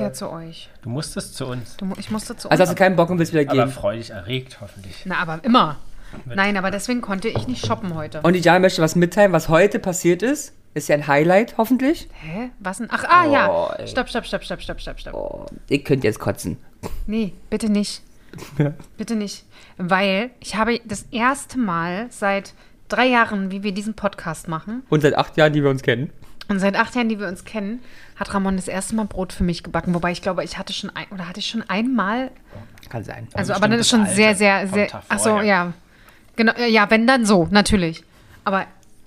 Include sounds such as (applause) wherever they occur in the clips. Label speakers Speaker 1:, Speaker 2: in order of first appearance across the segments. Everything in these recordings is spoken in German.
Speaker 1: ja zu euch.
Speaker 2: Du musstest zu uns.
Speaker 1: Du, mu- ich musste zu
Speaker 3: Also
Speaker 1: uns.
Speaker 3: hast du keinen Bock und willst wieder
Speaker 2: Aber
Speaker 3: gehen.
Speaker 2: freudig erregt, hoffentlich.
Speaker 1: Na, aber immer. Nein, aber deswegen konnte ich nicht shoppen heute.
Speaker 3: Und die Jana möchte was mitteilen, was heute passiert ist. Ist ja ein Highlight, hoffentlich.
Speaker 1: Hä? Was denn? Ach, ah, ja.
Speaker 3: Oh, ey.
Speaker 1: Stopp, stopp, stopp, stopp, stopp, stopp, stopp.
Speaker 3: Oh, ich könnte jetzt kotzen.
Speaker 1: Nee, bitte nicht. bitte nicht. Weil ich habe das erste Mal seit drei Jahren, wie wir diesen Podcast machen,
Speaker 3: Und seit acht Jahren, die wir uns kennen.
Speaker 1: und seit acht Jahren, die wir uns kennen, hat Ramon das erste Mal Brot für mich gebacken. Wobei ich glaube, ich hatte schon ein, oder hatte ich schon einmal
Speaker 3: Kann sein.
Speaker 1: Also,
Speaker 2: Ja,
Speaker 1: aber dann
Speaker 2: bestimmt
Speaker 1: ist schon
Speaker 2: das
Speaker 1: sehr, sehr,
Speaker 2: Alte vom
Speaker 1: sehr.
Speaker 2: Tag
Speaker 1: Achso,
Speaker 2: vorher.
Speaker 1: ja. Genau, ja, wenn dann so, natürlich. Aber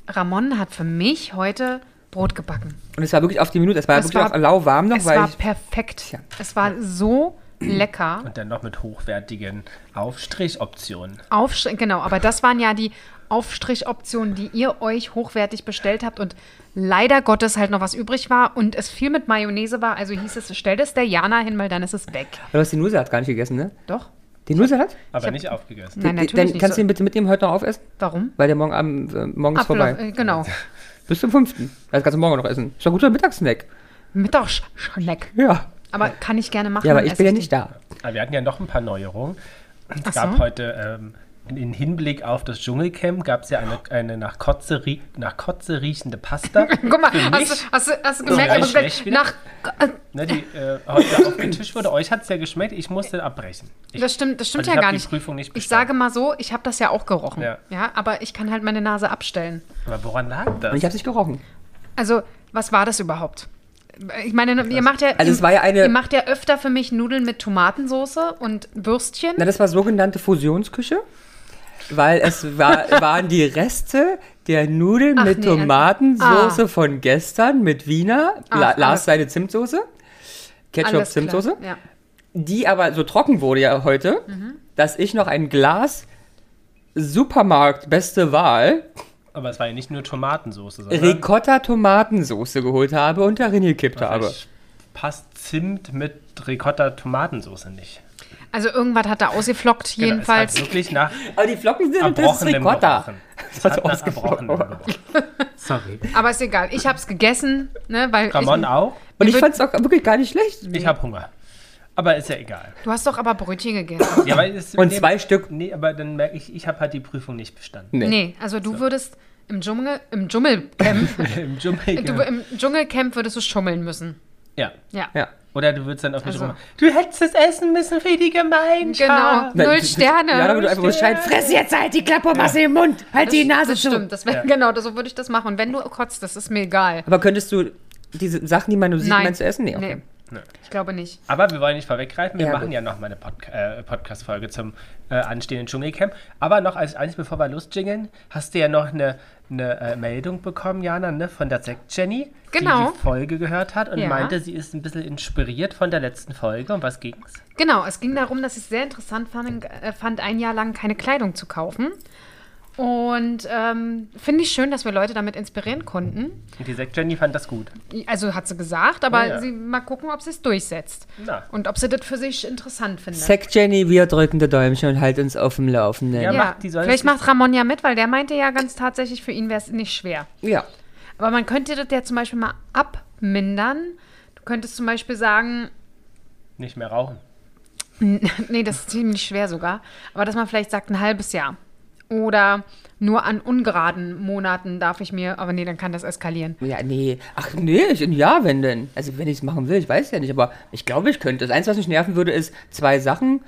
Speaker 1: Ramon hat für mich heute Brot gebacken.
Speaker 3: Und es war wirklich auf die Minute. Es war
Speaker 1: Es
Speaker 3: wirklich
Speaker 1: war-
Speaker 3: auch lauwarm noch,
Speaker 1: es war
Speaker 3: weil ich,
Speaker 1: perfekt. Es war so lecker.
Speaker 2: Und dann noch mit hochwertigen Aufstrichoptionen.
Speaker 1: Aufstrich, genau, aber das waren ja die Aufstrichoptionen, die ihr euch hochwertig bestellt habt und leider Gottes halt noch was übrig war und es viel mit Mayonnaise war. Also hieß es, stell das der Jana hin, weil dann ist es weg.
Speaker 3: Aber du hast den Nusalat gar nicht gegessen, ne?
Speaker 1: Doch?
Speaker 3: Den Nusalat?
Speaker 2: Aber
Speaker 1: hab-
Speaker 2: nicht aufgegessen.
Speaker 1: Nein,
Speaker 3: Den-
Speaker 1: natürlich
Speaker 3: Dann
Speaker 1: nicht.
Speaker 3: kannst
Speaker 1: so.
Speaker 3: du den bitte mitnehmen, heute noch aufessen,
Speaker 1: Warum?
Speaker 3: weil der morgen Abend, äh, morgen ist
Speaker 1: Ablauf,
Speaker 3: vorbei.
Speaker 1: äh, genau.
Speaker 3: Bis zum 5. Das kannst du morgen noch essen. Ist doch ein guter Mittagssnack.
Speaker 1: Mittagsschneck.
Speaker 3: Ja.
Speaker 1: Aber kann ich gerne machen.
Speaker 3: Ja, aber
Speaker 1: esse
Speaker 3: ich bin ja
Speaker 1: den.
Speaker 3: nicht da.
Speaker 2: Aber wir hatten ja noch ein paar Neuerungen. Es
Speaker 1: Ach
Speaker 2: gab
Speaker 1: so.
Speaker 2: heute, ähm, in- in Hinblick auf das Dschungelcamp, gab es ja eine, eine nach, Kotze rie nach Kotze riechende
Speaker 1: (laughs)
Speaker 2: Pasta.
Speaker 1: Guck mal,
Speaker 2: Für mich-
Speaker 1: hast, du- hast, du- hast du gemerkt,
Speaker 2: Ja,
Speaker 1: aber
Speaker 2: ich schlecht wieder.
Speaker 1: nach, äh,
Speaker 2: Ne, die äh, heute auf den Tisch wurde. Euch hat es ja geschmeckt, ich musste abbrechen. Ich, also
Speaker 1: das stimmt, das stimmt
Speaker 2: ich
Speaker 1: ja
Speaker 2: hab
Speaker 1: gar
Speaker 2: die
Speaker 1: nicht.
Speaker 2: Prüfung nicht
Speaker 1: ich
Speaker 2: bestanden.
Speaker 1: sage mal so, ich habe das ja auch gerochen. Ja.
Speaker 2: Ja.
Speaker 1: aber ich kann halt meine Nase abstellen.
Speaker 2: aber woran lag das?
Speaker 3: Und ich habe nicht gerochen.
Speaker 1: Also, was war das überhaupt? Ich meine, ihr macht ja,
Speaker 3: Also es war ja eine-
Speaker 1: ihr macht ja öfter für mich Nudeln mit Tomatensoße und Würstchen.
Speaker 3: Na, das war sogenannte Fusionsküche, weil
Speaker 1: (laughs)
Speaker 3: es war, waren die Reste der Nudeln
Speaker 1: Ach,
Speaker 3: mit
Speaker 1: nee, also-
Speaker 3: Tomatensoße
Speaker 1: ah.
Speaker 3: von gestern mit Wiener,
Speaker 1: Ah,
Speaker 3: La
Speaker 1: alles-
Speaker 3: Lars seine Zimtsoße, Ketchup
Speaker 1: Alles klar,
Speaker 3: Zimtsoße,
Speaker 1: Ja.
Speaker 3: die aber so trocken wurde ja heute,
Speaker 1: Mhm.
Speaker 3: dass ich noch ein Glas Supermarkt beste Wahl
Speaker 2: aber es war ja nicht nur Tomatensauce, sondern
Speaker 3: Ricotta Tomatensoße geholt habe und darin gekippt habe.
Speaker 2: Vielleicht passt Zimt mit Ricotta Tomatensauce nicht.
Speaker 1: Also irgendwas hat da ausgeflockt,
Speaker 2: Genau,
Speaker 1: jedenfalls.
Speaker 2: Es hat wirklich nach
Speaker 3: Aber die Flocken sind das ist
Speaker 2: erbrochenem
Speaker 3: Ricotta. (laughs)
Speaker 2: gerochen. Es
Speaker 3: hat
Speaker 2: hat nach
Speaker 3: ausgeflogen.
Speaker 2: erbrochenem gerochen.
Speaker 3: (laughs)
Speaker 2: Sorry.
Speaker 1: aber ist egal, ich habe es gegessen, ne, weil
Speaker 2: Ramon ah.
Speaker 1: ich,
Speaker 2: auch.
Speaker 3: Und ich
Speaker 1: Mir
Speaker 3: fand es auch wirklich gar nicht schlecht.
Speaker 2: Ich habe Hunger. Aber ist ja egal.
Speaker 1: du hast doch aber Brötchen gegessen.
Speaker 2: Ja, weil es,
Speaker 3: Und zwei Stück.
Speaker 2: Nee, aber dann merke ich, ich habe halt die Prüfung nicht bestanden.
Speaker 3: (laughs) Nee.
Speaker 1: nee, also du würdest im Dschungel, im Dschungelcamp
Speaker 2: Im Dschungel.
Speaker 1: Du, Im Dschungelcamp würdest du schummeln müssen.
Speaker 2: ja.
Speaker 1: Ja.
Speaker 3: Ja.
Speaker 2: Oder du würdest dann auf mich
Speaker 1: Also-
Speaker 2: also. Du hättest es essen müssen für die
Speaker 1: Genau.
Speaker 2: Gemeinschaft.
Speaker 3: Nein,
Speaker 1: Null
Speaker 3: das-
Speaker 1: Sterne.
Speaker 3: Ja, damit du einfach Bescheid. Fress jetzt halt die Klappe und mach's in den Mund. Halt die Nase
Speaker 1: das
Speaker 3: zu.
Speaker 1: stimmt, das wär,
Speaker 2: Ja.
Speaker 1: genau, so würde ich das machen. Und wenn du kotzt, das ist mir egal.
Speaker 3: Aber könntest du diese Sachen, die man nur sieht,
Speaker 1: Nein.
Speaker 3: meinst du essen? Nee, okay.
Speaker 1: Nee. Ich glaube nicht.
Speaker 2: Aber wir wollen nicht vorweggreifen. Wir
Speaker 3: Ja,
Speaker 2: machen
Speaker 3: gut.
Speaker 2: ja noch mal eine Podca- äh, Podcast-Folge zum äh, anstehenden Dschungelcamp. Aber noch als eins, bevor wir losjingeln, hast du ja noch eine, eine äh, Meldung bekommen, Jana, ne, von der Sekt-Jenny,
Speaker 1: Genau.
Speaker 2: die die Folge gehört hat und
Speaker 1: Ja.
Speaker 2: meinte, sie ist ein bisschen inspiriert von der letzten Folge. Um was ging's?
Speaker 1: Genau, es ging darum, dass ich es sehr interessant fand, äh, fand, ein Jahr lang keine Kleidung zu kaufen. Und ähm, finde ich schön, dass wir Leute damit inspirieren konnten.
Speaker 2: Und die Sekt-Jenny fand das gut.
Speaker 1: Also hat sie gesagt, aber
Speaker 2: Oh ja.
Speaker 1: sie mal gucken, ob sie es durchsetzt.
Speaker 2: Na.
Speaker 1: Und ob sie das für sich interessant findet.
Speaker 3: Zack, Jenny, wir drücken die Däumchen und halt uns auf dem Laufenden.
Speaker 2: Ja.
Speaker 3: Ja.
Speaker 1: ja,
Speaker 2: macht die sonst-
Speaker 1: vielleicht macht Ramon ja mit, weil der meinte ja ganz tatsächlich, für ihn wäre es nicht schwer. Aber man könnte das ja zum Beispiel mal abmindern. Du könntest zum Beispiel sagen, (laughs)
Speaker 2: Nicht mehr rauchen.
Speaker 1: nee, das ist ziemlich schwer sogar, aber dass man vielleicht sagt, ein halbes Jahr. Oder nur an ungeraden Monaten darf ich mir, aber nee, dann kann das eskalieren.
Speaker 3: Ja, nee. Ach nee, ich, ja, wenn denn. Also wenn ich es machen will, ich weiß ja nicht, aber ich glaube, ich könnte. Das Einzige, was mich nerven würde, ist zwei Sachen.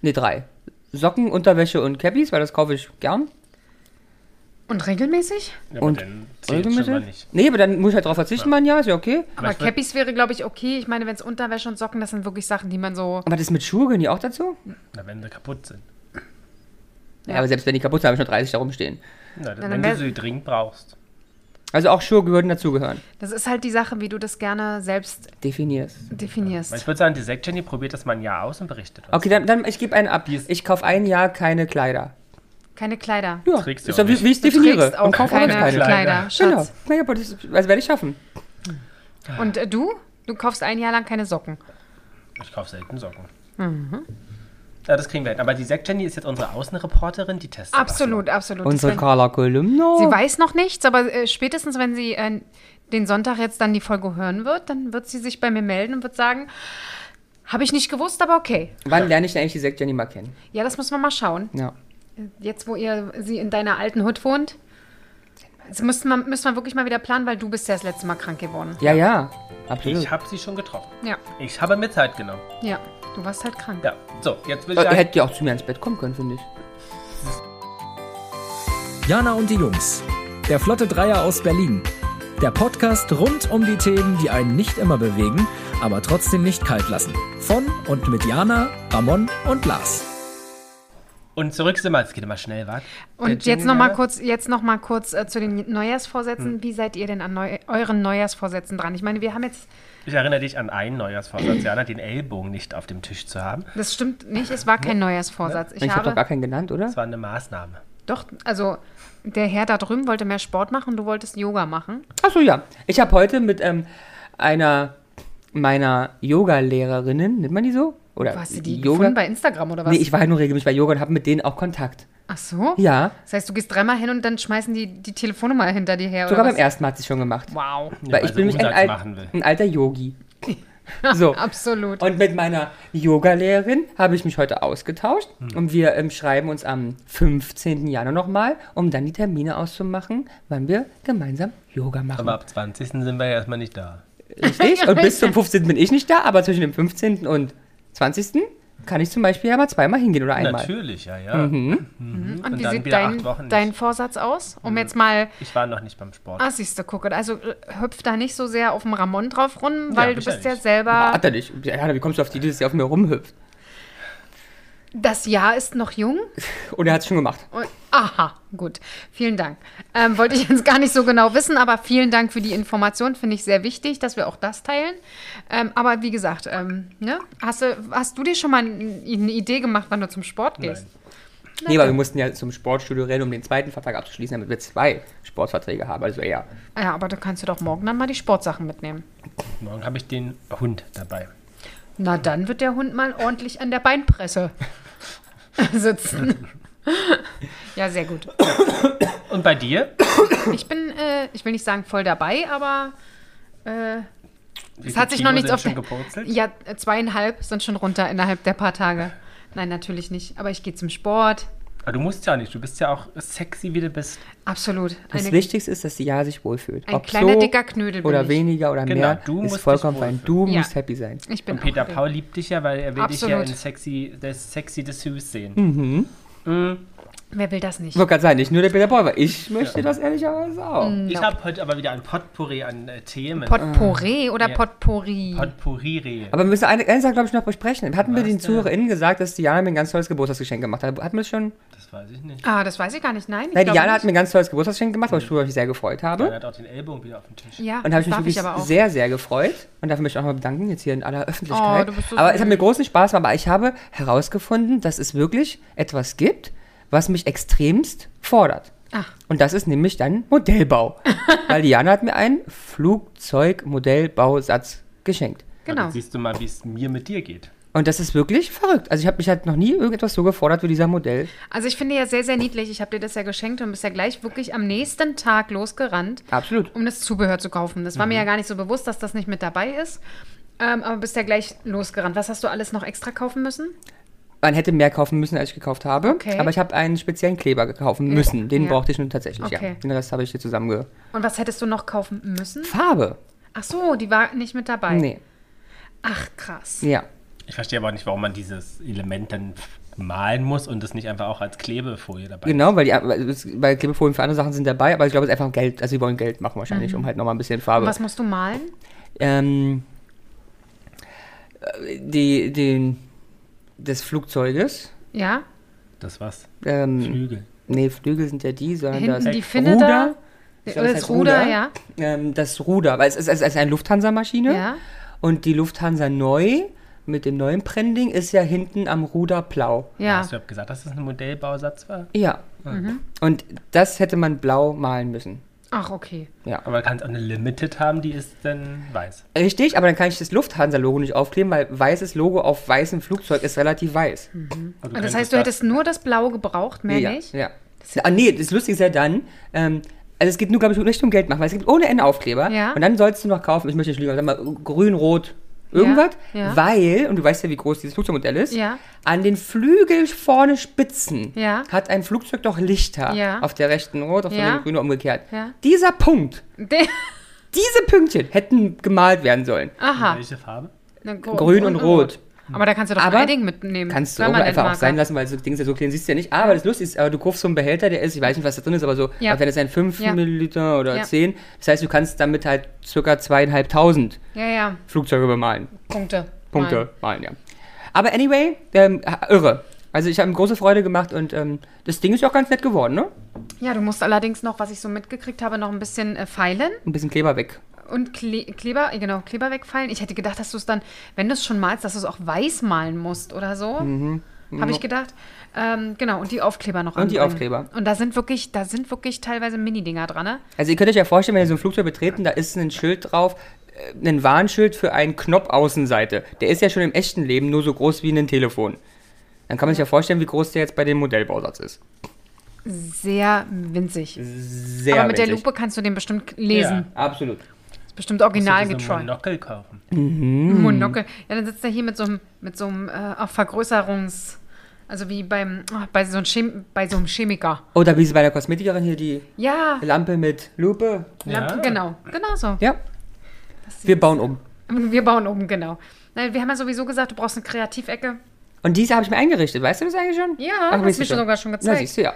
Speaker 3: Nee, drei. Socken, Unterwäsche und Cappies, weil das kaufe ich gern.
Speaker 1: Und regelmäßig?
Speaker 2: Ja,
Speaker 3: Und
Speaker 2: aber dann zählt schon mal nicht.
Speaker 3: Nee, aber dann muss ich halt drauf verzichten, mein Jahr, ist ja okay.
Speaker 1: Aber
Speaker 2: ich würd-
Speaker 1: Cappies wäre, glaube ich, okay. Ich meine, wenn es Unterwäsche und Socken, das sind wirklich Sachen, die man so.
Speaker 3: Aber das mit Schuhe gehören die auch dazu?
Speaker 2: Na, wenn sie kaputt sind.
Speaker 3: Ja, aber selbst wenn die kaputt sind, habe ich noch 30 da rumstehen.
Speaker 2: Na,
Speaker 1: dann
Speaker 2: wenn
Speaker 1: wär-
Speaker 2: du sie dringend brauchst.
Speaker 3: Also auch Schuhe würden dazugehören.
Speaker 1: Das ist halt die Sache, wie du das gerne selbst
Speaker 3: Definierst.
Speaker 1: definierst.
Speaker 2: Weil ich würde sagen, die Sekt-Jenny probiert das mal ein Jahr aus und berichtet uns.
Speaker 3: Okay, dann, dann ich gebe einen ab.
Speaker 2: Die ist-
Speaker 3: Ich kaufe ein Jahr keine Kleider.
Speaker 1: Keine Kleider.
Speaker 3: Ja,
Speaker 2: Trägst du
Speaker 3: ist doch
Speaker 2: auch
Speaker 3: wie,
Speaker 2: nicht.
Speaker 3: wie ich es
Speaker 1: Du
Speaker 3: definiere.
Speaker 1: trägst auch
Speaker 3: kauf
Speaker 1: keine,
Speaker 3: auch
Speaker 1: Kleider,
Speaker 3: keine.
Speaker 2: Kleider.
Speaker 3: Genau.
Speaker 1: Schatz.
Speaker 3: Naja, aber das also werde ich schaffen.
Speaker 1: Und äh, du? Du kaufst ein Jahr lang keine Socken. Mhm.
Speaker 2: Ich kaufe selten Socken. Ja, das kriegen wir hin. Aber die Zack Jenny ist jetzt unsere Außenreporterin, die testet.
Speaker 1: Absolut, absolut. Das
Speaker 3: Unsere
Speaker 1: werden-
Speaker 3: Carla Kolumno.
Speaker 1: Sie weiß noch nichts, aber äh, spätestens, wenn sie äh, den Sonntag jetzt dann die Folge hören wird, dann wird sie sich bei mir melden und wird sagen, habe ich nicht gewusst, aber okay.
Speaker 3: Wann lerne ich denn eigentlich die Sekt Jenny mal kennen?
Speaker 1: Ja, das müssen wir mal schauen.
Speaker 3: Ja.
Speaker 1: Jetzt, wo ihr sie in deiner alten Hut wohnt, das müssten wir, müssen wir wirklich mal wieder planen, weil du bist ja das letzte Mal krank geworden.
Speaker 3: Ja, ja.
Speaker 2: Absolut.
Speaker 3: Absolut.
Speaker 2: Ich habe sie schon getroffen.
Speaker 1: Ja,
Speaker 2: Ich habe mir Zeit genommen.
Speaker 1: ja. Du warst halt krank.
Speaker 2: Ja, so, jetzt will ich
Speaker 3: Äh,
Speaker 2: sagen,
Speaker 3: hätte ja auch zu mir ins Bett kommen können, finde ich.
Speaker 4: Jana und die Jungs. Der Flotte Dreier aus Berlin. Der Podcast rund um die Themen, die einen nicht immer bewegen, aber trotzdem nicht kalt lassen. Von und mit Jana, Ramon und Lars.
Speaker 2: und zurück sind wir, es geht immer schnell, warte.
Speaker 1: Und
Speaker 2: Der
Speaker 1: jetzt noch mal
Speaker 2: Jingle- Hm.
Speaker 1: kurz, jetzt noch mal kurz äh, zu den Neujahrsvorsätzen. Wie seid ihr denn an neu euren Neujahrsvorsätzen dran? Ich meine, wir haben jetzt,
Speaker 2: Ich erinnere dich an einen Neujahrsvorsatz, Jana, den Ellbogen nicht auf dem Tisch zu haben.
Speaker 1: das stimmt nicht, es war kein Neujahrsvorsatz. Ich,
Speaker 3: Ich, habe
Speaker 1: habe
Speaker 3: doch gar keinen genannt, oder?
Speaker 2: Das war eine Maßnahme.
Speaker 1: Doch, also der Herr da drüben wollte mehr Sport machen, du wolltest Yoga machen.
Speaker 3: Achso, ja. Ich habe heute mit ähm, einer meiner Yoga-Lehrerinnen, nennt man die so? Oder
Speaker 1: Du hast dir die
Speaker 3: Yoga?
Speaker 1: gefunden bei Instagram oder was?
Speaker 3: Nee, ich war halt nur regelmäßig bei Yoga und habe mit denen auch Kontakt.
Speaker 1: Ach so?
Speaker 3: Ja,
Speaker 1: Das heißt, du gehst dreimal hin und dann schmeißen die die Telefonnummer hinter dir her
Speaker 3: sogar
Speaker 1: oder
Speaker 3: beim ersten Mal hat sie schon gemacht.
Speaker 1: was? Wow.
Speaker 3: weil
Speaker 2: also
Speaker 3: ich bin nämlich ein,
Speaker 2: Umsatz
Speaker 3: alt,
Speaker 2: machen will.
Speaker 3: ein alter Yogi.
Speaker 1: (laughs)
Speaker 3: So.
Speaker 1: Absolut.
Speaker 3: Und mit meiner Yogalehrerin habe ich mich heute ausgetauscht
Speaker 2: Hm.
Speaker 3: und wir ähm, schreiben uns am 15. Januar nochmal, um dann die Termine auszumachen, wann wir gemeinsam Yoga
Speaker 2: Aber
Speaker 3: machen.
Speaker 2: ab 20. sind wir ja erstmal nicht da.
Speaker 3: Richtig? Und
Speaker 2: (laughs)
Speaker 3: bis zum 15. bin ich nicht da, aber zwischen dem 15. und 20. kann ich zum Beispiel ja mal zweimal hingehen oder einmal. Mhm.
Speaker 2: Natürlich, ja, ja.
Speaker 1: und,
Speaker 2: und
Speaker 1: wie
Speaker 2: dann
Speaker 1: sieht
Speaker 2: wieder acht
Speaker 1: dein,
Speaker 2: Wochen nicht. Mhm.
Speaker 1: dein Vorsatz aus? Um jetzt mal,
Speaker 2: Ich war noch nicht beim Sport.
Speaker 1: ah siehst du, gucke, also äh, hüpf da nicht so sehr auf dem Ramon drauf rum, weil
Speaker 2: Ja,
Speaker 1: du
Speaker 2: ich
Speaker 1: bist ja
Speaker 2: ja nicht.
Speaker 1: selber,
Speaker 3: Ah, Hat er nicht. Ja, wie kommst du auf die Idee, dass sie auf mir rumhüpft?
Speaker 1: das Jahr ist noch jung.
Speaker 3: Und er hat es schon gemacht.
Speaker 1: Und, aha, gut. Vielen Dank. Ähm, wollte ich (laughs) jetzt gar nicht so genau wissen, aber vielen Dank für die Information. Finde ich sehr wichtig, dass wir auch das teilen. Ähm, aber wie gesagt, ähm, ne? hast, du, hast du dir schon mal n- eine Idee gemacht, wann du zum Sport gehst?
Speaker 3: Nee, aber wir mussten ja zum Sportstudio rennen, um den zweiten Vertrag abzuschließen, damit wir zwei Sportverträge haben. Also ja.
Speaker 1: Ja, aber da kannst du doch morgen dann mal die Sportsachen mitnehmen.
Speaker 2: Morgen habe ich den Hund dabei.
Speaker 1: Na, dann wird der Hund mal ordentlich an der Beinpresse (laughs) sitzen. ja, sehr gut.
Speaker 2: Und bei dir?
Speaker 1: Ich bin, äh, ich will nicht sagen voll dabei, aber äh,
Speaker 2: Wie
Speaker 1: Es hat
Speaker 2: viel
Speaker 1: sich noch
Speaker 2: Kilo
Speaker 1: nichts
Speaker 2: sind
Speaker 1: auf
Speaker 2: schon
Speaker 1: der-
Speaker 2: gepurzelt?
Speaker 1: Ja, zweieinhalb sind schon runter innerhalb der paar Tage. Nein, natürlich nicht. Aber ich gehe zum Sport.
Speaker 2: Aber du musst ja nicht, du bist ja auch sexy, wie du bist.
Speaker 1: Absolut.
Speaker 3: Das
Speaker 1: Eine,
Speaker 3: Wichtigste ist, dass die Ja sich wohlfühlt.
Speaker 1: ein kleiner dicker Knödel bin
Speaker 3: oder
Speaker 1: ich.
Speaker 3: weniger oder
Speaker 2: Genau,
Speaker 3: mehr
Speaker 2: du musst
Speaker 3: ist
Speaker 2: dich
Speaker 3: vollkommen fein. Du
Speaker 1: wohlfühlen.
Speaker 3: musst
Speaker 1: Ja.
Speaker 3: happy sein.
Speaker 1: Ich bin
Speaker 2: Und Peter
Speaker 1: auch dick.
Speaker 2: Paul liebt dich ja, weil er will dich ja
Speaker 1: Absolut. Hm.
Speaker 2: in sexy, das sexy Dessous sehen.
Speaker 1: Wer will das nicht?
Speaker 3: Ich wollte gerade sagen, nicht nur der Peter Paul, weil ich möchte das ehrlicherweise auch.
Speaker 1: Mm.
Speaker 2: Ich
Speaker 1: Genau.
Speaker 2: habe heute aber wieder ein Potpourri an äh, Themen.
Speaker 1: Potpourri oder
Speaker 2: Ja.
Speaker 1: Potpourri?
Speaker 2: Potpourri.
Speaker 3: Aber wir müssen eine, eine Sache, glaube ich, noch besprechen. Hatten wir den ZuhörerInnen gesagt, dass Diana mir ein ganz tolles Geburtstagsgeschenk gemacht hat? Hatten wir das schon?
Speaker 2: Das weiß ich nicht.
Speaker 1: ah, das weiß ich gar nicht. Nein, ich
Speaker 3: Nein,
Speaker 1: glaube
Speaker 3: Diana hat
Speaker 1: nicht.
Speaker 3: mir ein ganz tolles Geburtstagsgeschenk gemacht,
Speaker 2: Mhm.
Speaker 3: was ich mich sehr gefreut
Speaker 2: Er
Speaker 3: habe.
Speaker 2: hat auch den Ellbogen wieder auf den Tisch.
Speaker 1: Ja,
Speaker 3: Und habe ich mich
Speaker 1: darf
Speaker 3: wirklich
Speaker 1: ich aber auch.
Speaker 3: sehr, sehr gefreut. Und dafür möchte ich auch mal bedanken, jetzt hier in aller Öffentlichkeit.
Speaker 1: Oh, du bist so
Speaker 3: aber es
Speaker 1: süß.
Speaker 3: hat mir großen Spaß gemacht. Aber ich habe herausgefunden, dass es wirklich etwas gibt, was mich extremst fordert.
Speaker 1: Ach.
Speaker 3: Und das ist nämlich dann Modellbau.
Speaker 1: (laughs)
Speaker 3: Weil Diana hat mir einen Flugzeugmodellbausatz geschenkt.
Speaker 1: genau.
Speaker 2: Dann Also siehst du mal, wie es mir mit dir geht.
Speaker 3: Und das ist wirklich verrückt. Also ich habe mich halt noch nie irgendetwas so gefordert wie dieser Modell.
Speaker 1: Also ich finde ja sehr, sehr niedlich. Ich habe dir das ja geschenkt und bist ja gleich wirklich am nächsten Tag losgerannt.
Speaker 3: Absolut. Mhm.
Speaker 1: um das Zubehör zu kaufen. Das war mir ja gar nicht so bewusst, dass das nicht mit dabei ist. Ähm, aber bist ja gleich losgerannt. Was hast du alles noch extra kaufen müssen?
Speaker 3: Man hätte mehr kaufen müssen, als ich gekauft habe.
Speaker 1: Okay.
Speaker 3: Aber ich habe einen speziellen Kleber kaufen müssen. Den
Speaker 1: Ja.
Speaker 3: brauchte ich nun tatsächlich, ja.
Speaker 1: Okay.
Speaker 3: Den Rest habe ich hier zusammenge...
Speaker 1: Und was hättest du noch kaufen müssen?
Speaker 3: Farbe?
Speaker 1: Ach so, die war nicht mit dabei.
Speaker 3: Nee.
Speaker 1: Ach krass.
Speaker 3: Ja.
Speaker 2: Ich verstehe aber auch nicht, warum man dieses Element dann malen muss und es nicht einfach auch als Klebefolie dabei
Speaker 3: Genau, weil, die, weil es- weil Klebefolien für andere Sachen sind dabei, aber ich glaube, es ist einfach Geld. Also sie wollen Geld machen wahrscheinlich,
Speaker 1: Mhm.
Speaker 3: um halt nochmal ein bisschen Farbe.
Speaker 1: Und was musst du malen?
Speaker 3: Ähm, äh, die, den, des Flugzeuges.
Speaker 1: Ja?
Speaker 2: Das war's.
Speaker 1: Hm.
Speaker 3: Ähm,
Speaker 2: Flügel.
Speaker 3: nee, Flügel sind ja die, sondern
Speaker 1: Hinten
Speaker 3: Äh, das
Speaker 1: die Finne
Speaker 3: Ruder.
Speaker 1: da?
Speaker 3: Ich glaube, es
Speaker 1: Das
Speaker 3: heißt
Speaker 1: Ruder, ja.
Speaker 3: Ähm, das Ruder, weil es ist, es ist eine Lufthansa-Maschine
Speaker 1: Ja.
Speaker 3: und die Lufthansa neu mit dem neuen Branding ist ja hinten am Ruder blau.
Speaker 1: Ja.
Speaker 2: Hast du
Speaker 1: Mhm.
Speaker 2: überhaupt gesagt, dass das ein Modellbausatz war?
Speaker 3: Ja. Und das hätte man blau malen müssen.
Speaker 1: Ach, okay.
Speaker 2: Aber man kann es auch eine Limited haben, die ist dann weiß.
Speaker 3: Richtig, aber dann kann ich das Lufthansa-Logo nicht aufkleben, weil weißes Logo auf weißem Flugzeug ist relativ weiß.
Speaker 2: Und
Speaker 1: Und das
Speaker 2: könntest
Speaker 1: heißt, du hättest nur das Blau gebraucht, mehr
Speaker 3: ja,
Speaker 1: nicht? (laughs)
Speaker 3: Ja. Ah, nee, das Lustige ist ja dann, ähm, also es geht nur, glaube ich, nicht um Geld machen, weil es gibt ohne Ende Aufkleber.
Speaker 1: Ja.
Speaker 3: Und dann sollst du noch kaufen, ich möchte nicht lügen, aber sag mal, grün, rot, irgendwas.
Speaker 1: Ja, ja.
Speaker 3: Weil, und du weißt ja, wie groß dieses Flugzeugmodell ist,
Speaker 1: Ja.
Speaker 3: an den Flügel vorne Spitzen
Speaker 1: Ja.
Speaker 3: hat ein Flugzeug doch Lichter.
Speaker 1: Ja.
Speaker 3: Auf der rechten rot, auf der
Speaker 1: Ja.
Speaker 3: linken grün und umgekehrt.
Speaker 1: Ja.
Speaker 3: Dieser Punkt,
Speaker 1: De-
Speaker 3: diese Pünktchen hätten gemalt werden sollen.
Speaker 1: Aha.
Speaker 2: Welche Farbe?
Speaker 1: Na, gro-
Speaker 3: Grün und rot.
Speaker 1: Aber da kannst du doch
Speaker 3: Aber
Speaker 1: ein Edding mitnehmen.
Speaker 3: Kannst du auch
Speaker 1: Permanent
Speaker 3: einfach auch
Speaker 1: Marker.
Speaker 3: sein lassen, weil so Dings ja so klein siehst du ja nicht. Aber das Lustige ist, aber du kaufst so einen Behälter, der ist, ich weiß nicht, was da drin ist, aber so,
Speaker 1: Ja.
Speaker 3: aber wenn es ein 5
Speaker 1: Ja.
Speaker 3: Milliliter oder
Speaker 1: Ja.
Speaker 3: 10, das heißt, du kannst damit halt circa 2.500
Speaker 1: Ja, ja.
Speaker 3: Flugzeuge bemalen.
Speaker 1: Punkte.
Speaker 3: Punkte
Speaker 1: Nein.
Speaker 3: malen, ja. Aber anyway, ähm, ha- irre. Also ich habe ihm große Freude gemacht und ähm, das Ding ist ja auch ganz nett geworden, ne?
Speaker 1: Ja, du musst allerdings noch, was ich so mitgekriegt habe, noch ein bisschen äh, feilen
Speaker 3: Ein bisschen Kleber weg.
Speaker 1: und Kle Kleber, äh, genau, Kleber wegfeilen. Ich hätte gedacht, dass du es dann, wenn du es schon malst, dass du es auch weiß malen musst oder so. Habe ich gedacht. Ähm, genau, und die Aufkleber noch
Speaker 3: Mhm. Und die
Speaker 1: anbringen.
Speaker 3: Aufkleber.
Speaker 1: Und da sind wirklich, da sind wirklich teilweise Mini-Dinger dran, ne?
Speaker 3: Also ihr könnt euch ja vorstellen, wenn ihr so ein Flugzeug betreten, da ist ein Schild drauf, äh, ein Warnschild für einen Knopf Außenseite. Der ist ja schon im echten Leben nur so groß wie ein Telefon. Dann kann man sich ja vorstellen, wie groß der jetzt bei dem Modellbausatz ist.
Speaker 1: Sehr winzig.
Speaker 3: Sehr
Speaker 1: Aber mit der
Speaker 3: winzig.
Speaker 1: Lupe kannst du den bestimmt lesen.
Speaker 3: Absolut.
Speaker 1: Ist bestimmt original
Speaker 2: Musst du diese
Speaker 1: getreu.
Speaker 2: Monokel kaufen.
Speaker 3: Mhm.
Speaker 1: Monokel. Ja, dann sitzt er hier mit so einem, mit so einem äh, auch Vergrößerungs... Also wie beim, ah, bei, so einem Chem, bei so einem Chemiker.
Speaker 3: Oder wie sie bei der Kosmetikerin hier die
Speaker 1: Ja,
Speaker 3: Lampe mit Lupe.
Speaker 1: Lamp-
Speaker 2: Ja.
Speaker 1: genau. Genau so.
Speaker 3: Ja. Wir bauen um.
Speaker 1: Wir bauen oben, genau. Na, wir haben ja sowieso gesagt, du brauchst eine Kreativecke.
Speaker 3: Und diese habe ich mir eingerichtet. Weißt du das eigentlich schon?
Speaker 1: Ja,
Speaker 3: Ach,
Speaker 1: hast
Speaker 3: weißt du
Speaker 1: mir schon sogar schon
Speaker 3: Na,
Speaker 1: gezeigt.
Speaker 3: siehst du ja.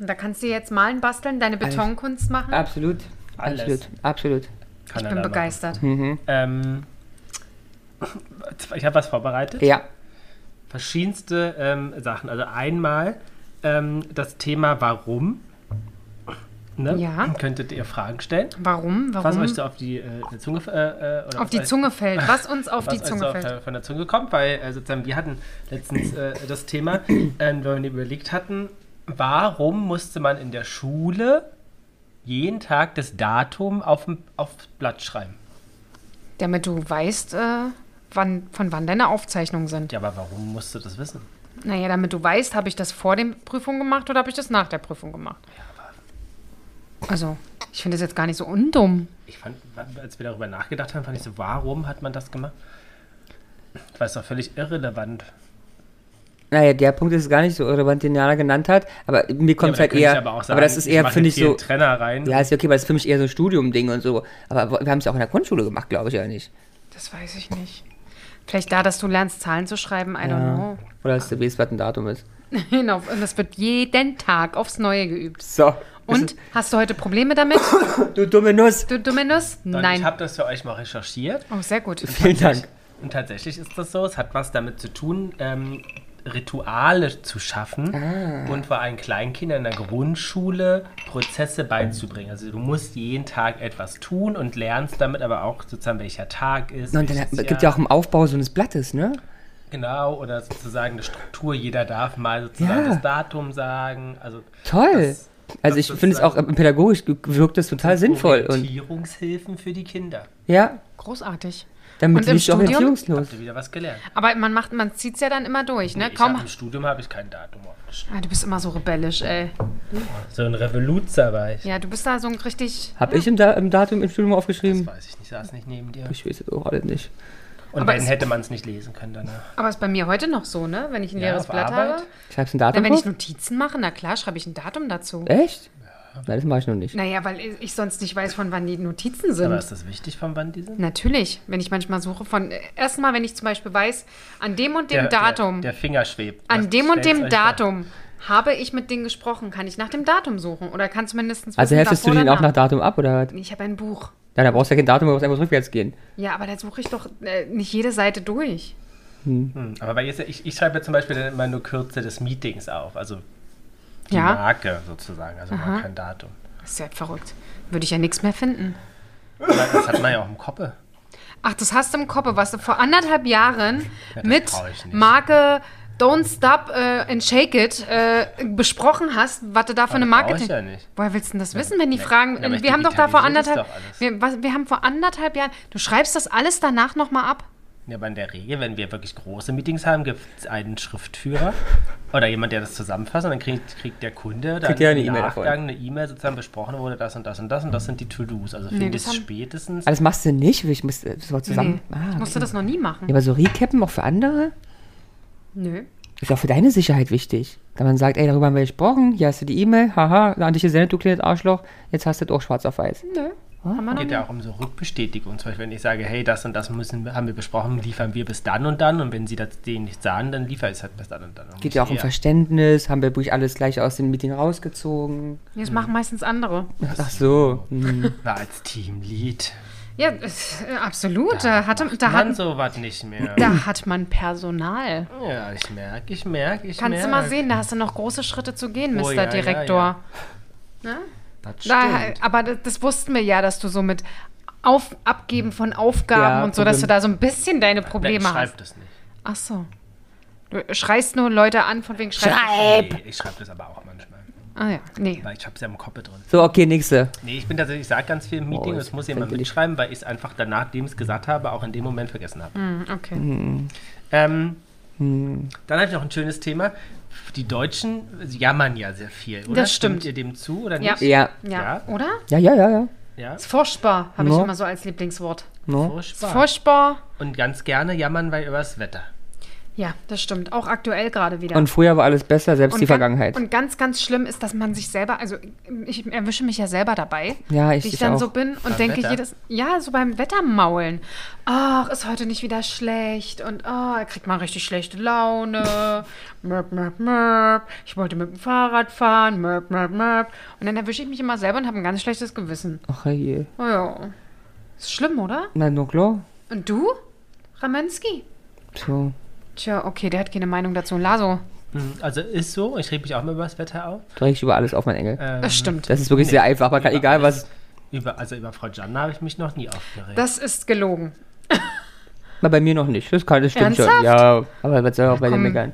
Speaker 1: Und da kannst du jetzt malen, basteln, deine Betonkunst machen.
Speaker 3: Absolut.
Speaker 2: Alles.
Speaker 3: Absolut. Absolut.
Speaker 2: Kann
Speaker 1: ich
Speaker 2: er
Speaker 1: bin
Speaker 2: da machen.
Speaker 1: begeistert.
Speaker 2: Ähm, ich habe was vorbereitet.
Speaker 3: Ja.
Speaker 2: verschiedenste ähm, Sachen. Also einmal ähm, das Thema Warum. Ne?
Speaker 1: Ja.
Speaker 2: Könntet ihr Fragen stellen?
Speaker 1: Warum?
Speaker 2: Was
Speaker 1: Warum?
Speaker 2: euch so auf die äh, Zunge äh, äh, oder
Speaker 1: auf die
Speaker 2: euch-
Speaker 1: Zunge fällt. Was uns auf
Speaker 2: was
Speaker 1: die
Speaker 2: euch
Speaker 1: Zunge
Speaker 2: so auf
Speaker 1: fällt.
Speaker 2: der, von der Zunge kommt, weil äh, sozusagen wir hatten letztens äh, das Thema,
Speaker 1: (clears throat)
Speaker 2: ähm, weil wir überlegt hatten, warum musste man in der Schule jeden Tag das Datum auf aufs Blatt schreiben?
Speaker 1: Damit du weißt, äh, wann, von wann deine Aufzeichnungen sind.
Speaker 2: Ja, aber warum musst du das wissen?
Speaker 1: Naja, damit du weißt, habe ich das vor der Prüfung gemacht oder habe ich das nach der Prüfung gemacht. Also, ich finde das jetzt gar nicht so undumm.
Speaker 2: Ich fand, als wir darüber nachgedacht haben, fand ich so, warum hat man das gemacht? Weil es doch völlig irrelevant.
Speaker 3: Naja, der Punkt ist gar nicht so relevant, den Jana genannt hat, aber mir kommt es
Speaker 2: da
Speaker 3: halt
Speaker 2: könnte
Speaker 3: eher.
Speaker 2: ich aber, auch sagen,
Speaker 3: aber das ist
Speaker 2: ich
Speaker 3: eher,
Speaker 2: mache
Speaker 3: finde ich,
Speaker 2: jetzt hier
Speaker 3: so.
Speaker 2: einen Trenner rein.
Speaker 3: Ja, ist ja okay, weil das ist für mich eher so ein Studium-Ding und so. Aber wir haben es ja auch in der Grundschule gemacht, glaube ich, ja nicht.
Speaker 1: Das weiß ich nicht. Vielleicht da, dass du lernst, Zahlen zu schreiben. I don't know.
Speaker 3: Oder dass du weißt, was ein Datum ist.
Speaker 1: (laughs) Genau, und das wird jeden Tag aufs Neue geübt.
Speaker 3: So.
Speaker 1: Und hast du heute Probleme
Speaker 2: (laughs)
Speaker 1: damit,
Speaker 3: Du dumme Nuss.
Speaker 1: du dumme Nuss?
Speaker 2: Und Ich
Speaker 1: Nein.
Speaker 2: habe das für euch mal recherchiert.
Speaker 1: Oh, sehr gut.
Speaker 3: (laughs) Vielen Dank.
Speaker 2: Und tatsächlich ist das so. Es hat was damit zu tun, ähm, Rituale zu schaffen
Speaker 3: Ah.
Speaker 2: und vor allem Kleinkindern in der Grundschule Prozesse beizubringen. Also du musst jeden Tag etwas tun und lernst damit aber auch sozusagen, welcher Tag ist.
Speaker 3: Und dann
Speaker 2: welches
Speaker 3: gibt
Speaker 2: Jahr.
Speaker 3: es ja auch im Aufbau so eines Blattes, ne?
Speaker 2: Genau, oder sozusagen eine Struktur. Jeder darf mal sozusagen
Speaker 3: Ja.
Speaker 2: das Datum sagen. Also
Speaker 3: Toll.
Speaker 2: Das-
Speaker 3: also
Speaker 2: das
Speaker 3: ich finde es
Speaker 2: sozusagen-
Speaker 3: auch ähm, pädagogisch ge- wirkt das total sinnvoll. Und
Speaker 2: Orientierungshilfen für die Kinder.
Speaker 3: ja,
Speaker 1: Großartig.
Speaker 3: damit
Speaker 1: Und im
Speaker 3: bist du
Speaker 1: Studium?
Speaker 3: orientierungslos.
Speaker 2: Habt ihr wieder was gelernt?
Speaker 1: Aber man macht, man zieht es ja dann immer durch, ne?
Speaker 2: Ich hab,
Speaker 1: Komm.
Speaker 2: Im Studium habe ich kein Datum aufgeschrieben.
Speaker 1: Ah, du bist immer so rebellisch, ey.
Speaker 2: So ein Revoluzer war ich.
Speaker 1: Ja, du bist da so ein richtig.
Speaker 3: Hab ich im, da im Datum im Studium
Speaker 2: Das
Speaker 3: aufgeschrieben?
Speaker 2: weiß ich nicht, saß nicht neben dir.
Speaker 3: Ich weiß es auch alles nicht.
Speaker 2: Und
Speaker 1: Aber
Speaker 2: dann
Speaker 1: es-
Speaker 2: hätte man es nicht lesen können danach.
Speaker 1: Aber ist bei mir heute noch so, ne? Wenn ich ein
Speaker 2: Ja,
Speaker 1: leeres
Speaker 2: auf
Speaker 1: Blatt
Speaker 2: Arbeit?
Speaker 1: habe.
Speaker 3: Schreibst du ein Datum
Speaker 1: Na, wenn ich
Speaker 3: drauf?
Speaker 1: Notizen mache, na klar, schreibe ich ein Datum dazu.
Speaker 3: Echt? Nein, das mache ich noch nicht.
Speaker 1: Naja, weil ich sonst nicht weiß, von wann die Notizen
Speaker 2: Aber
Speaker 1: sind.
Speaker 2: ist das wichtig, von wann die sind?
Speaker 1: Natürlich, wenn ich manchmal suche von erstmal, wenn ich zum Beispiel weiß, an dem und dem Datum,
Speaker 2: Der, der Finger schwebt.
Speaker 1: an
Speaker 2: Was
Speaker 1: dem und
Speaker 2: stellt's
Speaker 1: dem
Speaker 2: euch vor?
Speaker 1: Datum habe ich mit denen gesprochen, kann ich nach dem Datum suchen oder kann zumindest wissen,
Speaker 3: Also heftest du
Speaker 1: davor
Speaker 3: den auch
Speaker 1: oder
Speaker 3: nach Datum ab oder was?
Speaker 1: Nee, Ich habe ein Buch.
Speaker 3: Ja, da brauchst du ja kein Datum, du brauchst einfach rückwärts gehen.
Speaker 1: Ja, aber da suche ich doch äh, nicht jede Seite durch.
Speaker 2: Hm, Aber bei jetzt, ich, ich schreibe ja zum Beispiel dann immer nur Kürze des Meetings auf. Also die
Speaker 1: Ja,
Speaker 2: Marke sozusagen. Also mal kein Datum.
Speaker 1: ist ja verrückt. Würde ich ja nichts mehr finden.
Speaker 2: Das hat man ja auch im Kopf.
Speaker 1: Ach, das hast du im Kopf, was du vor anderthalb Jahren
Speaker 2: das
Speaker 1: mit
Speaker 2: brauch ich nicht.
Speaker 1: Marke Don't Stop äh, and Shake It äh, besprochen hast, was du da für eine
Speaker 2: brauch ich
Speaker 1: Marketing.
Speaker 2: ja nicht.
Speaker 1: Woher willst du denn das wissen, wenn die fragen?
Speaker 2: aber ich
Speaker 1: wir haben doch da vor
Speaker 2: digitalisiere das
Speaker 1: anderthalb.
Speaker 2: doch
Speaker 1: Wir,
Speaker 2: alles.
Speaker 1: was, wir haben vor anderthalb Jahren. Du schreibst das alles danach nochmal ab.
Speaker 2: Ja, aber in der Regel, wenn wir wirklich große Meetings haben, gibt es einen Schriftführer oder jemand, der das zusammenfasst und dann kriegt, kriegt der Kunde dann
Speaker 3: Kriegt ja eine
Speaker 2: im
Speaker 3: E-Mail davon.
Speaker 2: Nachgang eine E-Mail sozusagen besprochen wurde, das und das und das und das sind die To-Dos. Also
Speaker 1: Nee, das
Speaker 2: findest
Speaker 1: haben-
Speaker 2: spätestens.
Speaker 3: Ah, das machst du nicht? Ich muss das war zusammen.
Speaker 1: Nee,
Speaker 3: Ah,
Speaker 1: ich musste das noch nie machen.
Speaker 3: Ja, aber so recappen auch für andere
Speaker 1: Nö.
Speaker 3: ist auch für deine Sicherheit wichtig. Da man sagt, ey, darüber haben wir gesprochen, hier hast du die E-Mail, haha, da an dich gesendet, du kleines Arschloch, jetzt hast du das auch schwarz auf weiß.
Speaker 1: Nö. Haben wir noch
Speaker 2: geht
Speaker 1: nie.
Speaker 2: ja auch um so Rückbestätigung. Zum Beispiel, wenn ich sage, hey, das und das müssen, wir- haben wir besprochen, liefern wir bis dann und dann. Und wenn sie das denen nicht sagen, dann liefere ich es halt bis dann und dann. Und
Speaker 3: Geht
Speaker 2: nicht
Speaker 3: ja auch um
Speaker 2: eher.
Speaker 3: Verständnis, haben wir wirklich alles gleich aus dem Meeting rausgezogen.
Speaker 1: Das machen meistens andere.
Speaker 3: Ach so. hm.
Speaker 2: Na, als Teamlead.
Speaker 1: Ja, äh, absolut. Da, hatte, da,
Speaker 2: Kann
Speaker 1: hat,
Speaker 2: sowas nicht mehr.
Speaker 1: da hat man Personal.
Speaker 2: Ja, ich merke, ich merke, ich merke.
Speaker 1: Kannst du mal sehen, da hast du noch große Schritte zu gehen, Mr.
Speaker 2: Oh, ja, ja,
Speaker 1: Direktor.
Speaker 2: ja.
Speaker 1: Ne?
Speaker 2: Das
Speaker 1: Da,
Speaker 2: stimmt.
Speaker 1: aber das, das wussten wir ja, dass du so mit auf, Abgeben von Aufgaben
Speaker 3: Ja,
Speaker 1: und so, dass
Speaker 3: Problem.
Speaker 1: du da so ein bisschen deine
Speaker 2: ich
Speaker 1: Probleme
Speaker 2: schreibe
Speaker 1: hast.
Speaker 2: das nicht.
Speaker 1: Ach so. Du äh, schreist nur Leute an, von wegen schreib.
Speaker 2: Nee, ich schreibe das aber auch manchmal.
Speaker 1: Ah ja, nee.
Speaker 2: Weil ich habe es ja im Kopf drin.
Speaker 3: So, okay, nächste.
Speaker 2: Nee, ich bin tatsächlich, ich sage ganz viel im Meeting,
Speaker 3: Oh,
Speaker 2: das
Speaker 3: jetzt
Speaker 2: muss jemand
Speaker 3: fängt die-
Speaker 2: mitschreiben, weil ich es einfach danach, dem ich es gesagt habe, auch in dem Moment vergessen habe.
Speaker 1: Hm, Okay.
Speaker 3: Mhm.
Speaker 2: Ähm,
Speaker 3: Hm.
Speaker 2: Dann habe ich noch ein schönes Thema. Die Deutschen jammern ja sehr viel, oder?
Speaker 1: Das stimmt.
Speaker 2: ihr dem zu oder
Speaker 1: Ja.
Speaker 2: nicht?
Speaker 3: Ja.
Speaker 1: Ja.
Speaker 2: Ja.
Speaker 1: Oder?
Speaker 3: Ja, ja, ja, ja.
Speaker 2: Ja.
Speaker 1: Ist furchtbar, habe ich
Speaker 3: No.
Speaker 1: immer so als Lieblingswort.
Speaker 3: No.
Speaker 1: Ist
Speaker 2: Furchtbar.
Speaker 1: furchtbar.
Speaker 2: Und ganz gerne jammern wir über das Wetter.
Speaker 1: Ja, das stimmt. Auch aktuell gerade wieder.
Speaker 3: Und früher war alles besser, selbst die
Speaker 1: ganz-
Speaker 3: Vergangenheit.
Speaker 1: Und ganz, ganz schlimm ist, dass man sich selber, also ich erwische mich ja selber dabei,
Speaker 3: Ja, ich
Speaker 1: wie ich
Speaker 3: dich
Speaker 1: dann
Speaker 3: auch.
Speaker 1: so bin und
Speaker 2: Beim
Speaker 1: denke
Speaker 2: Wetter?
Speaker 1: jedes, ja, so beim Wettermaulen. Ach, ist heute nicht wieder schlecht und oh, kriegt man richtig schlechte Laune. Möp, möp, möp. Ich wollte mit dem Fahrrad fahren. Möp, möp, möp. Und dann erwische ich mich immer selber und habe ein ganz schlechtes Gewissen.
Speaker 3: Ach je.
Speaker 1: Oh ja. Ist schlimm, oder?
Speaker 3: Na, nur klar.
Speaker 1: Und du? Ramensky?
Speaker 3: So.
Speaker 1: Tja, okay, der hat keine Meinung dazu. Laso,
Speaker 2: Mhm. Also ist so, ich reg mich auch immer über das Wetter auf.
Speaker 3: Dreh ich über alles auf, mein Engel.
Speaker 2: Ähm,
Speaker 1: das stimmt.
Speaker 3: Das ist wirklich sehr einfach. Man kann,
Speaker 2: über
Speaker 3: egal was,
Speaker 2: alles. Über, also über Frau Janna habe ich mich noch nie aufgeregt.
Speaker 1: Das ist gelogen.
Speaker 3: na, bei mir noch nicht. Das kann, das stimmt
Speaker 1: Ernsthaft?
Speaker 3: schon. Ja, aber was soll auch bei dir
Speaker 1: komm.
Speaker 3: meckern?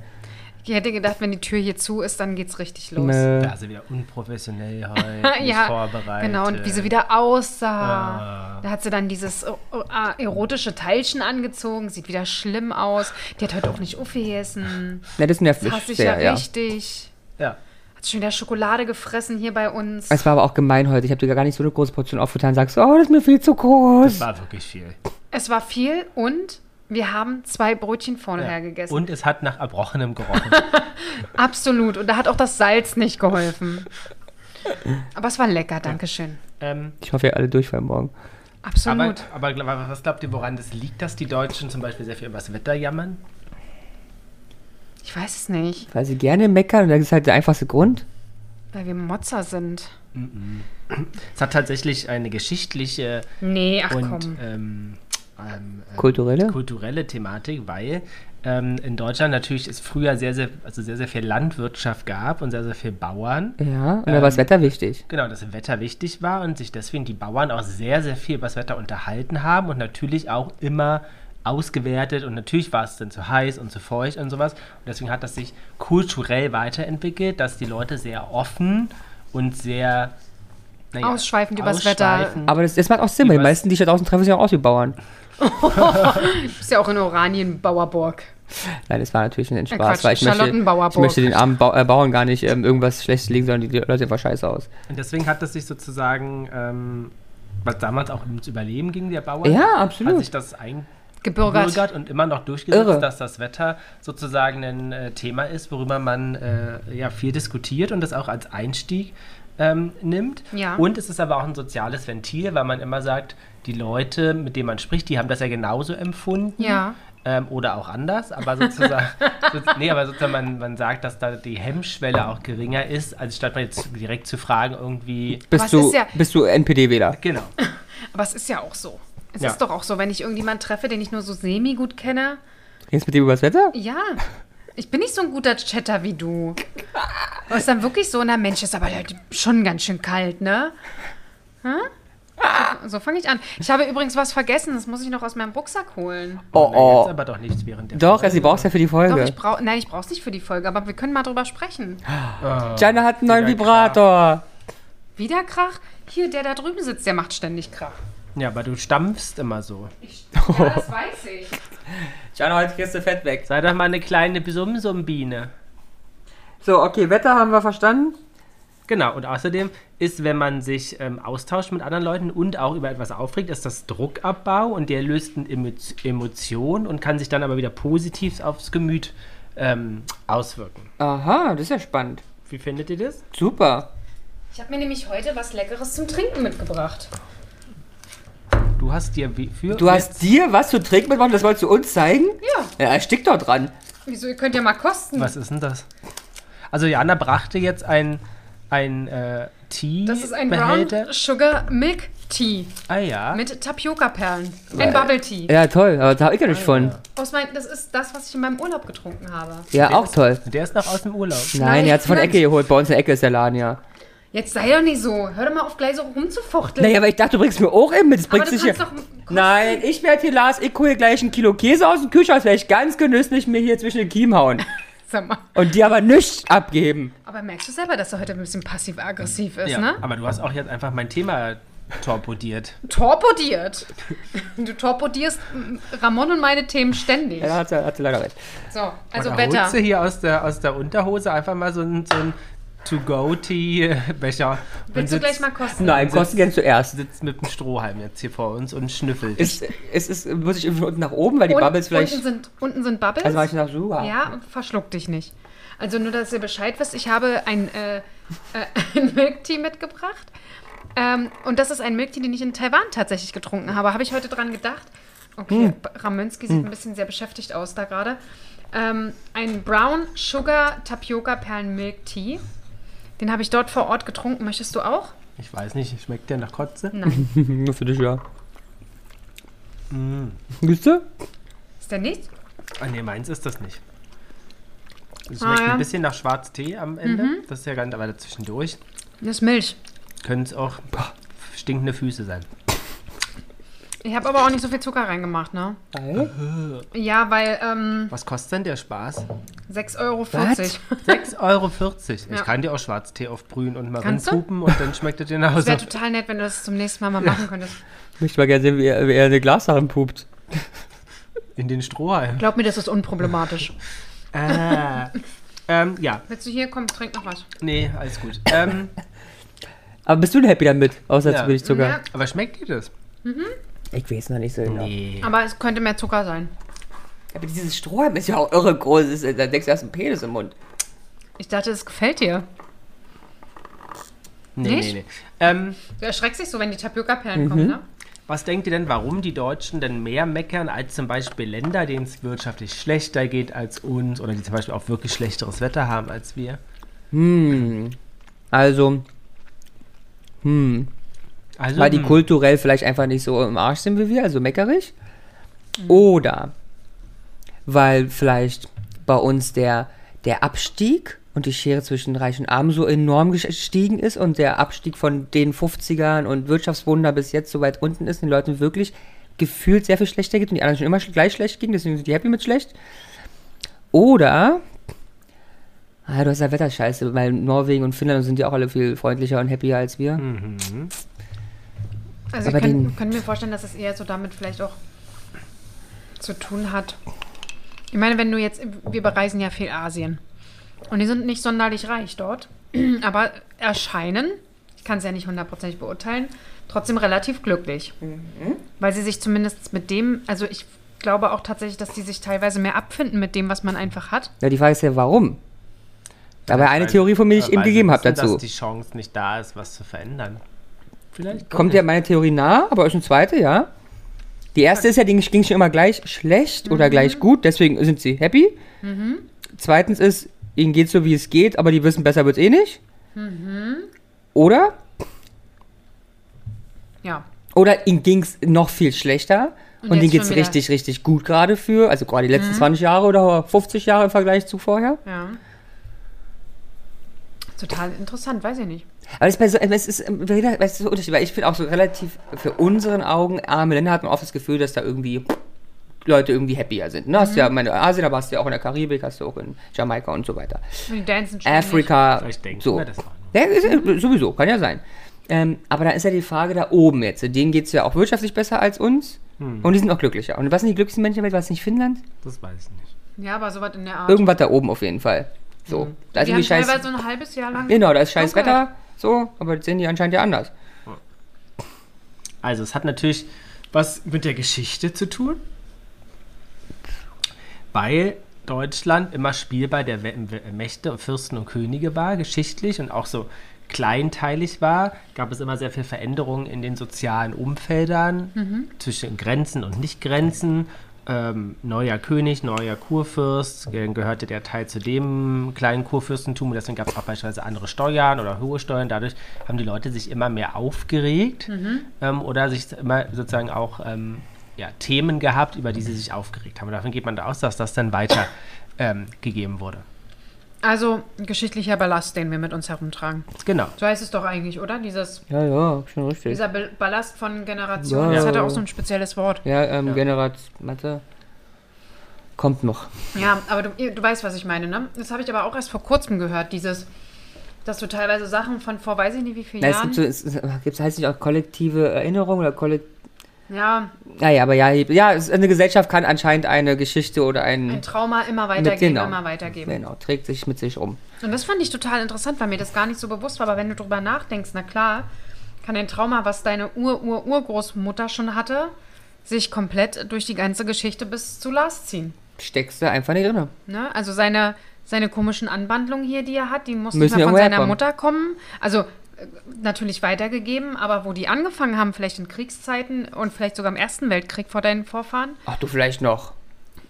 Speaker 1: Ich hätte gedacht, wenn die Tür hier zu ist, dann geht's richtig los. (laughs)
Speaker 3: Nö.
Speaker 2: da sind wir unprofessionell heute, nicht vorbereitet. Ah.
Speaker 1: genau. Und wie sie wieder aussah. Da hat sie dann dieses äh, äh, erotische Teilchen angezogen. Sieht wieder schlimm aus. Die hat heute auch nicht aufgegessen.
Speaker 3: Na, das nervt
Speaker 1: Das
Speaker 3: mich
Speaker 1: hasse ich ja,
Speaker 3: sehr, ja.
Speaker 1: richtig.
Speaker 2: Ja.
Speaker 1: Hat schon wieder Schokolade gefressen hier bei uns.
Speaker 3: Es war aber auch gemein heute. Ich habe dir gar nicht so eine große Portion aufgetan. Sagst du, oh, das ist mir viel zu groß.
Speaker 2: Das war wirklich viel.
Speaker 1: Es war viel und wir haben zwei Brötchen vorne her gegessen.
Speaker 2: Und es hat nach Erbrochenem gerochen.
Speaker 1: (laughs) Absolut. Und da hat auch das Salz nicht
Speaker 3: (laughs)
Speaker 1: geholfen. Aber es war lecker, Dankeschön.
Speaker 2: ähm,
Speaker 3: Ich hoffe, ihr alle durchfallen morgen.
Speaker 1: Absolut.
Speaker 2: aber, aber gl- was glaubt ihr, woran das liegt, dass die Deutschen zum Beispiel sehr viel über das Wetter jammern?
Speaker 1: ich weiß es nicht,
Speaker 3: Weil sie gerne meckern und das ist halt der einfachste Grund.
Speaker 1: weil wir Motzer sind.
Speaker 2: Es hat tatsächlich eine geschichtliche
Speaker 1: Nee, ach
Speaker 2: und
Speaker 1: komm.
Speaker 2: ähm, ähm, äh,
Speaker 3: Kulturelle?
Speaker 2: kulturelle Thematik, weil ähm, in Deutschland natürlich es früher sehr, sehr, also sehr, sehr viel Landwirtschaft gab und sehr, sehr viel Bauern.
Speaker 3: ja, und da war das Wetter wichtig.
Speaker 2: Genau, dass Wetter wichtig war und sich deswegen die Bauern auch sehr, sehr viel über das Wetter unterhalten haben und natürlich auch immer ausgewertet und natürlich war es dann zu heiß und zu feucht und sowas. Und deswegen hat das sich kulturell weiterentwickelt, dass die Leute sehr offen und sehr naja,
Speaker 1: Ausschweifend übers Wetter.
Speaker 2: ausschweifend
Speaker 3: Aber das, das macht auch Sinn, weil die
Speaker 2: Übers-
Speaker 3: meisten, die ich da draußen treffe, sind ja auch aus wie Bauern.
Speaker 1: Ist ja auch in Oranien Bauerburg.
Speaker 3: Nein, das war natürlich ein Spaß,
Speaker 1: Quatsch,
Speaker 3: weil ich möchte,
Speaker 1: Charlottenbauerburg.
Speaker 3: ich möchte den armen Bau, äh, Bauern gar nicht ähm, irgendwas Schlechtes legen, sondern die Leute sehen einfach scheiße aus.
Speaker 2: Und deswegen hat das sich sozusagen, ähm, was damals auch ums Überleben ging, der Bauer,
Speaker 3: Ja,
Speaker 2: hat
Speaker 3: absolut.
Speaker 2: sich das
Speaker 1: Gebürgert.
Speaker 2: eingebürgert und immer noch durchgesetzt,
Speaker 3: Oh Irre.
Speaker 2: dass das Wetter sozusagen ein äh, Thema ist, worüber man äh, ja viel diskutiert und das auch als Einstieg ähm, nimmt.
Speaker 1: Ja.
Speaker 2: Und es ist aber auch ein soziales Ventil, weil man immer sagt, die Leute, mit denen man spricht, die haben das ja genauso empfunden.
Speaker 1: Ja.
Speaker 2: Ähm, oder auch anders, aber
Speaker 3: (laughs)
Speaker 2: sozusagen, so, nee, aber sozusagen man, man sagt, dass da die Hemmschwelle auch geringer ist, als statt man jetzt direkt zu fragen, irgendwie,
Speaker 1: Was
Speaker 3: Bist, du,
Speaker 1: ist ja-
Speaker 3: bist du NPD-Wähler?
Speaker 2: Genau.
Speaker 1: Aber es ist ja auch so. Es
Speaker 2: Ja.
Speaker 1: ist doch auch so, wenn ich irgendjemanden treffe, den ich nur so semi gut kenne.
Speaker 3: Redest mit dem über das Wetter?
Speaker 1: Ja. Ich bin nicht so ein guter Chatter wie du. Aber es ist dann wirklich so, na Mensch, ist aber heute schon ganz schön kalt, ne? So fange ich an. Ich habe übrigens was vergessen. Das muss ich noch aus meinem Rucksack holen.
Speaker 3: Oh,
Speaker 2: Na, Jetzt
Speaker 3: oh.
Speaker 2: aber doch nichts während der
Speaker 3: Doch, also sie braucht es ja für die
Speaker 1: Doch,
Speaker 3: Folge.
Speaker 1: ich brauch, nein, ich brauche es nicht für die Folge, aber wir können mal drüber sprechen.
Speaker 3: Jana hat einen neuen
Speaker 2: Wieder
Speaker 3: Vibrator.
Speaker 1: Wieder Krach? Hier, der da drüben sitzt, der macht ständig Krach.
Speaker 2: Ja, aber du stampfst immer so.
Speaker 1: Ich, ja, das weiß ich.
Speaker 3: Jana, heute kriegst du Fett weg.
Speaker 2: Sei doch mal eine kleine Sumsumbiene.
Speaker 3: So, okay, Wetter haben wir verstanden.
Speaker 2: Genau, und außerdem ist, wenn man sich ähm, austauscht mit anderen Leuten und auch über etwas aufregt, ist das Druckabbau und der löst eine Emo Emotion und kann sich dann aber wieder positiv aufs Gemüt ähm, auswirken.
Speaker 3: Aha, das ist ja spannend.
Speaker 2: Wie findet ihr das?
Speaker 3: Super.
Speaker 1: Ich habe mir nämlich heute was Leckeres zum Trinken mitgebracht.
Speaker 2: Du hast dir wie für.
Speaker 3: Du hast dir was zu trinken mitgebracht, das wolltest du uns zeigen?
Speaker 1: Ja,
Speaker 3: Ja, erstick doch dran.
Speaker 1: wieso? Ihr könnt ja mal kosten.
Speaker 2: Was ist denn das? Also, Jana brachte jetzt ein, ein äh, Tee.
Speaker 1: Das ist ein Brown Sugar Milk Tea
Speaker 2: Ah ja.
Speaker 1: mit Tapioca-Perlen. Ein Bubble Tea.
Speaker 3: Ja, toll, aber da hab ich ja
Speaker 1: Ah,
Speaker 3: nichts von.
Speaker 1: Aus mein, das ist das, was ich in meinem Urlaub getrunken habe.
Speaker 3: Ja, auch toll.
Speaker 2: Der ist noch aus dem Urlaub.
Speaker 3: Nein, er hat es von
Speaker 1: Nein.
Speaker 3: Ecke geholt. Bei uns in der Ecke ist der Laden, ja.
Speaker 1: Jetzt sei doch nicht so. Hör doch mal auf, gleich so rumzufuchteln.
Speaker 3: Naja, aber ich dachte, du bringst mir auch eben mit. Das
Speaker 1: aber
Speaker 3: bringt
Speaker 1: du
Speaker 3: sich
Speaker 1: kannst
Speaker 3: hier.
Speaker 1: doch kosten.
Speaker 3: Nein, ich werde hier, Lars, ich hole hier gleich ein Kilo Käse aus dem Kühlschrank. Das werde ich ganz genüsslich mir hier zwischen den Kiemen hauen.
Speaker 1: Sag mal.
Speaker 3: Und dir aber nichts abgeben.
Speaker 1: Aber merkst du selber, dass er heute ein bisschen passiv-aggressiv ist,
Speaker 2: Ja,
Speaker 1: ne?
Speaker 2: Aber du hast auch jetzt einfach mein Thema torpediert.
Speaker 1: Torpediert. Du torpedierst mm, Ramon und meine Themen ständig.
Speaker 3: Ja, da hat sie, hat sie leider recht.
Speaker 1: So, also
Speaker 2: Und da
Speaker 1: Wetter.
Speaker 2: holst du hier aus der, aus der Unterhose einfach mal so einen, so einen To-Go-Tea-Becher. und
Speaker 1: Willst du
Speaker 2: sitzt-
Speaker 1: gleich mal kosten?
Speaker 3: Nein,
Speaker 2: sitzt-
Speaker 3: kosten gern zuerst.
Speaker 2: Sitzt mit dem Strohhalm jetzt hier vor uns und schnüffelt.
Speaker 3: Es, es ist, muss ich irgendwie unten nach oben, weil die
Speaker 1: Und-
Speaker 3: Bubbles vielleicht.
Speaker 1: Unten sind, unten sind Bubbles.
Speaker 3: Also mach ich nach Suha.
Speaker 1: Ja, verschluck dich nicht. Also nur, dass ihr Bescheid wisst, ich habe ein, äh, (laughs) äh, ein Milk Tea mitgebracht. Ähm, und das ist ein Milk Tea, den ich in Taiwan tatsächlich getrunken habe. Habe ich heute dran gedacht. Okay,
Speaker 3: Hm.
Speaker 1: Ramönski sieht ein bisschen sehr beschäftigt aus da gerade. Ähm, ein Brown Sugar Tapioca Perlen Milk Tea. Den habe ich dort vor Ort getrunken. Möchtest du auch?
Speaker 2: Ich weiß nicht, schmeckt der nach Kotze?
Speaker 3: (laughs) Nur für dich, ja. Mm. Siehst du?
Speaker 1: Ist der nicht?
Speaker 2: Ah, nee, meins ist das nicht. Es
Speaker 1: Ah,
Speaker 2: schmeckt
Speaker 1: ja. Mhm.
Speaker 2: ein bisschen nach Schwarztee am Ende. Das ist ja ganz, aber dazwischendurch
Speaker 1: Das ist Milch.
Speaker 2: können es auch boah, stinkende Füße sein.
Speaker 1: Ich habe aber auch nicht so viel Zucker reingemacht, ne?
Speaker 3: Geil.
Speaker 1: Ja, weil ähm,
Speaker 2: Was kostet denn der
Speaker 1: (laughs)
Speaker 2: Spaß?
Speaker 1: 6,40 Euro.
Speaker 2: 6,40 Euro. Ich
Speaker 1: Ja.
Speaker 2: kann dir auch Schwarztee aufbrühen und mal
Speaker 1: Kannst du?
Speaker 2: rumpupen und dann schmeckt er dir nach
Speaker 1: Das
Speaker 2: Hause.
Speaker 1: wäre total nett, wenn du das zum nächsten Mal mal machen könntest.
Speaker 3: Möchte mal gerne sehen, wie er, wie er eine Glassachen pupt.
Speaker 2: In den Strohhalm.
Speaker 1: Glaub mir, das ist unproblematisch.
Speaker 2: Ah. ähm, ja,
Speaker 1: Willst du hier kommen? Trink noch was.
Speaker 2: Nee, alles gut. Ähm,
Speaker 3: Aber bist du denn happy damit? Außer
Speaker 2: Ja.
Speaker 3: zu wenig Zucker.
Speaker 1: Ja,
Speaker 2: aber schmeckt dir das?
Speaker 3: Ich weiß noch nicht so genau.
Speaker 2: Nee.
Speaker 1: aber es könnte mehr Zucker sein.
Speaker 3: Aber dieses Strohhalm ist ja auch irre groß. Das ist- Da denkst du, erst einen Penis im Mund.
Speaker 1: Ich dachte, es gefällt dir.
Speaker 2: Nee, nee,
Speaker 1: Nicht?
Speaker 2: nee. Ähm,
Speaker 1: Du erschreckst dich so, wenn die Tapioca-Perlen kommen, ne?
Speaker 2: was denkt ihr denn, warum die Deutschen denn mehr meckern als zum Beispiel Länder, denen es wirtschaftlich schlechter geht als uns oder die zum Beispiel auch wirklich schlechteres Wetter haben als wir?
Speaker 3: Hm. Also, hm.
Speaker 2: Also,
Speaker 3: weil die
Speaker 2: hm,
Speaker 3: kulturell vielleicht einfach nicht so im Arsch sind wie wir, also meckerig.
Speaker 2: Mhm.
Speaker 3: Oder weil vielleicht bei uns der, der Abstieg und die Schere zwischen Reich und Arm so enorm gesch- gestiegen ist und der Abstieg von den 50ern und Wirtschaftswunder bis jetzt so weit unten ist, den Leuten wirklich gefühlt sehr viel schlechter geht und die anderen schon immer sch- gleich schlecht ging, deswegen sind die happy mit schlecht. Oder, ah, du hast ja Wetterscheiße, weil Norwegen und Finnland sind ja auch alle viel freundlicher und happier als wir.
Speaker 1: Also
Speaker 3: Aber
Speaker 1: ich kann,
Speaker 3: den-
Speaker 1: kann mir vorstellen, dass es eher so damit vielleicht auch zu tun hat. Ich meine, wenn du jetzt, wir bereisen ja viel Asien. Und die sind nicht sonderlich reich dort. (clears throat) Aber erscheinen, ich kann es ja nicht hundertprozentig beurteilen, trotzdem relativ glücklich. Weil sie sich zumindest mit dem, also ich glaube auch tatsächlich, dass die sich teilweise mehr abfinden mit dem, was man einfach hat.
Speaker 3: Ja, die Frage ist ja, warum? Aber eine
Speaker 2: weil- äh,
Speaker 3: Theorie von mir, die ich
Speaker 2: weil
Speaker 3: eben
Speaker 2: sie
Speaker 3: gegeben habe
Speaker 2: wissen,
Speaker 3: dazu.
Speaker 2: Dass die Chance nicht da ist, was zu verändern. Vielleicht
Speaker 3: Kommt ja meine Theorie nah, aber euch eine zweite, ja? Die erste ist ja, die ging schon immer gleich schlecht
Speaker 1: Mhm.
Speaker 3: oder gleich gut, deswegen sind sie happy. Zweitens ist, ihnen geht so, wie es geht, aber die wissen, besser wird's eh nicht.
Speaker 1: Mhm.
Speaker 3: Oder?
Speaker 1: Ja.
Speaker 3: Oder ihnen ging's noch viel schlechter
Speaker 1: Und
Speaker 3: und,
Speaker 1: jetzt
Speaker 3: ihnen
Speaker 1: schon
Speaker 3: geht's
Speaker 1: wieder. Mhm.
Speaker 3: richtig, richtig gut gerade für, also gerade die letzten 20 Jahre oder 50 Jahre im Vergleich zu vorher.
Speaker 1: Ja. Total interessant, weiß ich nicht.
Speaker 3: Aber es ist, bei so, es ist, ähm, jeder- es ist so unterschiedlich, weil ich finde auch so relativ für unseren Augen arme Länder hat man oft das Gefühl, dass da irgendwie Leute irgendwie happier sind. Ne? Hast du ja,
Speaker 1: Mhm.
Speaker 3: meine Asien, aber hast du ja auch in der Karibik, hast du auch in Jamaika und so weiter.
Speaker 1: Und die Dancen ständig.
Speaker 3: Afrika.
Speaker 2: Vielleicht denken
Speaker 3: so.
Speaker 2: wir das auch nur.
Speaker 3: ja, ist, äh, sowieso, kann ja sein. Ähm, aber da ist ja die Frage da oben jetzt. Denen geht es ja auch wirtschaftlich besser als uns.
Speaker 1: Hm.
Speaker 3: Und die sind auch glücklicher. Und was sind die glücklichsten Menschen der Welt? War es nicht Finnland?
Speaker 2: Das weiß ich nicht.
Speaker 1: Ja, aber sowas in der Art.
Speaker 3: Irgendwas da oben auf jeden Fall. So. Da ist
Speaker 1: Hm. die haben
Speaker 3: irgendwie Also scheiß,
Speaker 1: teilweise so ein halbes Jahr lang.
Speaker 3: genau, da ist scheiß
Speaker 1: Dunkelheit.
Speaker 3: Wetter. So, aber das sehen die anscheinend ja anders.
Speaker 2: Also, es hat natürlich was mit der Geschichte zu tun, weil Deutschland immer Spielball der We- We- Mächte und Fürsten und Könige war, geschichtlich und auch so kleinteilig war, gab es immer sehr viel Veränderungen in den sozialen Umfeldern, zwischen Grenzen und Nicht-Grenzen. Ähm, neuer König, neuer Kurfürst, äh, gehörte der Teil zu dem kleinen Kurfürstentum und deswegen gab es auch beispielsweise andere Steuern oder hohe Steuern. Dadurch haben die Leute sich immer mehr aufgeregt ähm, oder sich immer sozusagen auch ähm, ja, Themen gehabt, über die sie sich aufgeregt haben. Und davon geht man da aus, dass das dann weiter ähm, gegeben wurde.
Speaker 1: Also geschichtlicher Ballast, den wir mit uns herumtragen.
Speaker 2: Genau.
Speaker 1: So heißt es doch eigentlich, oder? Dieses,
Speaker 3: Ja, ja, schon richtig.
Speaker 1: dieser Be- Ballast von Generationen.
Speaker 3: Ja.
Speaker 1: Das hat ja auch so ein spezielles Wort.
Speaker 3: Ja, ähm, Generat, Mathe. Kommt noch.
Speaker 1: Ja, aber du, ihr- du weißt, was ich meine, ne? Das habe ich aber auch erst vor kurzem gehört, dieses, dass du teilweise Sachen von vor weiß ich nicht wie vielen
Speaker 3: Na, es
Speaker 1: Jahren.
Speaker 3: gibt so, es, es, gibt's, heißt nicht auch kollektive Erinnerung oder kollektiv.
Speaker 1: ja,
Speaker 3: Naja, aber ja, ja, es, eine Gesellschaft kann anscheinend eine Geschichte oder ein.
Speaker 1: ein Trauma immer weitergeben,
Speaker 3: genau.
Speaker 1: immer weitergeben.
Speaker 3: genau, trägt sich mit sich um.
Speaker 1: Und das fand ich total interessant, weil mir das gar nicht so bewusst war. Aber wenn du drüber nachdenkst, na klar, kann ein Trauma, was deine Ur-Ur-Urgroßmutter schon hatte, sich komplett durch die ganze Geschichte bis zu Lars ziehen.
Speaker 3: Steckst du einfach nicht drin.
Speaker 1: Ne? Also seine, seine komischen Anwandlungen hier, die er hat, die mussten
Speaker 3: Müssen
Speaker 1: nicht mal von
Speaker 3: irgendwo
Speaker 1: seiner
Speaker 3: herkommen.
Speaker 1: Mutter kommen. Also äh, natürlich weitergegeben, aber wo die angefangen haben, vielleicht in Kriegszeiten und vielleicht sogar im Ersten Weltkrieg vor deinen Vorfahren,
Speaker 3: Ach du, vielleicht noch.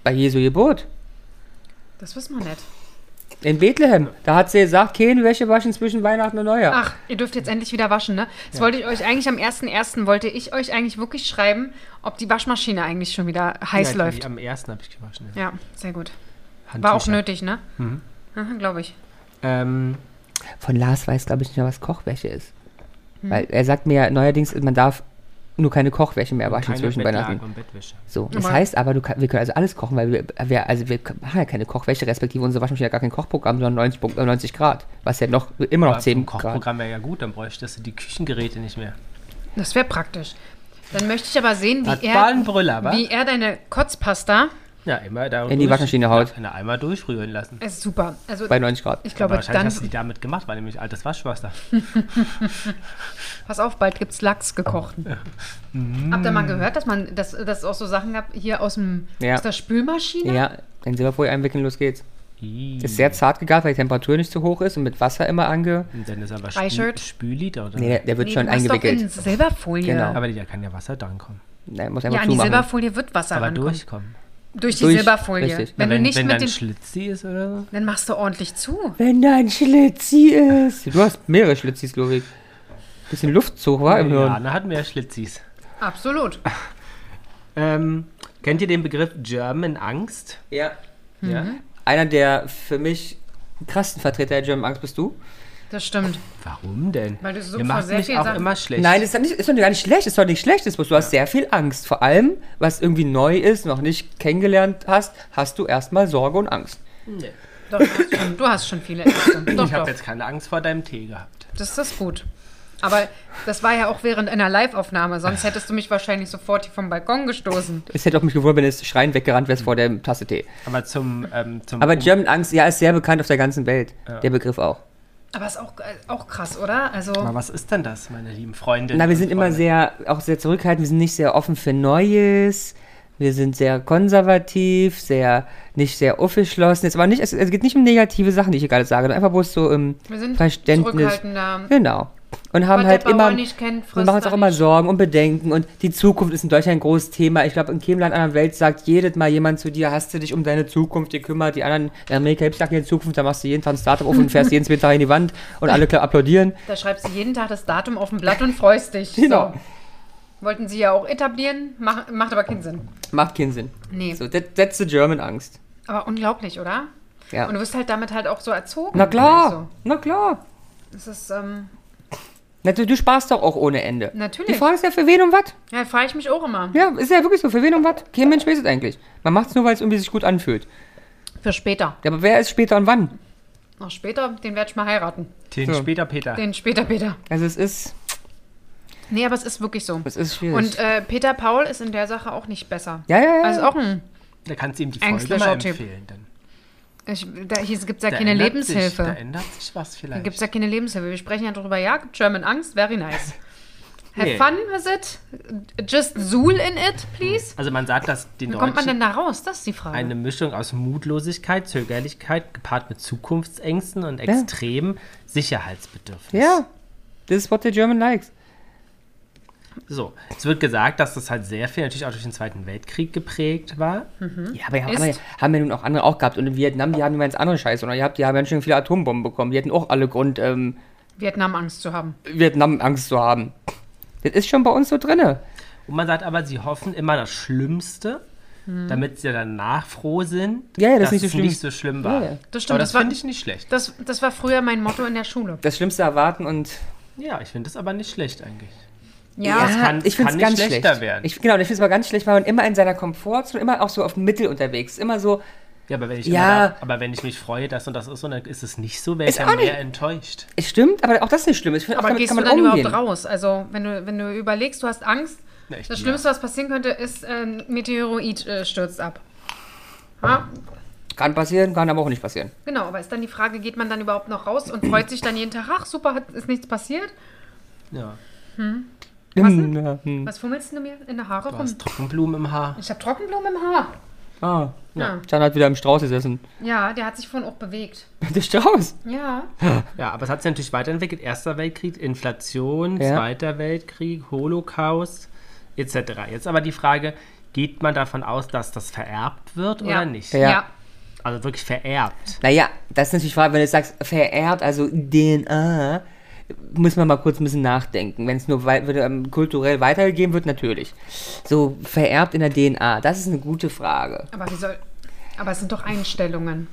Speaker 3: Bei Jesu Geburt.
Speaker 1: das wissen wir nicht.
Speaker 3: In Bethlehem. Da hat sie gesagt, kein Wäsche waschen zwischen Weihnachten und Neujahr.
Speaker 1: Ach, ihr dürft jetzt endlich wieder waschen, ne? Das wollte ich euch eigentlich am 1.1. wollte ich euch eigentlich wirklich schreiben, ob die Waschmaschine eigentlich schon wieder heiß
Speaker 2: Ja, die-
Speaker 1: läuft.
Speaker 2: Am ersten habe ich gewaschen. ja.
Speaker 1: Ja, sehr gut. War
Speaker 2: Handtücher.
Speaker 1: auch nötig, ne? Mhm. Glaube ich.
Speaker 2: Ähm,
Speaker 3: Von Lars weiß, glaube ich, nicht mehr, was Kochwäsche ist.
Speaker 1: Hm.
Speaker 3: Weil er sagt mir ja neuerdings, man darf nur keine Kochwäsche mehr waschen
Speaker 2: keine
Speaker 3: zwischen
Speaker 2: Bettlaken
Speaker 3: Weihnachten.
Speaker 2: und Bettwäsche.
Speaker 3: So, das
Speaker 1: Aber-
Speaker 3: heißt aber, du, kann- wir können also alles kochen, weil wir, wir also wir k- haben ja keine Kochwäsche, respektive unsere Waschmaschine hat gar kein Kochprogramm, sondern 90, Punkt- äh, 90 Grad, was ja noch immer noch
Speaker 2: Aber
Speaker 3: 10
Speaker 2: vom
Speaker 3: Grad.
Speaker 2: Kochprogramm wäre ja gut, dann bräuchtest du die Küchengeräte nicht mehr.
Speaker 1: Das wäre praktisch. Dann möchte ich aber sehen,
Speaker 2: Das
Speaker 1: wie
Speaker 2: war ein
Speaker 1: er,
Speaker 2: Brüller, wa?
Speaker 1: wie er deine Kotzpasta.
Speaker 2: Ja, immer da
Speaker 3: In die Waschmaschine haut.
Speaker 2: In einmal durchrühren lassen.
Speaker 1: Es ist super. Also
Speaker 3: Bei 90 Grad.
Speaker 1: ich
Speaker 2: Aber
Speaker 1: glaube,
Speaker 2: wahrscheinlich
Speaker 1: dann.
Speaker 2: hast du die damit gemacht, war nämlich altes Waschwasser.
Speaker 1: Pass auf, bald gibt's Lachs gekochten. Habt ihr mal gehört, dass man, dass, dass es auch so Sachen gab hier aus dem
Speaker 3: Ja.
Speaker 1: aus der Spülmaschine?
Speaker 3: Ja, in Silberfolie einwickeln, los geht's.
Speaker 2: Ih.
Speaker 3: Ist sehr zart gegart, weil die Temperatur nicht so hoch ist und mit Wasser immer ange...
Speaker 2: Und dann ist aber
Speaker 1: Reichert.
Speaker 2: Spü Spüliter oder?
Speaker 3: Nee, der, der wird
Speaker 1: Nee,
Speaker 3: schon
Speaker 1: du machst doch
Speaker 3: eingewickelt.
Speaker 1: in Silberfolie.
Speaker 3: Genau.
Speaker 2: Aber da kann ja Wasser drankommen.
Speaker 3: Nein, muss
Speaker 1: Ja,
Speaker 3: einfach
Speaker 1: an die
Speaker 3: zumachen.
Speaker 1: Silberfolie wird Wasser
Speaker 2: Aber
Speaker 1: rankommen.
Speaker 2: durchkommen.
Speaker 1: Durch die
Speaker 3: Durch,
Speaker 1: Silberfolie.
Speaker 3: richtig.
Speaker 1: Wenn,
Speaker 2: Ja,
Speaker 1: du nicht
Speaker 2: wenn
Speaker 1: mit
Speaker 2: dann
Speaker 1: dem.
Speaker 2: Schlitzi ist oder so.
Speaker 1: Dann machst du ordentlich zu.
Speaker 3: Wenn da ein Schlitzi ist. Du hast mehrere Schlitzis, glaube ich. Bisschen Luftzug war im
Speaker 2: Ja,
Speaker 3: Hirn.
Speaker 2: Anna hat mehr Schlitzis.
Speaker 1: Absolut.
Speaker 3: Ah.
Speaker 2: Ähm, kennt ihr den Begriff German Angst?
Speaker 3: Ja.
Speaker 2: Ja.
Speaker 1: Mhm.
Speaker 3: Einer der für mich krassen Vertreter der German Angst bist du.
Speaker 1: Das stimmt.
Speaker 2: Warum denn?
Speaker 1: Weil du so
Speaker 2: Ihr
Speaker 1: vor
Speaker 2: macht
Speaker 1: sehr
Speaker 2: mich
Speaker 1: vielen
Speaker 2: auch
Speaker 1: Sachen-
Speaker 2: immer schlecht.
Speaker 3: Nein, das ist, doch nicht, ist doch gar nicht schlecht. Ist doch nicht schlecht. Das, du hast sehr viel Angst. Vor allem, was irgendwie neu ist, noch nicht kennengelernt hast, hast du erstmal Sorge und Angst.
Speaker 1: Doch, du, hast schon, du hast schon viele
Speaker 3: (laughs)
Speaker 1: Ängste. Doch,
Speaker 2: ich
Speaker 1: doch.
Speaker 2: habe jetzt keine Angst vor deinem Tee gehabt.
Speaker 1: Das ist gut. Aber das war ja auch während einer Live-Aufnahme.
Speaker 3: Ah.
Speaker 1: Sonst hättest du mich wahrscheinlich sofort hier vom Balkon gestoßen.
Speaker 3: Es hätte auch mich gewundert, wenn es schreien weggerannt wärst vor der Tasse Tee.
Speaker 2: Aber zum, ähm, zum
Speaker 3: Aber
Speaker 2: Um-
Speaker 3: German Angst, ja, ist sehr bekannt auf der ganzen Welt. Der Begriff auch.
Speaker 1: Aber ist auch, äh, auch krass, oder? Also,
Speaker 2: Aber was ist denn das, meine lieben Freundinnen?
Speaker 3: Na, wir
Speaker 2: und
Speaker 3: sind immer
Speaker 2: Freunde?
Speaker 3: sehr, auch sehr zurückhaltend, wir sind nicht sehr offen für Neues, wir sind sehr konservativ, sehr, nicht sehr aufgeschlossen. Jetzt aber nicht, es, es geht nicht um negative Sachen, die ich hier gerade sage, sondern einfach bloß so im
Speaker 1: wir sind
Speaker 3: Verständnis.
Speaker 1: zurückhaltender.
Speaker 3: Genau. Und haben
Speaker 1: Was
Speaker 3: halt
Speaker 1: der Bauer
Speaker 3: immer,
Speaker 1: nicht kennt,
Speaker 3: wir
Speaker 1: frisst
Speaker 3: machen uns
Speaker 1: er
Speaker 3: auch immer
Speaker 1: nicht.
Speaker 3: Sorgen und Bedenken und die Zukunft ist in Deutschland ein großes Thema. Ich glaube, in keinem Land einer Welt sagt jedes Mal jemand zu dir, hast du dich um deine Zukunft gekümmert, die anderen, in Amerika gibt es gar keine Zukunft, da machst du jeden Tag ein Startup auf und fährst jeden zweiten Tag in die Wand und alle klar applaudieren.
Speaker 1: Da schreibst du jeden Tag das Datum auf ein Blatt und freust dich.
Speaker 3: Genau.
Speaker 1: So. Wollten sie ja auch etablieren, mach, macht aber keinen Sinn.
Speaker 3: Macht keinen Sinn.
Speaker 1: Nee.
Speaker 3: So, that, that's the German Angst.
Speaker 1: Aber unglaublich, oder?
Speaker 3: Ja.
Speaker 1: Und du wirst halt damit halt auch so erzogen.
Speaker 3: Na klar,
Speaker 1: So.
Speaker 3: na klar.
Speaker 1: Das ist, ähm,
Speaker 3: Na, du, du sparst doch auch ohne Ende.
Speaker 1: Natürlich.
Speaker 3: Die Frage ist ja, für wen und was?
Speaker 1: ja, frage ich mich auch immer.
Speaker 3: Ja, ist ja wirklich so. Für wen und was? Kein Mensch weiß es eigentlich. Man macht es nur, weil es irgendwie sich gut anfühlt.
Speaker 1: Für später.
Speaker 3: Ja, aber wer ist später und wann?
Speaker 1: Noch später, den werde ich mal heiraten.
Speaker 2: Den
Speaker 3: So.
Speaker 2: später Peter.
Speaker 1: Den später, Peter.
Speaker 3: Also es ist,
Speaker 1: Nee, aber es ist wirklich so.
Speaker 3: es ist schwierig.
Speaker 1: Und äh, Peter Paul ist in der Sache auch nicht besser.
Speaker 3: ja, ja, ja.
Speaker 1: Also auch ein.
Speaker 2: Da kannst du ihm die Folge
Speaker 1: Ängstlicher
Speaker 2: mal
Speaker 1: Typ.
Speaker 2: empfehlen. Dann.
Speaker 1: Ich, da, hier gibt es ja
Speaker 2: Da
Speaker 1: keine
Speaker 2: ändert Sich, da
Speaker 1: Lebenshilfe.
Speaker 2: ändert sich was
Speaker 1: Da
Speaker 2: vielleicht.
Speaker 1: gibt es ja keine Lebenshilfe. Wir sprechen ja drüber. Ja, gibt German Angst, very
Speaker 3: (laughs)
Speaker 1: nice. Have
Speaker 2: Nee.
Speaker 1: fun with it. Just zool in it, please.
Speaker 2: also man sagt, dass den
Speaker 1: Wie kommt man denn
Speaker 2: Deutschen
Speaker 1: da raus? Das ist die Frage.
Speaker 2: eine Mischung aus Mutlosigkeit, Zögerlichkeit, gepaart mit Zukunftsängsten und extremem Sicherheitsbedürfnis.
Speaker 3: ja, this is what the German likes.
Speaker 2: So, es wird gesagt, dass das halt sehr viel natürlich auch durch den Zweiten Weltkrieg geprägt war.
Speaker 3: Ja, aber, ja,
Speaker 1: Hm? Ist-
Speaker 3: aber ja, haben ja nun auch andere auch gehabt. Und in Vietnam, die haben immer ganz andere Scheiße. Oder ihr habt, die haben ganz schön viele Atombomben bekommen. Die hatten auch alle Grund, ähm,
Speaker 1: Vietnam Angst zu haben.
Speaker 3: Vietnam Angst zu haben. Das ist schon bei uns so drinne.
Speaker 2: Und man sagt aber, sie hoffen immer das Schlimmste, damit sie danach froh sind,
Speaker 3: Hm. Ja, ja, das
Speaker 2: dass
Speaker 3: ist nicht so
Speaker 2: es
Speaker 3: schlimm.
Speaker 2: nicht so schlimm war.
Speaker 3: Ja, ja.
Speaker 1: Das stimmt,
Speaker 2: aber
Speaker 1: das
Speaker 2: das,
Speaker 1: war-
Speaker 2: finde ich nicht schlecht.
Speaker 1: Das, das war früher mein Motto in der Schule.
Speaker 3: Das Schlimmste erwarten und
Speaker 2: Ja, ich finde das aber nicht schlecht eigentlich.
Speaker 1: Ja,
Speaker 2: Ja. kann-
Speaker 3: ich
Speaker 2: kann
Speaker 3: finde es
Speaker 2: nicht
Speaker 3: ganz
Speaker 2: schlechter
Speaker 3: schlecht.
Speaker 2: werden.
Speaker 3: Ich, genau, und ich finde es mal ganz schlecht, weil man immer in seiner Komfortzone, immer auch so auf Mittel unterwegs, immer so,
Speaker 2: Ja, aber wenn ich,
Speaker 3: Ja.
Speaker 2: immer da, aber wenn ich mich freue, dass und das ist, und dann ist es nicht so, wäre ich
Speaker 3: Ist
Speaker 2: ja
Speaker 3: auch nicht-
Speaker 2: mehr enttäuscht.
Speaker 3: es stimmt, aber auch das ist nicht schlimm. Ich finde, auch
Speaker 1: aber
Speaker 3: damit
Speaker 1: gehst
Speaker 3: kann
Speaker 1: du
Speaker 3: man
Speaker 1: dann
Speaker 3: umgehen.
Speaker 1: überhaupt raus? Also, wenn du, wenn du überlegst, du hast Angst,
Speaker 2: Na, ich-
Speaker 1: das Schlimmste, was passieren könnte, ist, äh, ein Meteoroid äh, stürzt ab. Ha?
Speaker 3: Kann passieren, kann aber auch nicht passieren.
Speaker 1: Genau, aber ist dann die Frage, geht man dann überhaupt noch raus und freut sich dann jeden Tag, ach super, hat, ist nichts passiert?
Speaker 2: Ja.
Speaker 3: Hm, ja, hm.
Speaker 1: Was fummelst du mir in der Haare
Speaker 2: Mhm. Du
Speaker 1: rum?
Speaker 2: hast Trockenblumen im Haar.
Speaker 1: Ich habe Trockenblumen im Haar.
Speaker 3: Ah,
Speaker 1: Ja.
Speaker 3: Jan hat wieder im Strauß gesessen. (laughs)
Speaker 1: ja, der hat sich vorhin auch bewegt.
Speaker 3: Der Strauß.
Speaker 1: Ja.
Speaker 2: Ja, aber es hat sich natürlich weiterentwickelt. Erster Weltkrieg, Inflation,
Speaker 3: Ja.
Speaker 2: Zweiter Weltkrieg, Holocaust etc. Jetzt aber die Frage, geht man davon aus, dass das vererbt wird
Speaker 1: ja.
Speaker 2: oder nicht?
Speaker 1: Ja.
Speaker 2: Also wirklich vererbt.
Speaker 3: Naja, das ist natürlich wahr, wenn du sagst, vererbt, also DNA, muss man mal kurz ein bisschen nachdenken. Wenn es nur wei- wenn, ähm, kulturell weitergegeben wird, natürlich. So, vererbt in der DNA, das ist eine gute Frage.
Speaker 1: Aber wie soll. Aber es sind doch Einstellungen.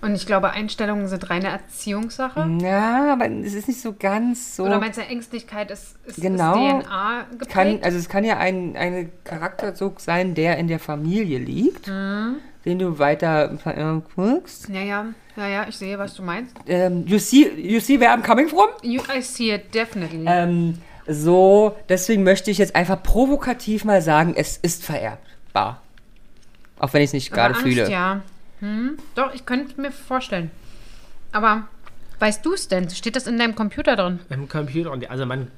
Speaker 1: Und ich glaube, Einstellungen sind reine Erziehungssache.
Speaker 3: Mhm. Ja, aber es ist nicht so ganz so.
Speaker 1: Oder meinst du, Ängstlichkeit ist, ist,
Speaker 3: Genau.
Speaker 1: ist DNA geprägt?
Speaker 3: kann, also es kann ja ein, ein Charakterzug sein, der in der Familie liegt,
Speaker 1: Mhm.
Speaker 3: den du weiter äh, guckst.
Speaker 1: ja, ja, ja, ja, ich sehe, was du meinst.
Speaker 3: Ähm, you, see, you see where I'm coming from?
Speaker 1: You, I see it definitely.
Speaker 3: Ähm, so, deswegen möchte ich jetzt einfach provokativ mal sagen, es ist vererbbar. Auch wenn ich es nicht
Speaker 1: Aber
Speaker 3: gerade
Speaker 1: Angst,
Speaker 3: fühle.
Speaker 1: Ja. Hm? Doch, ich könnte mir vorstellen. Aber weißt du es denn? Steht das in deinem Computer drin?
Speaker 2: Im Computer. Und also man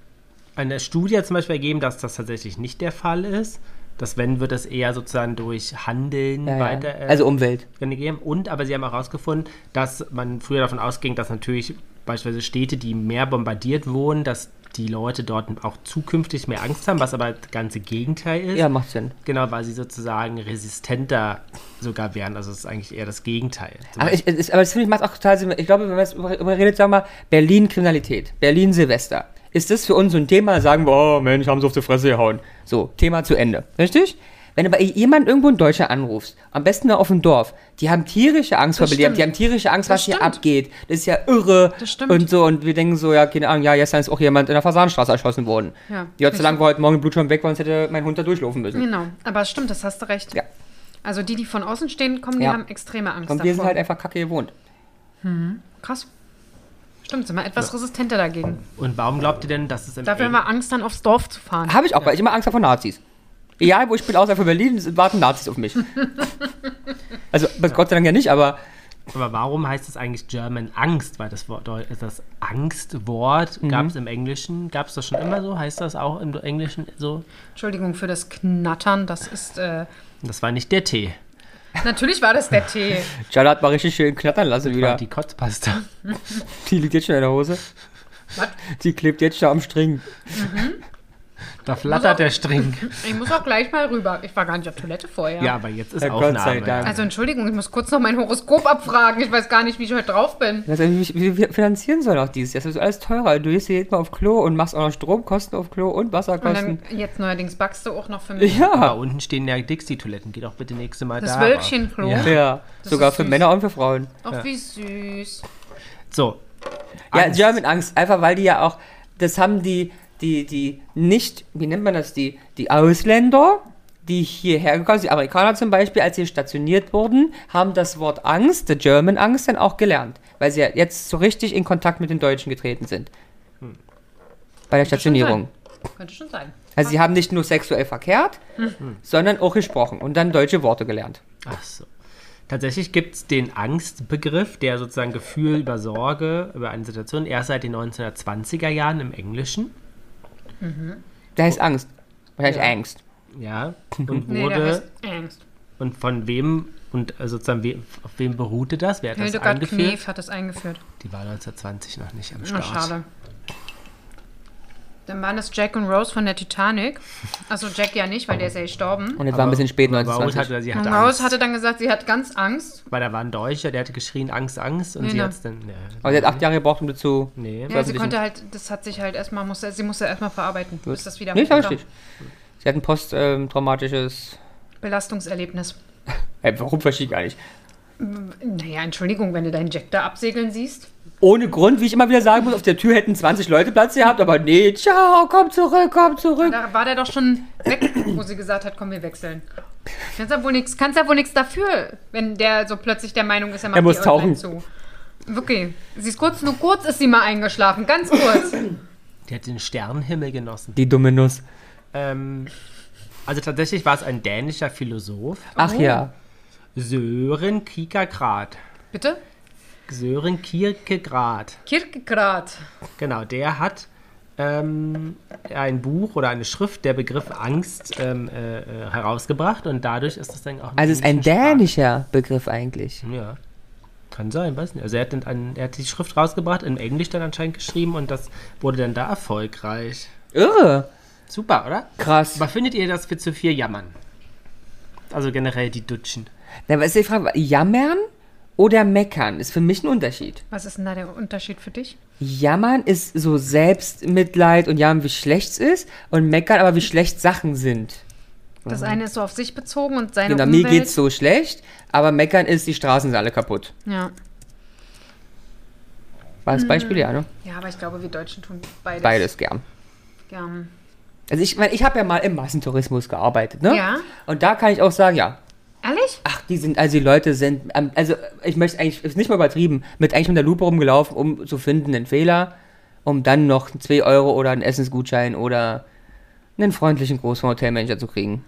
Speaker 2: eine Studie hat zum Beispiel ergeben, dass das tatsächlich nicht der Fall ist. Dass wenn wird das eher sozusagen durch Handeln
Speaker 3: Ja,
Speaker 2: weiter. äh,
Speaker 3: ja. Also Umwelt.
Speaker 2: gegeben. Und aber sie haben auch herausgefunden, dass man früher davon ausging, dass natürlich beispielsweise Städte, die mehr bombardiert wurden, dass die Leute dort auch zukünftig mehr Angst haben, was aber das ganze Gegenteil ist.
Speaker 3: Ja, macht Sinn.
Speaker 2: Genau, weil sie sozusagen resistenter sogar wären. Also es ist eigentlich eher das Gegenteil. Zum
Speaker 3: Aber, ich, es ist, aber das finde ich macht auch total Sinn. Ich glaube, wenn man jetzt über, über redet, sagen wir mal, Berlin-Kriminalität, Berlin-Silvester. Ist das für uns so ein Thema, sagen wir, oh Mensch, haben sie auf die Fresse gehauen. So, Thema zu Ende. Richtig? Wenn aber jemand irgendwo in Deutschland anrufst, am besten nur auf dem Dorf, die haben tierische Angst vor Berlin, die
Speaker 1: stimmt.
Speaker 3: haben tierische Angst,
Speaker 1: Das
Speaker 3: was hier
Speaker 1: stimmt.
Speaker 3: abgeht. Das ist ja irre.
Speaker 1: Das stimmt.
Speaker 3: Und so, und wir denken so, ja, keine Ahnung, ja, gestern ist auch jemand in der Fasanenstraße erschossen worden.
Speaker 1: Ja,
Speaker 3: Ja, zu lang war heute Morgen Blut schon weg, weil sonst hätte mein Hund da durchlaufen müssen.
Speaker 1: Genau, aber stimmt, das hast du recht.
Speaker 3: Hm. Ja.
Speaker 1: Also die, die von außen stehen, kommen, die
Speaker 3: Ja.
Speaker 1: haben extreme Angst
Speaker 3: Und
Speaker 1: davor.
Speaker 3: wir sind halt einfach kacke gewohnt.
Speaker 1: Krass. Stimmt, sind wir etwas resistenter dagegen.
Speaker 2: Und warum glaubt ihr denn, dass es im
Speaker 1: Dafür haben
Speaker 2: Eng-
Speaker 1: wir Angst, dann aufs Dorf zu fahren.
Speaker 3: Habe ich auch, weil ich immer Angst habe vor Nazis. Egal, wo ich bin, außer für Berlin, es warten Nazis auf
Speaker 1: (laughs)
Speaker 3: mich. Also, was Gott sei Dank ja nicht, aber
Speaker 2: aber warum heißt es eigentlich German Angst? Weil das Wort Deu- das Angstwort
Speaker 3: Mhm.
Speaker 2: gab es im Englischen, gab es das schon immer so? Heißt das auch im Englischen so?
Speaker 1: Entschuldigung für das Knattern, das ist... Äh,
Speaker 2: Das war nicht der Tee,
Speaker 1: natürlich war das der Tee.
Speaker 3: Jada hat mal richtig schön knattern lassen
Speaker 2: war
Speaker 3: wieder.
Speaker 2: die Kotzpasta.
Speaker 3: Die liegt jetzt schon in der Hose.
Speaker 1: Was?
Speaker 3: Die klebt jetzt schon am String.
Speaker 2: Da flattert
Speaker 1: (laughs)
Speaker 2: der String.
Speaker 1: Ich muss auch gleich mal rüber. Ich war gar nicht auf Toilette vorher.
Speaker 2: Ja, aber jetzt ist
Speaker 3: Ja, Gott
Speaker 2: Aufnahme.
Speaker 3: sei Dank.
Speaker 1: Also Entschuldigung, ich muss kurz noch mein Horoskop abfragen. Ich weiß gar nicht, wie ich heute drauf bin.
Speaker 3: Ich weiß nicht, wie wir finanzieren sollen auch dieses Jahr. Das ist alles teurer. Du gehst hier jedes Mal auf Klo und machst auch noch Stromkosten auf Klo und
Speaker 1: Und
Speaker 3: Wasserkosten.
Speaker 1: dann jetzt neuerdings backst du auch noch für mich
Speaker 2: Da
Speaker 3: Ja.
Speaker 2: unten stehen ja Dixie-Toiletten. Geht auch bitte nächste Mal
Speaker 1: Ah. das
Speaker 2: da.
Speaker 1: Wölkchenklo.
Speaker 2: Ja.
Speaker 3: Ja.
Speaker 1: Das
Speaker 3: Sogar
Speaker 1: ist
Speaker 3: für
Speaker 1: süß.
Speaker 3: Männer und für Frauen.
Speaker 1: Ach, wie süß.
Speaker 2: So,
Speaker 3: Ja,
Speaker 2: Angst.
Speaker 3: German Angst. Einfach weil die ja auch, das haben die, die, die nicht, wie nennt man das, die, die Ausländer, die hierher gekommen sind, die Amerikaner zum Beispiel, als sie stationiert wurden, haben das Wort Angst, the German Angst, dann auch gelernt. Weil sie ja jetzt so richtig in Kontakt mit den Deutschen getreten sind. Bei der Stationierung.
Speaker 1: Könnte schon sein.
Speaker 3: Also sie haben nicht nur sexuell verkehrt, sondern auch gesprochen und dann deutsche Worte gelernt.
Speaker 2: Ach so. Tatsächlich gibt es den Angstbegriff, der sozusagen Gefühl über Sorge, über eine Situation, erst seit den 1920er Jahren im Englischen.
Speaker 3: Der heißt Angst. Wahrscheinlich Angst.
Speaker 2: Ja. Und
Speaker 1: Mhm. Nee, der
Speaker 2: wurde.
Speaker 1: heißt Angst.
Speaker 2: und von wem und äh, sozusagen we, auf wem beruhte das? Wer hat das
Speaker 1: Hildegard
Speaker 2: eingeführt?
Speaker 1: Knef hat das eingeführt.
Speaker 2: Die war 1920 noch nicht am
Speaker 1: Na,
Speaker 2: Start.
Speaker 1: schade. Dann waren das Jack und Rose von der Titanic. Also Jack ja nicht, weil der ist ja gestorben.
Speaker 3: Und das war ein bisschen spät,
Speaker 2: Rose
Speaker 3: 1920.
Speaker 2: hatte, sie
Speaker 1: Und
Speaker 2: hatte
Speaker 1: Rose
Speaker 2: Angst,
Speaker 1: hatte dann gesagt, sie hat ganz Angst.
Speaker 2: weil da war ein Deutscher, der hatte geschrien Angst, Angst und sie
Speaker 1: Genau.
Speaker 2: hat es dann. äh, Nee,
Speaker 3: Aber sie hat acht Jahre gebraucht, um dazu.
Speaker 2: nee.
Speaker 1: Ja,
Speaker 3: sie
Speaker 1: sie
Speaker 3: nicht.
Speaker 1: konnte halt, das hat sich halt erstmal, musste, sie musste erstmal verarbeiten, bis das wieder
Speaker 3: Nee, war
Speaker 1: hochkam.
Speaker 3: richtig. Sie hat ein posttraumatisches.
Speaker 1: Belastungserlebnis.
Speaker 3: Hey, warum verstehe ich gar nicht?
Speaker 1: Naja, Entschuldigung, wenn du deinen Jack da absegeln siehst.
Speaker 3: Ohne Grund, wie ich immer wieder sagen muss, auf der Tür hätten 20 Leute Platz gehabt, aber nee, ciao, komm zurück, komm zurück.
Speaker 1: Da war der doch schon weg, wo sie gesagt hat, komm, wir wechseln. Kannst ja wohl nichts, kannst ja wohl nichts dafür, wenn der so plötzlich der Meinung ist, er macht
Speaker 3: Er muss
Speaker 1: die Hotline
Speaker 3: tauchen.
Speaker 1: zu. Wirklich. Sie ist kurz, nur kurz ist sie mal eingeschlafen, ganz kurz.
Speaker 2: Die hat den Sternenhimmel genossen.
Speaker 3: Die dumme Nuss.
Speaker 2: Ähm, also tatsächlich war es ein dänischer Philosoph,
Speaker 3: Ach ja.
Speaker 2: Sören Kierkegaard.
Speaker 1: Bitte?
Speaker 2: Sören Kierkegaard.
Speaker 1: Kierkegaard.
Speaker 2: Genau, der hat ähm, ein Buch oder eine Schrift, der Begriff Angst, ähm, äh, äh, herausgebracht und dadurch ist das dann auch.
Speaker 3: Also es ist ein dänischer Begriff eigentlich.
Speaker 2: Ja. Kann sein, weiß nicht. Also er hat, dann einen- er hat die Schrift rausgebracht, in Englisch dann anscheinend geschrieben und das wurde dann da erfolgreich.
Speaker 3: Irre.
Speaker 2: Super, oder?
Speaker 3: Krass.
Speaker 2: Aber findet ihr, dass wir zu viel jammern? Also generell die Dutschen.
Speaker 3: Na, was ist die Frage? Jammern oder meckern ist für mich ein Unterschied.
Speaker 1: Was ist denn da der Unterschied für dich?
Speaker 3: Jammern ist so Selbstmitleid und jammern, wie schlecht es ist und meckern aber, wie schlecht Sachen sind.
Speaker 1: Das eine ist so auf sich bezogen und seine
Speaker 3: Genau, mir
Speaker 1: Umwelt.
Speaker 3: geht's so schlecht, aber meckern ist, die Straßen sind alle kaputt.
Speaker 1: Ja.
Speaker 3: War das Beispiel, ja, ne?
Speaker 1: ja, aber ich glaube, wir Deutschen tun beides.
Speaker 3: Beides gern.
Speaker 1: Gern.
Speaker 3: Also ich meine, ich habe ja mal im Massentourismus gearbeitet, ne?
Speaker 1: Ja.
Speaker 3: Und da kann ich auch sagen, ja,
Speaker 1: Ehrlich?
Speaker 3: ach, die sind, also die Leute sind, ähm, also ich möchte eigentlich, ist nicht mal übertrieben, mit eigentlich mit der Lupe rumgelaufen, um zu finden einen Fehler, um dann noch 2 Euro oder einen Essensgutschein oder einen freundlichen Großhotelmanager zu kriegen.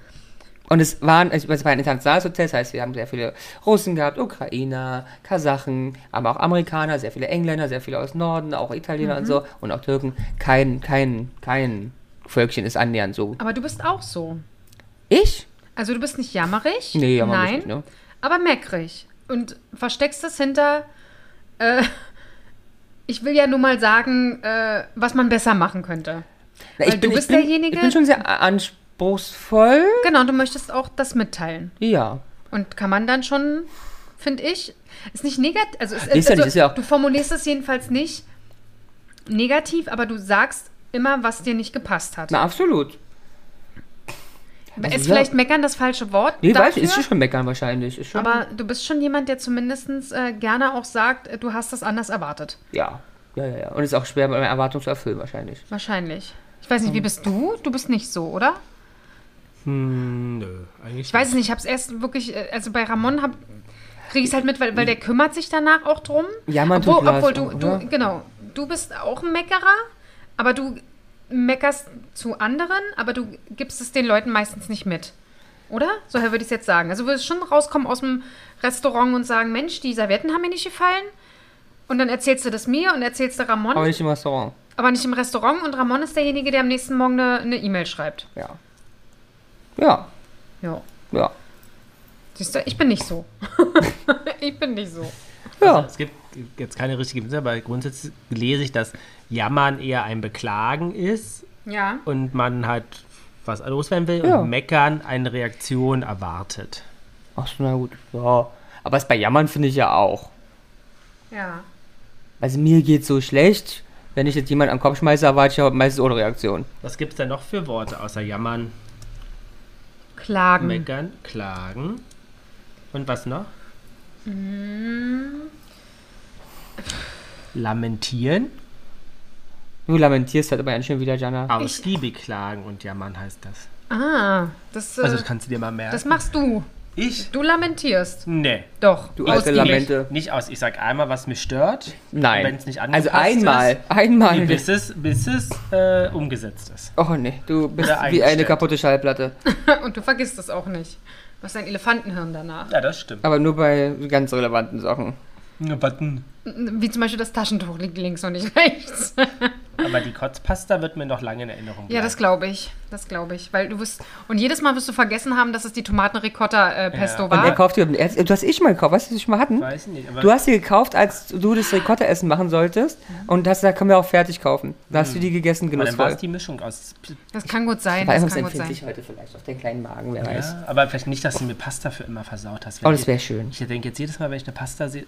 Speaker 3: Und es waren, es war ein internationales Hotel, das heißt, wir haben sehr viele Russen gehabt, Ukrainer, Kasachen, aber auch Amerikaner, sehr viele Engländer, sehr viele aus dem Norden, auch Italiener und so und auch Türken. Kein, kein, kein Völkchen ist annähernd so.
Speaker 1: Aber du bist auch so.
Speaker 3: Ich?
Speaker 1: Also du bist nicht jammerig.
Speaker 3: Nee, aber
Speaker 1: Nein,
Speaker 3: nicht, ne?
Speaker 1: aber meckrig. Und versteckst es hinter, äh, ich will ja nur mal sagen, äh, was man besser machen könnte.
Speaker 3: Na,
Speaker 1: Weil du bist derjenige-
Speaker 3: Ich bin schon sehr anspruchsvoll.
Speaker 1: Genau, du möchtest auch das mitteilen.
Speaker 3: Ja.
Speaker 1: Und kann man dann schon, finde ich, ist nicht negativ, also, es,
Speaker 3: Ist ja
Speaker 1: also
Speaker 3: nicht, ist ja auch-
Speaker 1: du formulierst es jedenfalls nicht negativ, aber du sagst immer, was dir nicht gepasst hat.
Speaker 3: Na, absolut.
Speaker 1: ist
Speaker 3: also ja.
Speaker 1: vielleicht meckern das falsche Wort
Speaker 3: Nee,
Speaker 1: dafür,
Speaker 3: weiß ich, ist schon meckern wahrscheinlich. Ist schon,
Speaker 1: aber du bist schon jemand, der zumindest äh, gerne auch sagt, äh, du hast das anders erwartet.
Speaker 3: ja. Ja, ja, ja. Und ist auch schwer, meine Erwartungen zu erfüllen wahrscheinlich.
Speaker 1: Wahrscheinlich. Ich weiß nicht,
Speaker 3: Ähm.
Speaker 1: wie bist du? Du bist nicht so, oder?
Speaker 2: Nö, eigentlich.
Speaker 1: Ich weiß es nicht, ich habe es erst wirklich, äh, also bei Ramon hab, kriege ich es halt mit, weil, weil der kümmert sich danach auch drum.
Speaker 3: Ja, man
Speaker 1: obwohl,
Speaker 3: tut was,
Speaker 1: obwohl du,
Speaker 3: oder?
Speaker 1: du, genau, du bist auch ein Meckerer, aber du meckerst zu anderen, aber du gibst es den Leuten meistens nicht mit. Oder? So würde ich es jetzt sagen. Also würdest schon rauskommen aus dem Restaurant und sagen, Mensch, die Servietten haben mir nicht gefallen. Und dann erzählst du das mir und erzählst du Ramon,
Speaker 3: Aber nicht im Restaurant.
Speaker 1: aber nicht im Restaurant. Und Ramon ist derjenige, der am nächsten Morgen eine eine E-Mail schreibt.
Speaker 3: Ja. Ja.
Speaker 1: Ja.
Speaker 3: Ja.
Speaker 1: Siehst du, ich bin nicht (laughs) so. ich bin nicht so.
Speaker 3: Ja.
Speaker 2: Es gibt jetzt keine richtige Wissenschaft, aber grundsätzlich lese ich, dass Jammern eher ein Beklagen ist
Speaker 1: Ja.
Speaker 2: und man halt was loswerden will
Speaker 3: Ja.
Speaker 2: und Meckern eine Reaktion erwartet.
Speaker 3: Ach so, na gut. Ja. Aber es bei Jammern finde ich ja auch.
Speaker 1: Ja.
Speaker 3: Also mir geht's so schlecht. Wenn ich jetzt jemanden am Kopf schmeiße, erwarte ich ja meistens ohne Reaktion.
Speaker 2: Was gibt es denn noch für Worte außer Jammern,
Speaker 1: Klagen.
Speaker 2: Meckern, Klagen?
Speaker 1: Hm.
Speaker 2: Und was noch? Lamentieren,
Speaker 3: Du lamentierst halt aber ganz schön wieder, Jana.
Speaker 2: Ausgiebig klagen und jammern heißt das.
Speaker 1: Ah, das, äh,
Speaker 2: Also das kannst du dir mal merken.
Speaker 1: das machst du.
Speaker 2: ich?
Speaker 1: Du lamentierst.
Speaker 2: Nee.
Speaker 1: Doch.
Speaker 3: Du alte
Speaker 1: ausgiebig.
Speaker 3: Lamente.
Speaker 2: Nicht aus. Ich sag einmal, was mich stört.
Speaker 3: Nein.
Speaker 2: Wenn es nicht angepasst
Speaker 3: also einmal,
Speaker 2: ist.
Speaker 3: einmal.
Speaker 2: Nee, Bis es, bis es äh, umgesetzt ist.
Speaker 3: Oh nee, du bist
Speaker 2: Oder
Speaker 3: wie eine
Speaker 2: eingestellt.
Speaker 3: kaputte Schallplatte.
Speaker 1: (laughs) Und du vergisst es auch nicht. Du hast ein Elefantenhirn danach.
Speaker 2: Ja, das stimmt.
Speaker 3: Aber nur bei ganz relevanten Sachen.
Speaker 2: Ein Button.
Speaker 1: Wie zum Beispiel das Taschentuch liegt links und nicht rechts. (laughs)
Speaker 2: Aber die Kotzpasta wird mir noch lange in Erinnerung bleiben.
Speaker 1: Ja, das glaube ich. Das glaube ich. Weil du wirst. Und jedes Mal wirst du vergessen haben, dass es die Tomatenricotta-Pesto
Speaker 2: Ja.
Speaker 3: Und er
Speaker 1: war.
Speaker 3: kauft dir, er, du hast ich mal gekauft, weißt du, was ich mal hatten?
Speaker 2: Weiß nicht, aber
Speaker 3: Du hast die gekauft, als du das Ricotta-Essen machen solltest
Speaker 1: Mhm.
Speaker 3: und hast gesagt, können wir auch fertig kaufen. Da hast du die gegessen,
Speaker 2: aber dann war es
Speaker 3: genussvoll.
Speaker 2: die Mischung aus.
Speaker 1: Das kann gut sein.
Speaker 3: War
Speaker 1: Das kann gut
Speaker 3: empfindlich
Speaker 1: sein.
Speaker 3: heute vielleicht auf den kleinen Magen, wer weiß.
Speaker 2: Ja, aber vielleicht nicht, dass du mir Pasta für immer versaut hast.
Speaker 3: Oh,
Speaker 2: Wenn
Speaker 3: das
Speaker 1: (laughs)
Speaker 3: wäre schön.
Speaker 2: ich ich denke jetzt jedes Mal, wenn ich eine Pasta sehe.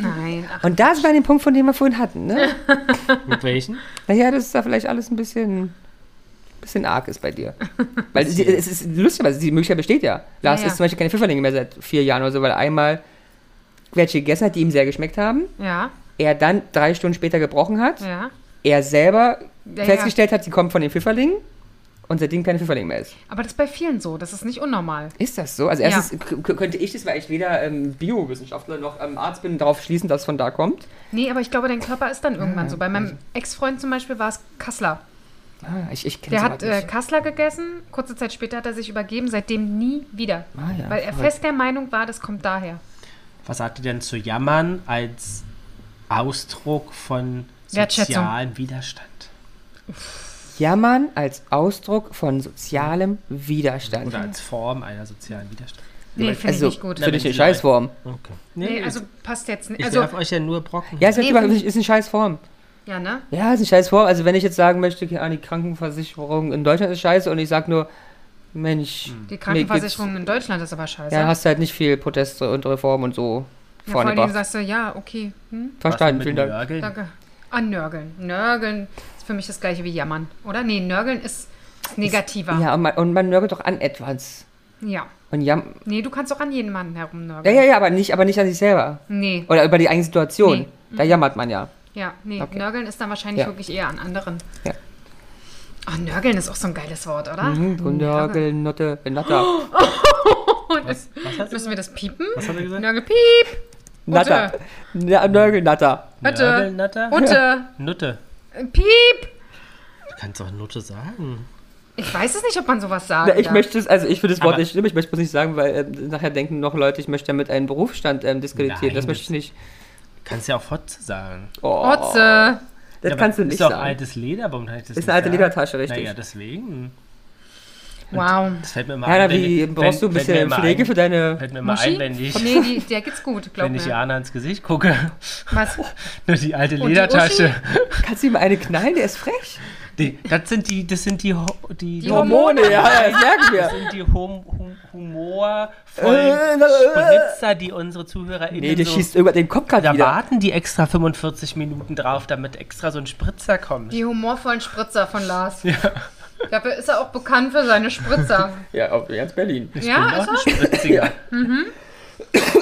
Speaker 1: Nein. Ach,
Speaker 3: Und da sind wir an dem Punkt, von dem wir vorhin hatten, ne?
Speaker 1: (laughs)
Speaker 2: Mit welchen?
Speaker 3: Naja, das ist da vielleicht alles ein bisschen, bisschen arg ist
Speaker 1: (laughs)
Speaker 3: bei dir. Weil sie- es ist lustig, weil die Möglichkeit besteht ja. Lars
Speaker 1: Ja, ja.
Speaker 3: isst zum Beispiel keine Pfifferlinge mehr seit vier Jahren oder so, weil er einmal welche gegessen hat, die ihm sehr geschmeckt haben.
Speaker 1: ja,
Speaker 3: Er dann drei Stunden später gebrochen hat.
Speaker 1: ja.
Speaker 3: Er selber
Speaker 1: Ja,
Speaker 3: festgestellt hat, die kommen von den Pfifferlingen und seitdem keine Pfifferlinge mehr ist.
Speaker 1: Aber das ist bei vielen so. Das ist nicht unnormal.
Speaker 3: Ist das so? Also
Speaker 1: Ja.
Speaker 3: erstens k- k- könnte ich das, weil ich weder ähm, Biowissenschaftler noch ähm, Arzt bin, darauf schließen, dass es von da kommt.
Speaker 1: Nee, aber ich glaube, dein Körper ist dann irgendwann so. Bei meinem
Speaker 3: also
Speaker 1: Ex-Freund zum Beispiel war es Kassler.
Speaker 3: Ah, ich, ich kenne
Speaker 1: Der hat äh, Kassler gegessen, kurze Zeit später hat er sich übergeben, seitdem nie wieder.
Speaker 3: Ah, ja,
Speaker 1: äh, weil er
Speaker 3: verrückt.
Speaker 1: fest der Meinung war, das kommt daher.
Speaker 2: Was sagt ihr denn zu jammern als Ausdruck von
Speaker 1: Wertschätzung.
Speaker 2: sozialem Widerstand?
Speaker 3: Jammern als Ausdruck von sozialem Widerstand.
Speaker 2: Oder als Form einer sozialen Widerstand?
Speaker 1: Nee, finde ich nicht gut.
Speaker 3: Finde ich
Speaker 2: wenn
Speaker 3: eine
Speaker 2: sie
Speaker 3: Scheißform.
Speaker 2: Okay.
Speaker 1: Nee, also passt jetzt nicht.
Speaker 2: ich
Speaker 1: Also,
Speaker 2: darf euch ja nur Brocken.
Speaker 3: Ja, ist,
Speaker 1: Nee,
Speaker 3: nee,
Speaker 1: find ich-
Speaker 3: ist eine Scheißform.
Speaker 1: ja, ne?
Speaker 3: Ja, ist eine Scheißform. Also wenn ich jetzt sagen möchte, keine Ahnung, die Krankenversicherung in Deutschland ist scheiße und ich sage nur, Mensch,
Speaker 1: Die
Speaker 3: mir
Speaker 1: Krankenversicherung in Deutschland ist aber scheiße.
Speaker 3: geht's- Ja, hast du halt nicht viel Proteste und Reform und so
Speaker 1: Ja, vor
Speaker 3: vorne
Speaker 1: allen Dingen
Speaker 3: gebracht.
Speaker 1: sagst du, ja, okay, hm,
Speaker 3: Verstanden, vielen Dank.
Speaker 2: Dank.
Speaker 1: danke. Ah, nörgeln. Nörgeln ist für mich das gleiche wie jammern, oder? Nee, nörgeln ist, ist negativer.
Speaker 3: Ja, und man, und man nörgelt doch an etwas.
Speaker 1: Ja.
Speaker 3: Und jam
Speaker 1: Nee, du kannst auch an jeden Mann
Speaker 3: ja,
Speaker 1: herumnörgeln.
Speaker 3: ja, ja, aber nicht, aber nicht an sich selber.
Speaker 1: Nee,
Speaker 3: Oder über die eigene Situation. Da jammert man ja.
Speaker 1: ja, nee.
Speaker 3: Okay.
Speaker 1: Nörgeln ist dann wahrscheinlich
Speaker 3: Ja.
Speaker 1: wirklich eher an anderen.
Speaker 3: Ja.
Speaker 1: Ah, nörgeln ist auch so ein geiles Wort, oder? (laughs)
Speaker 3: Du Nörgeln, Notte, Natter.
Speaker 2: Was, was, hast du,
Speaker 1: Müssen wir das piepen?
Speaker 2: was hat er gesagt?
Speaker 1: Nörgelpiep!
Speaker 3: Natter. Na- Nörgel, Natter.
Speaker 1: Nutte!
Speaker 2: Nörgelnatter?
Speaker 1: Nutte!
Speaker 2: Nutte.
Speaker 1: Piep!
Speaker 2: Du kannst auch Nutte sagen.
Speaker 1: Ich weiß es nicht, ob man sowas sagen
Speaker 3: Na, ich
Speaker 1: darf.
Speaker 3: möchte es, also ich finde das Wort
Speaker 2: Aber-
Speaker 3: nicht schlimm, ich möchte es nicht sagen, weil äh, nachher denken noch Leute, ich möchte damit einen Berufsstand ähm, diskreditieren.
Speaker 2: Nein,
Speaker 3: das
Speaker 2: das-
Speaker 3: möchte ich nicht.
Speaker 2: Du kannst ja auch Hotze sagen.
Speaker 3: Oh,
Speaker 1: Otze!
Speaker 3: Das
Speaker 2: Ja,
Speaker 3: kannst du
Speaker 2: aber
Speaker 3: nicht
Speaker 2: ist doch
Speaker 3: sagen.
Speaker 2: altes Leder, warum kann ich das
Speaker 3: Ist
Speaker 2: nicht
Speaker 3: eine alte
Speaker 2: sagen?
Speaker 3: Ledertasche, richtig.
Speaker 2: Naja, deswegen.
Speaker 1: Wow.
Speaker 2: Das fällt mir immer
Speaker 3: Jana,
Speaker 2: ein. wenn-
Speaker 3: wie
Speaker 2: wenn-
Speaker 3: brauchst du
Speaker 2: fällt
Speaker 3: ein
Speaker 2: mir
Speaker 3: bisschen
Speaker 2: immer
Speaker 3: Pflege
Speaker 2: ein-
Speaker 3: für deine.
Speaker 2: Fällt mir immer
Speaker 1: Muschi?
Speaker 2: ein, wenn ich,
Speaker 1: (laughs) Nee, die, der geht's gut, glaub
Speaker 2: wenn
Speaker 1: mir.
Speaker 2: ich Jana ins Gesicht gucke. (laughs)
Speaker 1: Was?
Speaker 2: Nur die alte
Speaker 1: Und die
Speaker 2: Ledertasche.
Speaker 3: Kannst du ihm eine knallen? Der ist frech.
Speaker 2: Die das sind die, das sind die, Ho- die,
Speaker 1: Die Hormone.
Speaker 3: ja, das merken
Speaker 2: Das
Speaker 3: wir.
Speaker 2: sind die hum, hum,
Speaker 3: Äh,
Speaker 2: humorvollen
Speaker 3: äh,
Speaker 2: Spritzer, die unsere ZuhörerInnen
Speaker 3: Nee, der
Speaker 2: so...
Speaker 3: schießt über den Kopf gerade
Speaker 2: Da
Speaker 3: wieder.
Speaker 2: warten die extra 45 Minuten drauf, damit extra so ein Spritzer kommt.
Speaker 1: Die humorvollen Spritzer von Lars. Dafür ist er auch bekannt für seine Spritzer.
Speaker 3: Ja, auf ganz Berlin.
Speaker 1: ja,
Speaker 2: (laughs) ich
Speaker 1: ist
Speaker 2: bin auch ein
Speaker 1: er?
Speaker 2: Spritziger.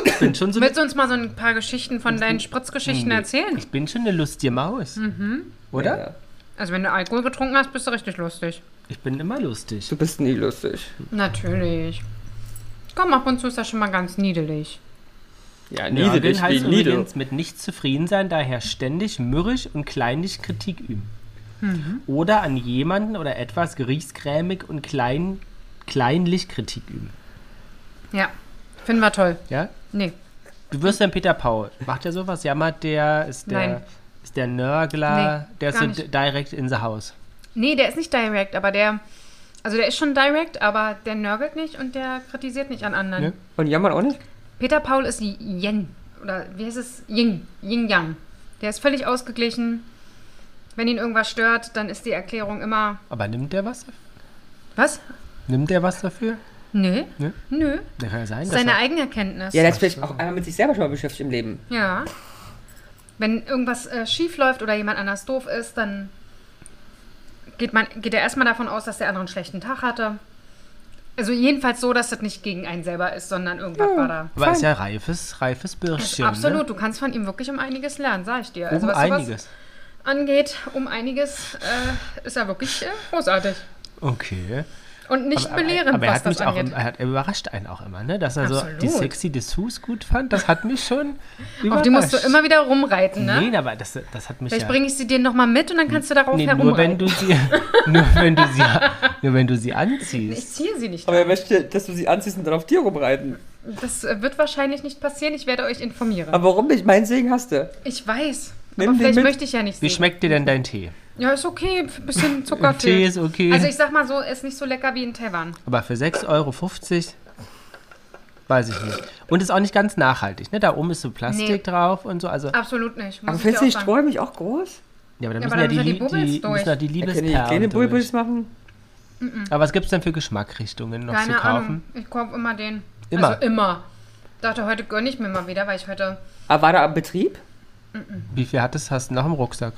Speaker 2: Ich bin schon so
Speaker 1: Willst du uns mal so ein paar Geschichten von deinen Spritzgeschichten
Speaker 2: Hm.
Speaker 1: erzählen? Mhm.
Speaker 2: Ich bin schon eine lustige Maus. Oder?
Speaker 3: Ja.
Speaker 1: Also wenn du Alkohol getrunken hast, bist du richtig lustig.
Speaker 2: Ich bin immer lustig.
Speaker 3: Du bist nie lustig.
Speaker 1: Natürlich. Komm, ab und zu ist das schon mal ganz niedelig.
Speaker 3: Ja,
Speaker 2: Nörgeln heißt
Speaker 3: wie niedel.
Speaker 2: übrigens mit nicht zufrieden sein, daher ständig mürrisch und kleinlich Kritik üben.
Speaker 1: Mhm.
Speaker 2: Oder an jemanden oder etwas gerichtsgrämig und klein, kleinlich Kritik üben.
Speaker 1: Ja, finden wir toll.
Speaker 2: Ja?
Speaker 1: Nee,
Speaker 2: Du wirst dann Peter Paul. Macht er sowas? Jammert der? Ist der,
Speaker 1: Nein.
Speaker 2: Ist der Nörgler?
Speaker 1: Nee,
Speaker 2: der ist
Speaker 1: gar
Speaker 2: so
Speaker 1: nicht.
Speaker 2: di- direkt in the house.
Speaker 1: nee, der ist nicht direct, aber der... Also der ist schon direct, aber der nörgelt nicht und der kritisiert nicht an anderen.
Speaker 2: Ne?
Speaker 3: Und jammern auch nicht?
Speaker 1: Peter Paul ist die Yen. Oder wie heißt es? Ying. Ying Yang. Der ist völlig ausgeglichen. Wenn ihn irgendwas stört, dann ist die Erklärung immer.
Speaker 2: Aber nimmt der was? dafür?
Speaker 1: Was?
Speaker 2: Nimmt der was dafür?
Speaker 1: Nö.
Speaker 2: Ne?
Speaker 1: Nö.
Speaker 2: Der kann ja sein, dass
Speaker 1: Seine
Speaker 2: er,
Speaker 1: eigene Erkenntnis.
Speaker 3: Ja, der ist vielleicht auch einmal mit sich selber schon mal beschäftigt im Leben.
Speaker 1: Ja. Wenn irgendwas äh, schief läuft oder jemand anders doof ist, dann geht, man, geht er erstmal davon aus, dass der andere einen schlechten Tag hatte. Also jedenfalls so, dass das nicht gegen einen selber ist, sondern irgendwas war da.
Speaker 2: Aber ist ja reifes, reifes Birschchen.
Speaker 1: Absolut,
Speaker 2: Ne?
Speaker 1: du kannst von ihm wirklich um einiges lernen, sag ich dir. Also
Speaker 2: Um
Speaker 1: was sowas
Speaker 2: einiges.
Speaker 1: angeht, um einiges äh, ist er wirklich äh, großartig.
Speaker 2: Okay.
Speaker 1: Und nicht belehrend,
Speaker 2: aber er
Speaker 1: was
Speaker 2: hat mich
Speaker 1: das
Speaker 2: auch,
Speaker 1: angeht.
Speaker 2: er hat, er überrascht einen auch immer, ne? Dass er so
Speaker 1: Absolut.
Speaker 2: die sexy Dessous gut fand, das hat mich schon überrascht.
Speaker 1: (laughs) Auf die musst du immer wieder rumreiten, ne?
Speaker 2: Nee, aber das, das hat mich
Speaker 1: Vielleicht
Speaker 2: ja...
Speaker 1: bringe ich sie dir nochmal mit und dann kannst du darauf
Speaker 2: Nee, nur
Speaker 1: herumreiten.
Speaker 2: wenn du sie, (laughs) nur wenn du sie, nur
Speaker 1: (laughs)
Speaker 2: wenn du sie anziehst.
Speaker 1: Ich ziehe sie nicht.
Speaker 3: Aber er möchte, dass du sie anziehst und dann auf dir rumreiten.
Speaker 1: Das äh, wird wahrscheinlich nicht passieren. Ich werde euch informieren.
Speaker 3: Aber warum nicht? Mein Segen hast du.
Speaker 1: ich weiß.
Speaker 3: Nimm
Speaker 1: Aber
Speaker 3: den
Speaker 1: vielleicht
Speaker 3: mit.
Speaker 1: möchte ich ja nicht
Speaker 2: Wie
Speaker 1: sehen.
Speaker 2: schmeckt dir denn dein Tee?
Speaker 1: Ja, ist okay. Ein bisschen
Speaker 3: (laughs)
Speaker 1: Zucker
Speaker 2: Tee
Speaker 1: fehlt.
Speaker 2: ist okay.
Speaker 1: Also ich sag mal so, ist nicht so lecker wie in Taiwan.
Speaker 2: Aber für 6,50 Euro weiß ich nicht. Und ist auch nicht ganz nachhaltig, ne? Da oben ist so Plastik
Speaker 1: Nee.
Speaker 2: drauf und so. Also,
Speaker 1: Absolut nicht. Muss
Speaker 3: Aber
Speaker 1: ich
Speaker 3: findest du
Speaker 1: dir
Speaker 3: die
Speaker 1: auch sagen.
Speaker 3: Streue mich auch groß?
Speaker 2: ja, aber da
Speaker 1: Ja,
Speaker 2: müssen
Speaker 1: aber
Speaker 2: ja
Speaker 1: dann
Speaker 2: die,
Speaker 1: müssen ja die
Speaker 2: Lie-
Speaker 1: Bubbles
Speaker 2: die,
Speaker 1: durch.
Speaker 2: müssen ja die
Speaker 3: Er kann die
Speaker 2: Liebesperlen
Speaker 3: kleine
Speaker 2: durch.
Speaker 3: Bulbuls machen.
Speaker 2: Aber was gibt's denn für Geschmackrichtungen noch zu
Speaker 1: Keine
Speaker 2: kaufen?
Speaker 1: Ahnung. Ich kaufe immer den.
Speaker 2: Immer?
Speaker 1: Also immer. Dachte, heute gönne ich mir mal wieder, weil ich heute
Speaker 3: Aber Ah, war da am Betrieb?
Speaker 2: Wie viel hattest hast du noch im Rucksack?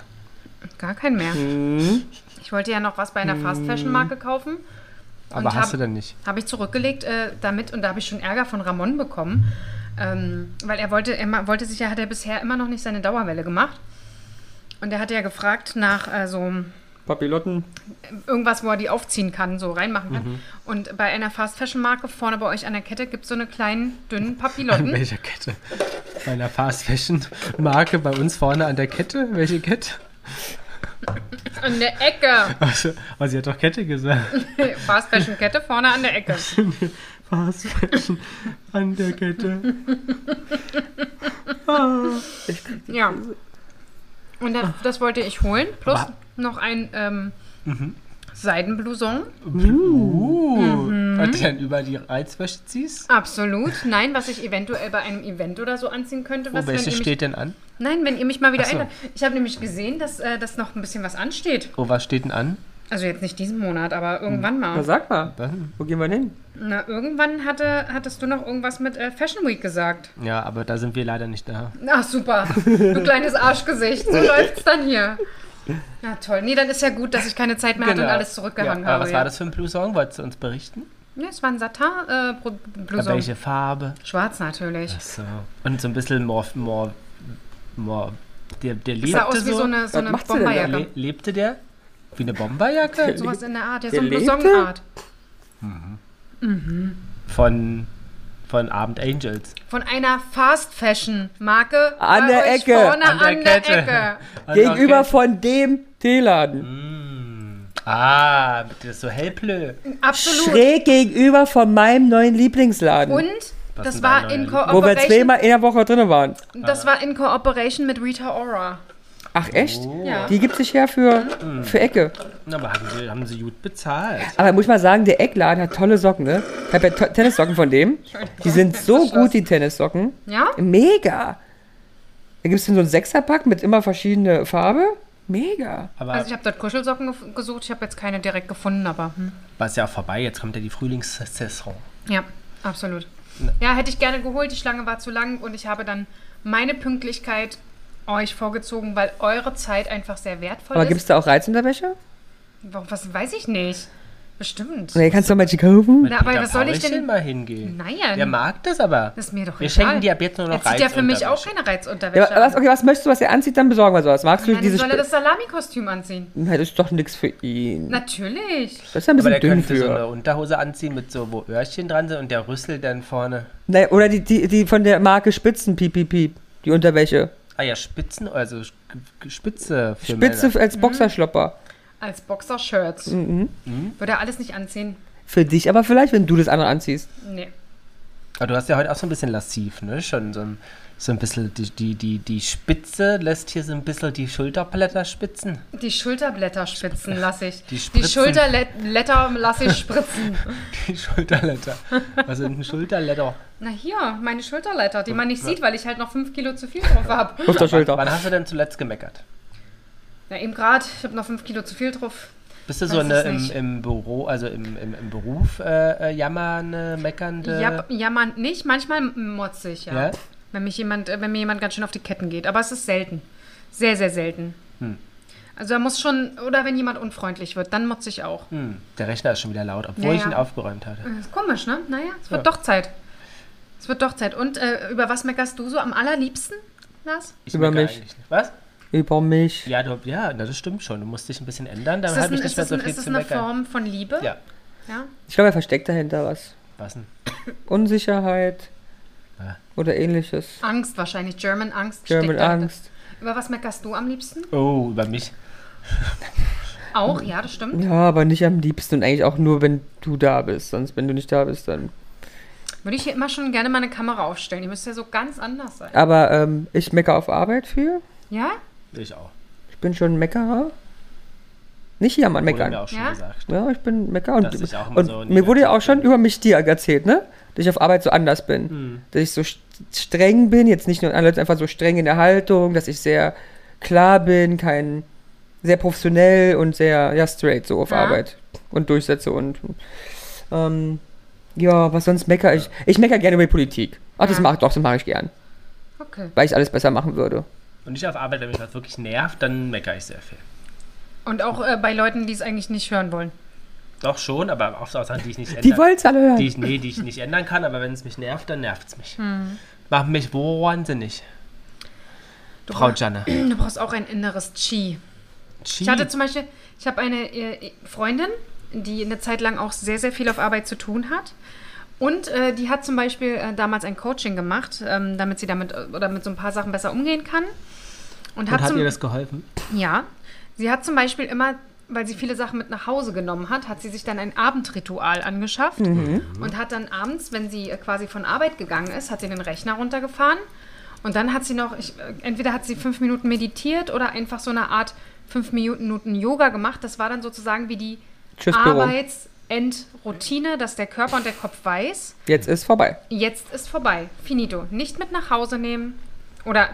Speaker 1: gar keinen mehr.
Speaker 3: Mhm.
Speaker 1: Ich wollte ja noch was bei einer Fast Fashion Marke kaufen.
Speaker 2: Aber
Speaker 1: Und
Speaker 2: hast
Speaker 1: hab-
Speaker 2: du denn nicht?
Speaker 1: Habe ich zurückgelegt äh, damit und da habe ich schon Ärger von Ramon bekommen. Ähm, weil er wollte, er ma- wollte sich ja, hat er bisher immer noch nicht seine Dauerwelle gemacht. Und er hatte ja gefragt nach äh, so
Speaker 3: Papillotten.
Speaker 1: irgendwas, wo er die aufziehen kann, so reinmachen kann. Und bei einer Fast Fashion Marke vorne bei euch an der Kette gibt es so eine kleinen, dünnen
Speaker 2: (laughs) An
Speaker 1: Papillotten.
Speaker 2: welcher Kette? Bei einer Fast Fashion Marke bei uns vorne an der Kette? Welche Kette?
Speaker 1: An der Ecke.
Speaker 2: Also, oh, sie hat doch
Speaker 1: (laughs)
Speaker 2: Kette gesagt.
Speaker 1: Fast Fashion Kette vorne an der Ecke.
Speaker 2: Fast Fashion an der Kette.
Speaker 1: Ja. Und das, das wollte ich holen. Plus
Speaker 2: Aber-
Speaker 1: noch ein ähm, Seidenblouson.
Speaker 2: Uh,
Speaker 1: Mhm.
Speaker 2: Und die dann über die Reizwäsche ziehst?
Speaker 1: Absolut. Nein, was ich eventuell bei einem Event oder so anziehen könnte. Was,
Speaker 2: Oh, welche
Speaker 1: wenn ihr mich,
Speaker 2: steht denn an?
Speaker 1: Nein, wenn ihr mich mal wieder
Speaker 2: Ach so.
Speaker 1: erinnert. Ich habe nämlich gesehen, dass äh, das noch ein bisschen was ansteht.
Speaker 2: Oh, was steht denn an?
Speaker 1: Also jetzt nicht diesen Monat, aber
Speaker 2: Hm.
Speaker 1: irgendwann mal.
Speaker 3: Na
Speaker 2: Also-
Speaker 3: sag mal,
Speaker 2: Dann-
Speaker 3: wo gehen wir denn hin?
Speaker 1: Na, irgendwann hatte, hattest du noch irgendwas mit äh, Fashion Week gesagt.
Speaker 2: Ja, aber da sind wir leider nicht da.
Speaker 1: Ach, super. Du
Speaker 2: (laughs)
Speaker 1: kleines Arschgesicht. So läuft's dann hier. Na toll. Nee, dann ist ja gut, dass ich keine Zeit mehr hatte und alles zurückgehangen
Speaker 2: Genau. ja, aber
Speaker 1: habe.
Speaker 2: was
Speaker 1: ja.
Speaker 2: war das für ein Blouson? Wolltest du uns berichten?
Speaker 1: Ja, es war ein Satin-Blouson.
Speaker 2: Welche Farbe?
Speaker 1: Schwarz natürlich.
Speaker 2: So. Und so ein bisschen more, more, more. Der, der lebte
Speaker 1: Sah aus wie so
Speaker 2: so
Speaker 1: eine, so
Speaker 3: Was
Speaker 1: eine
Speaker 3: macht sie denn da?
Speaker 1: Bomberjacke.
Speaker 2: Le lebte der wie eine Bomberjacke?
Speaker 1: Sowas in der Art, ja, so
Speaker 3: Der
Speaker 1: eine
Speaker 3: lebte?
Speaker 1: Blouson-Art.
Speaker 2: Von, von Abend Angels.
Speaker 1: Von einer Fast-Fashion-Marke.
Speaker 3: An
Speaker 1: bei
Speaker 3: der
Speaker 1: euch
Speaker 3: Ecke.
Speaker 1: Vorne
Speaker 2: An
Speaker 1: an der,
Speaker 2: der Kette.
Speaker 1: Ecke.
Speaker 3: Gegenüber von dem Teeladen.
Speaker 2: Ah, das ist so hellblö.
Speaker 1: Absolut.
Speaker 3: Schräg gegenüber von meinem neuen Lieblingsladen.
Speaker 1: Und
Speaker 2: Was
Speaker 1: das
Speaker 2: sind
Speaker 1: war,
Speaker 2: deine
Speaker 1: in
Speaker 2: Lieblings-
Speaker 3: wo wir
Speaker 1: Cooperation,
Speaker 3: zweimal in der Woche drin waren.
Speaker 1: das war in Cooperation mit Rita Ora.
Speaker 3: Ach echt?
Speaker 1: Ja.
Speaker 3: Die gibt sich her für, für Ecke.
Speaker 2: Na, aber haben sie, haben sie gut bezahlt.
Speaker 3: Aber muss ich mal sagen, der Eckladen hat tolle Socken, ne? Ich habe ja to- Tennissocken von dem. Die sind so gut, die Tennissocken.
Speaker 1: Ja?
Speaker 3: Mega. Da gibt es so einen Sechserpack mit immer verschiedene Farbe. Mega.
Speaker 2: Aber
Speaker 1: Also ich habe dort Kuschelsocken gef- gesucht. Ich habe jetzt keine direkt gefunden, aber hm.
Speaker 2: war es ja auch vorbei. Jetzt kommt ja die Frühlingssaison.
Speaker 1: ja, absolut.
Speaker 2: Ne.
Speaker 1: Ja, hätte ich gerne geholt. Die Schlange war zu lang und ich habe dann meine Pünktlichkeit euch vorgezogen, weil eure Zeit einfach sehr wertvoll
Speaker 3: Aber
Speaker 1: ist.
Speaker 3: gibt es da auch Reizunterwäsche?
Speaker 1: Warum, was weiß ich nicht. Bestimmt.
Speaker 3: Nee, kannst du mal die kaufen?
Speaker 1: Na, aber was soll ich denn-
Speaker 2: mal hingehen?
Speaker 1: Nein.
Speaker 2: Der mag das aber.
Speaker 1: Das ist mir doch
Speaker 2: Wir
Speaker 1: egal.
Speaker 2: schenken dir ab jetzt nur noch
Speaker 1: Er zieht ja für mich auch
Speaker 2: Reizunterwäsche.
Speaker 1: keine
Speaker 3: Ja,
Speaker 1: Reizunterwäsche
Speaker 3: aber was,
Speaker 1: an.
Speaker 3: okay, was möchtest du, was er anzieht, dann besorgen wir sowas. Magst du
Speaker 1: Nein, dann
Speaker 3: dieses.
Speaker 1: soll er
Speaker 3: Sp-
Speaker 1: das Salamikostüm anziehen.
Speaker 3: Na, Das ist doch nichts für ihn.
Speaker 1: Natürlich.
Speaker 3: Das ist ja ein
Speaker 2: Aber
Speaker 3: bisschen
Speaker 2: der
Speaker 3: dünn
Speaker 2: könnte
Speaker 3: für.
Speaker 2: so eine Unterhose anziehen mit so, wo Öhrchen dran sind und der Rüssel dann vorne.
Speaker 3: Nein, oder die, die, die von der Marke Spitzen, piep, piep, piep. Die Unterwäsche.
Speaker 2: Ah ja, Spitzen, also Sch- Spitze für
Speaker 3: Spitze
Speaker 2: Männer.
Speaker 1: Mhm.
Speaker 3: als Boxerschlopper.
Speaker 1: Als Boxershirts.
Speaker 3: Mhm.
Speaker 1: Würde er alles nicht anziehen.
Speaker 3: Für dich aber vielleicht, wenn du das andere anziehst.
Speaker 1: Nee.
Speaker 2: Aber du hast ja heute auch so ein bisschen lassiv, ne? Schon so ein, so ein bisschen, die, die, die, die Spitze lässt hier so ein bisschen die Schulterblätter spitzen. (laughs)
Speaker 1: Die Schulterblätter spitzen lasse ich.
Speaker 2: Die
Speaker 1: Die,
Speaker 2: spritzen.
Speaker 1: Schulterblätter lasse ich spritzen. (laughs)
Speaker 2: Die Schulterblätter. Was sind denn Schulterblätter?
Speaker 1: Na hier, meine Schulterleiter, die man nicht sieht, weil ich halt noch 5 Kilo zu viel drauf habe.
Speaker 3: Auf der Schulter.
Speaker 2: Wann hast du denn zuletzt gemeckert?
Speaker 1: Na eben gerade, ich habe noch 5 Kilo zu viel drauf.
Speaker 2: Bist du so
Speaker 1: Weiß
Speaker 2: eine
Speaker 1: es
Speaker 2: im,
Speaker 1: nicht.
Speaker 2: im Büro, also im, im, im Beruf äh, äh, jammernde, meckernde?
Speaker 1: Ja, jammern nicht, manchmal motzig, ich, ja.
Speaker 2: Äh. Ja? Hm.
Speaker 1: Wenn, mich jemand, äh, wenn mir jemand ganz schön auf die Ketten geht. Aber es ist selten. Sehr, sehr selten. Also da muss schon, oder wenn jemand unfreundlich wird, dann motze ich auch.
Speaker 2: Hm, der Rechner ist schon wieder laut, obwohl
Speaker 1: Ja,
Speaker 2: ich ihn
Speaker 1: ja.
Speaker 2: aufgeräumt hatte.
Speaker 1: Das ist komisch, ne? Naja, es wird doch Zeit. Es wird doch Zeit. Und äh, über was meckerst du so am allerliebsten, Lars?
Speaker 2: Ich
Speaker 3: Über
Speaker 2: merke
Speaker 3: mich.
Speaker 2: eigentlich nicht. Was?
Speaker 3: Über mich.
Speaker 2: Ja, du, ja, na, das stimmt schon. Du musst dich ein bisschen ändern,
Speaker 1: Ist
Speaker 2: dann
Speaker 1: das,
Speaker 2: habe
Speaker 1: ein,
Speaker 2: ich nicht
Speaker 1: ist
Speaker 2: mehr
Speaker 1: das,
Speaker 2: so
Speaker 1: ein,
Speaker 2: viel
Speaker 1: ist das
Speaker 2: zu
Speaker 1: eine
Speaker 2: meckern.
Speaker 1: Form von Liebe?
Speaker 2: Ja,
Speaker 1: ja?
Speaker 3: Ich glaube, er versteckt dahinter was.
Speaker 2: was denn?
Speaker 3: Unsicherheit
Speaker 2: Ja.
Speaker 3: oder ähnliches.
Speaker 1: Angst wahrscheinlich, German Angst.
Speaker 3: German
Speaker 1: steckt dahinter.
Speaker 3: Angst.
Speaker 1: Über was meckerst du am liebsten?
Speaker 2: Oh, über mich.
Speaker 1: Auch, ja, das stimmt.
Speaker 3: Ja, aber nicht am liebsten und eigentlich auch nur, wenn du da bist. Sonst, wenn du nicht da bist, dann.
Speaker 1: Würde ich hier immer schon gerne meine Kamera aufstellen. Die müsste ja so ganz anders sein.
Speaker 3: Aber ähm, ich mecker auf Arbeit viel.
Speaker 1: Ja?
Speaker 2: Ich auch.
Speaker 3: Ich bin schon ein Meckerer. Nicht hier am
Speaker 2: Wurde mir
Speaker 3: Meckern.
Speaker 2: auch schon
Speaker 1: Ja?
Speaker 2: gesagt.
Speaker 3: Ja, ich bin Mecker und,
Speaker 2: Dass ich auch immer
Speaker 3: und
Speaker 2: so
Speaker 3: mir wurde ja auch
Speaker 2: negativ
Speaker 3: schon
Speaker 2: bin.
Speaker 3: über mich dir erzählt, ne? Dass ich auf Arbeit so anders bin. Dass ich so st- streng bin, jetzt nicht nur in Anlauf, einfach so streng in der Haltung, dass ich sehr klar bin, kein sehr professionell und sehr ja, straight so auf
Speaker 1: Ja.
Speaker 3: Arbeit und durchsetze und ähm, ja, was sonst mecker ich? Ich mecker gerne über die Politik. Ach, das
Speaker 1: Ja.
Speaker 3: mache ich doch, das mache ich gern,
Speaker 1: Okay.
Speaker 3: weil ich alles besser machen würde.
Speaker 2: Und ich auf Arbeit, wenn mich was wirklich nervt, dann meckere ich sehr viel.
Speaker 1: Und auch äh, bei Leuten, die es eigentlich nicht hören wollen.
Speaker 2: Doch schon, aber oft auch Sachen, die ich nicht
Speaker 3: Die
Speaker 2: ändern
Speaker 3: wollen's alle hören.
Speaker 2: die ich, Nee, die ich nicht ändern kann, aber wenn es mich nervt, dann nervt es mich.
Speaker 1: Hm.
Speaker 2: Macht mich wahnsinnig. Frau Janne.
Speaker 1: Du brauchst auch ein inneres Chi. Ich hatte zum Beispiel, ich habe eine äh, Freundin, die eine Zeit lang auch sehr, sehr viel auf Arbeit zu tun hat. Und äh, die hat zum Beispiel äh, damals ein Coaching gemacht, ähm, damit sie damit äh, oder mit so ein paar Sachen besser umgehen kann. Und
Speaker 2: Und
Speaker 1: hat,
Speaker 2: hat
Speaker 1: zum,
Speaker 2: ihr das geholfen?
Speaker 1: ja, sie hat zum Beispiel immer, weil sie viele Sachen mit nach Hause genommen hat, hat sie sich dann ein Abendritual angeschafft und hat dann abends, wenn sie äh, quasi von Arbeit gegangen ist, hat sie den Rechner runtergefahren und dann hat sie noch, ich, äh, entweder hat sie fünf Minuten meditiert oder einfach so eine Art fünf Minuten Yoga gemacht. Das war dann sozusagen wie die
Speaker 3: Tschüss, Büro.
Speaker 1: Arbeitsendroutine, dass der Körper und der Kopf weiß,
Speaker 3: Jetzt ist vorbei.
Speaker 1: jetzt ist vorbei, finito. Nicht mit nach Hause nehmen oder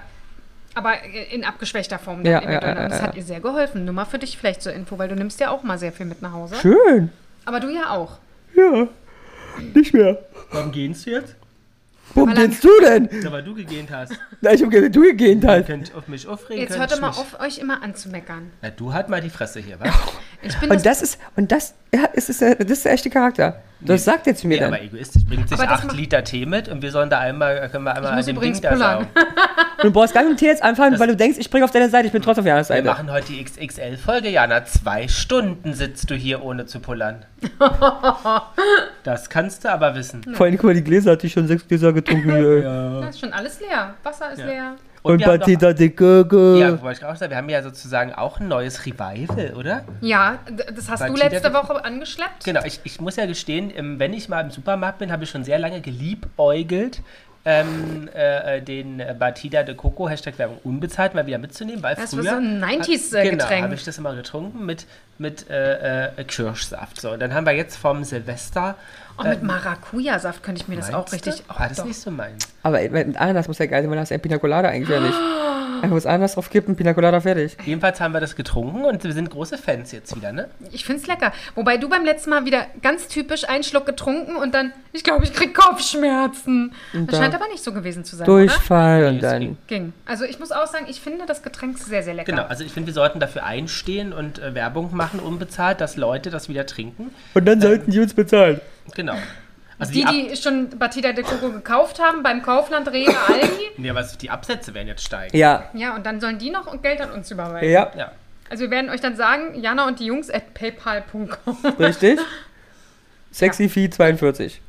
Speaker 1: aber in abgeschwächter Form. dann
Speaker 3: Ja,
Speaker 1: eventuell.
Speaker 3: ja, ja,
Speaker 1: Und das
Speaker 3: ja,
Speaker 1: hat ihr sehr geholfen. Nur mal für dich vielleicht zur Info, weil du nimmst ja auch mal sehr viel mit nach Hause.
Speaker 3: Schön.
Speaker 1: Aber du ja auch.
Speaker 3: Ja. Nicht mehr.
Speaker 2: Warum gehst du jetzt? Äh.
Speaker 3: Wo
Speaker 1: Aber dann-
Speaker 3: gehst du denn?
Speaker 2: Ja, weil du gegähnt hast.
Speaker 3: Na, ich hab gesagt, du gegähnt
Speaker 2: Ihr
Speaker 3: hast.
Speaker 2: könnt auf mich aufregen.
Speaker 1: Jetzt
Speaker 2: könnt
Speaker 1: hört doch mal
Speaker 2: mich-
Speaker 1: auf, euch immer anzumeckern.
Speaker 2: Na, du halt mal die Fresse hier, was?
Speaker 1: Ich bin
Speaker 3: Und das ist, und das, ja, es ist, der- das ist der echte Charakter. Das sagt er zu mir
Speaker 2: Mhm. Ja, aber
Speaker 3: dann.
Speaker 2: egoistisch bringt sich
Speaker 1: Aber das
Speaker 2: 8
Speaker 1: macht-
Speaker 2: Liter Tee mit und wir sollen da einmal, äh, können wir einmal
Speaker 1: Ich muss
Speaker 2: an dem
Speaker 1: übrigens
Speaker 2: Ding da
Speaker 1: pullern.
Speaker 2: saugen.
Speaker 3: Du brauchst gar nicht mit Tee jetzt anfangen, weil du denkst, ich springe auf deine Seite, ich bin trotzdem auf deiner
Speaker 2: Wir
Speaker 3: Seite.
Speaker 2: machen heute die XXL-Folge, Jana. Zwei Stunden sitzt du hier, ohne
Speaker 1: (laughs)
Speaker 2: zu pullern. das kannst du aber wissen.
Speaker 3: Vor allem, guck mal, die Gläser hatte ich schon sechs
Speaker 2: (laughs)
Speaker 3: Gläser getrunken. ey.
Speaker 1: das ist schon alles leer. Wasser ist leer.
Speaker 3: Und
Speaker 2: wir haben noch-
Speaker 3: Batita de
Speaker 2: Ja,
Speaker 3: Gurke.
Speaker 2: wollte ich gerade auch sagen, wir haben ja sozusagen auch ein neues Revival, oder?
Speaker 1: Ja, d- das hast du
Speaker 2: Batida-
Speaker 1: letzte Woche angeschleppt.
Speaker 2: Genau, ich, ich muss ja gestehen, ähm, wenn ich mal im Supermarkt bin, habe ich schon sehr lange geliebäugelt, ähm, äh, äh, den äh, Batida de Coco, Hashtag Werbung unbezahlt, mal wieder mitzunehmen, weil
Speaker 1: Das war
Speaker 2: früher...
Speaker 1: so ein äh, 90s-Getränk.
Speaker 2: Genau, habe ich das immer getrunken mit, mit äh, äh, Kirschsaft. So, und dann haben wir jetzt vom Silvester... äh,
Speaker 1: Oh, mit Maracuja-Saft könnte ich mir das auch richtig.
Speaker 2: Oh,
Speaker 1: Oh,
Speaker 2: ah, das ist
Speaker 1: doch.
Speaker 2: nicht so meins.
Speaker 3: Aber mit Ananas muss ja geil sein, weil da hast du ja Pina Colada eigentlich ja nicht.
Speaker 2: (gasps)
Speaker 3: Einfach muss Ananas drauf kippen, Pina Colada fertig.
Speaker 2: Jedenfalls haben wir das getrunken und wir sind große Fans jetzt wieder, ne?
Speaker 1: Ich finde es lecker. Wobei du beim letzten Mal wieder ganz typisch einen Schluck getrunken und dann, ich glaube, ich krieg Kopfschmerzen. Das
Speaker 3: da-
Speaker 1: scheint aber nicht so gewesen zu sein, oder?
Speaker 3: Durchfall und
Speaker 2: Nee, es
Speaker 3: dann.
Speaker 2: ging.
Speaker 1: Ging. Also ich muss auch sagen, ich finde das Getränk sehr, sehr lecker.
Speaker 2: Genau, also ich finde, wir sollten dafür einstehen und äh, Werbung machen, unbezahlt, dass Leute das wieder trinken.
Speaker 3: Und dann sollten die uns bezahlen.
Speaker 2: Genau. Also die,
Speaker 1: Die,
Speaker 2: Ab
Speaker 1: die schon Batida de Coco gekauft haben beim Kaufland,
Speaker 2: (laughs)
Speaker 1: Rewe, Aldi.
Speaker 2: nee, aber es- die Absätze werden jetzt steigen.
Speaker 3: Ja.
Speaker 1: Ja, und dann sollen die noch Geld an uns überweisen.
Speaker 3: Ja,
Speaker 2: Ja.
Speaker 1: Also wir werden euch dann sagen, Jana und die Jungs at (laughs) paypal.com.
Speaker 2: (laughs)
Speaker 3: richtig. Sexy Vieh 42.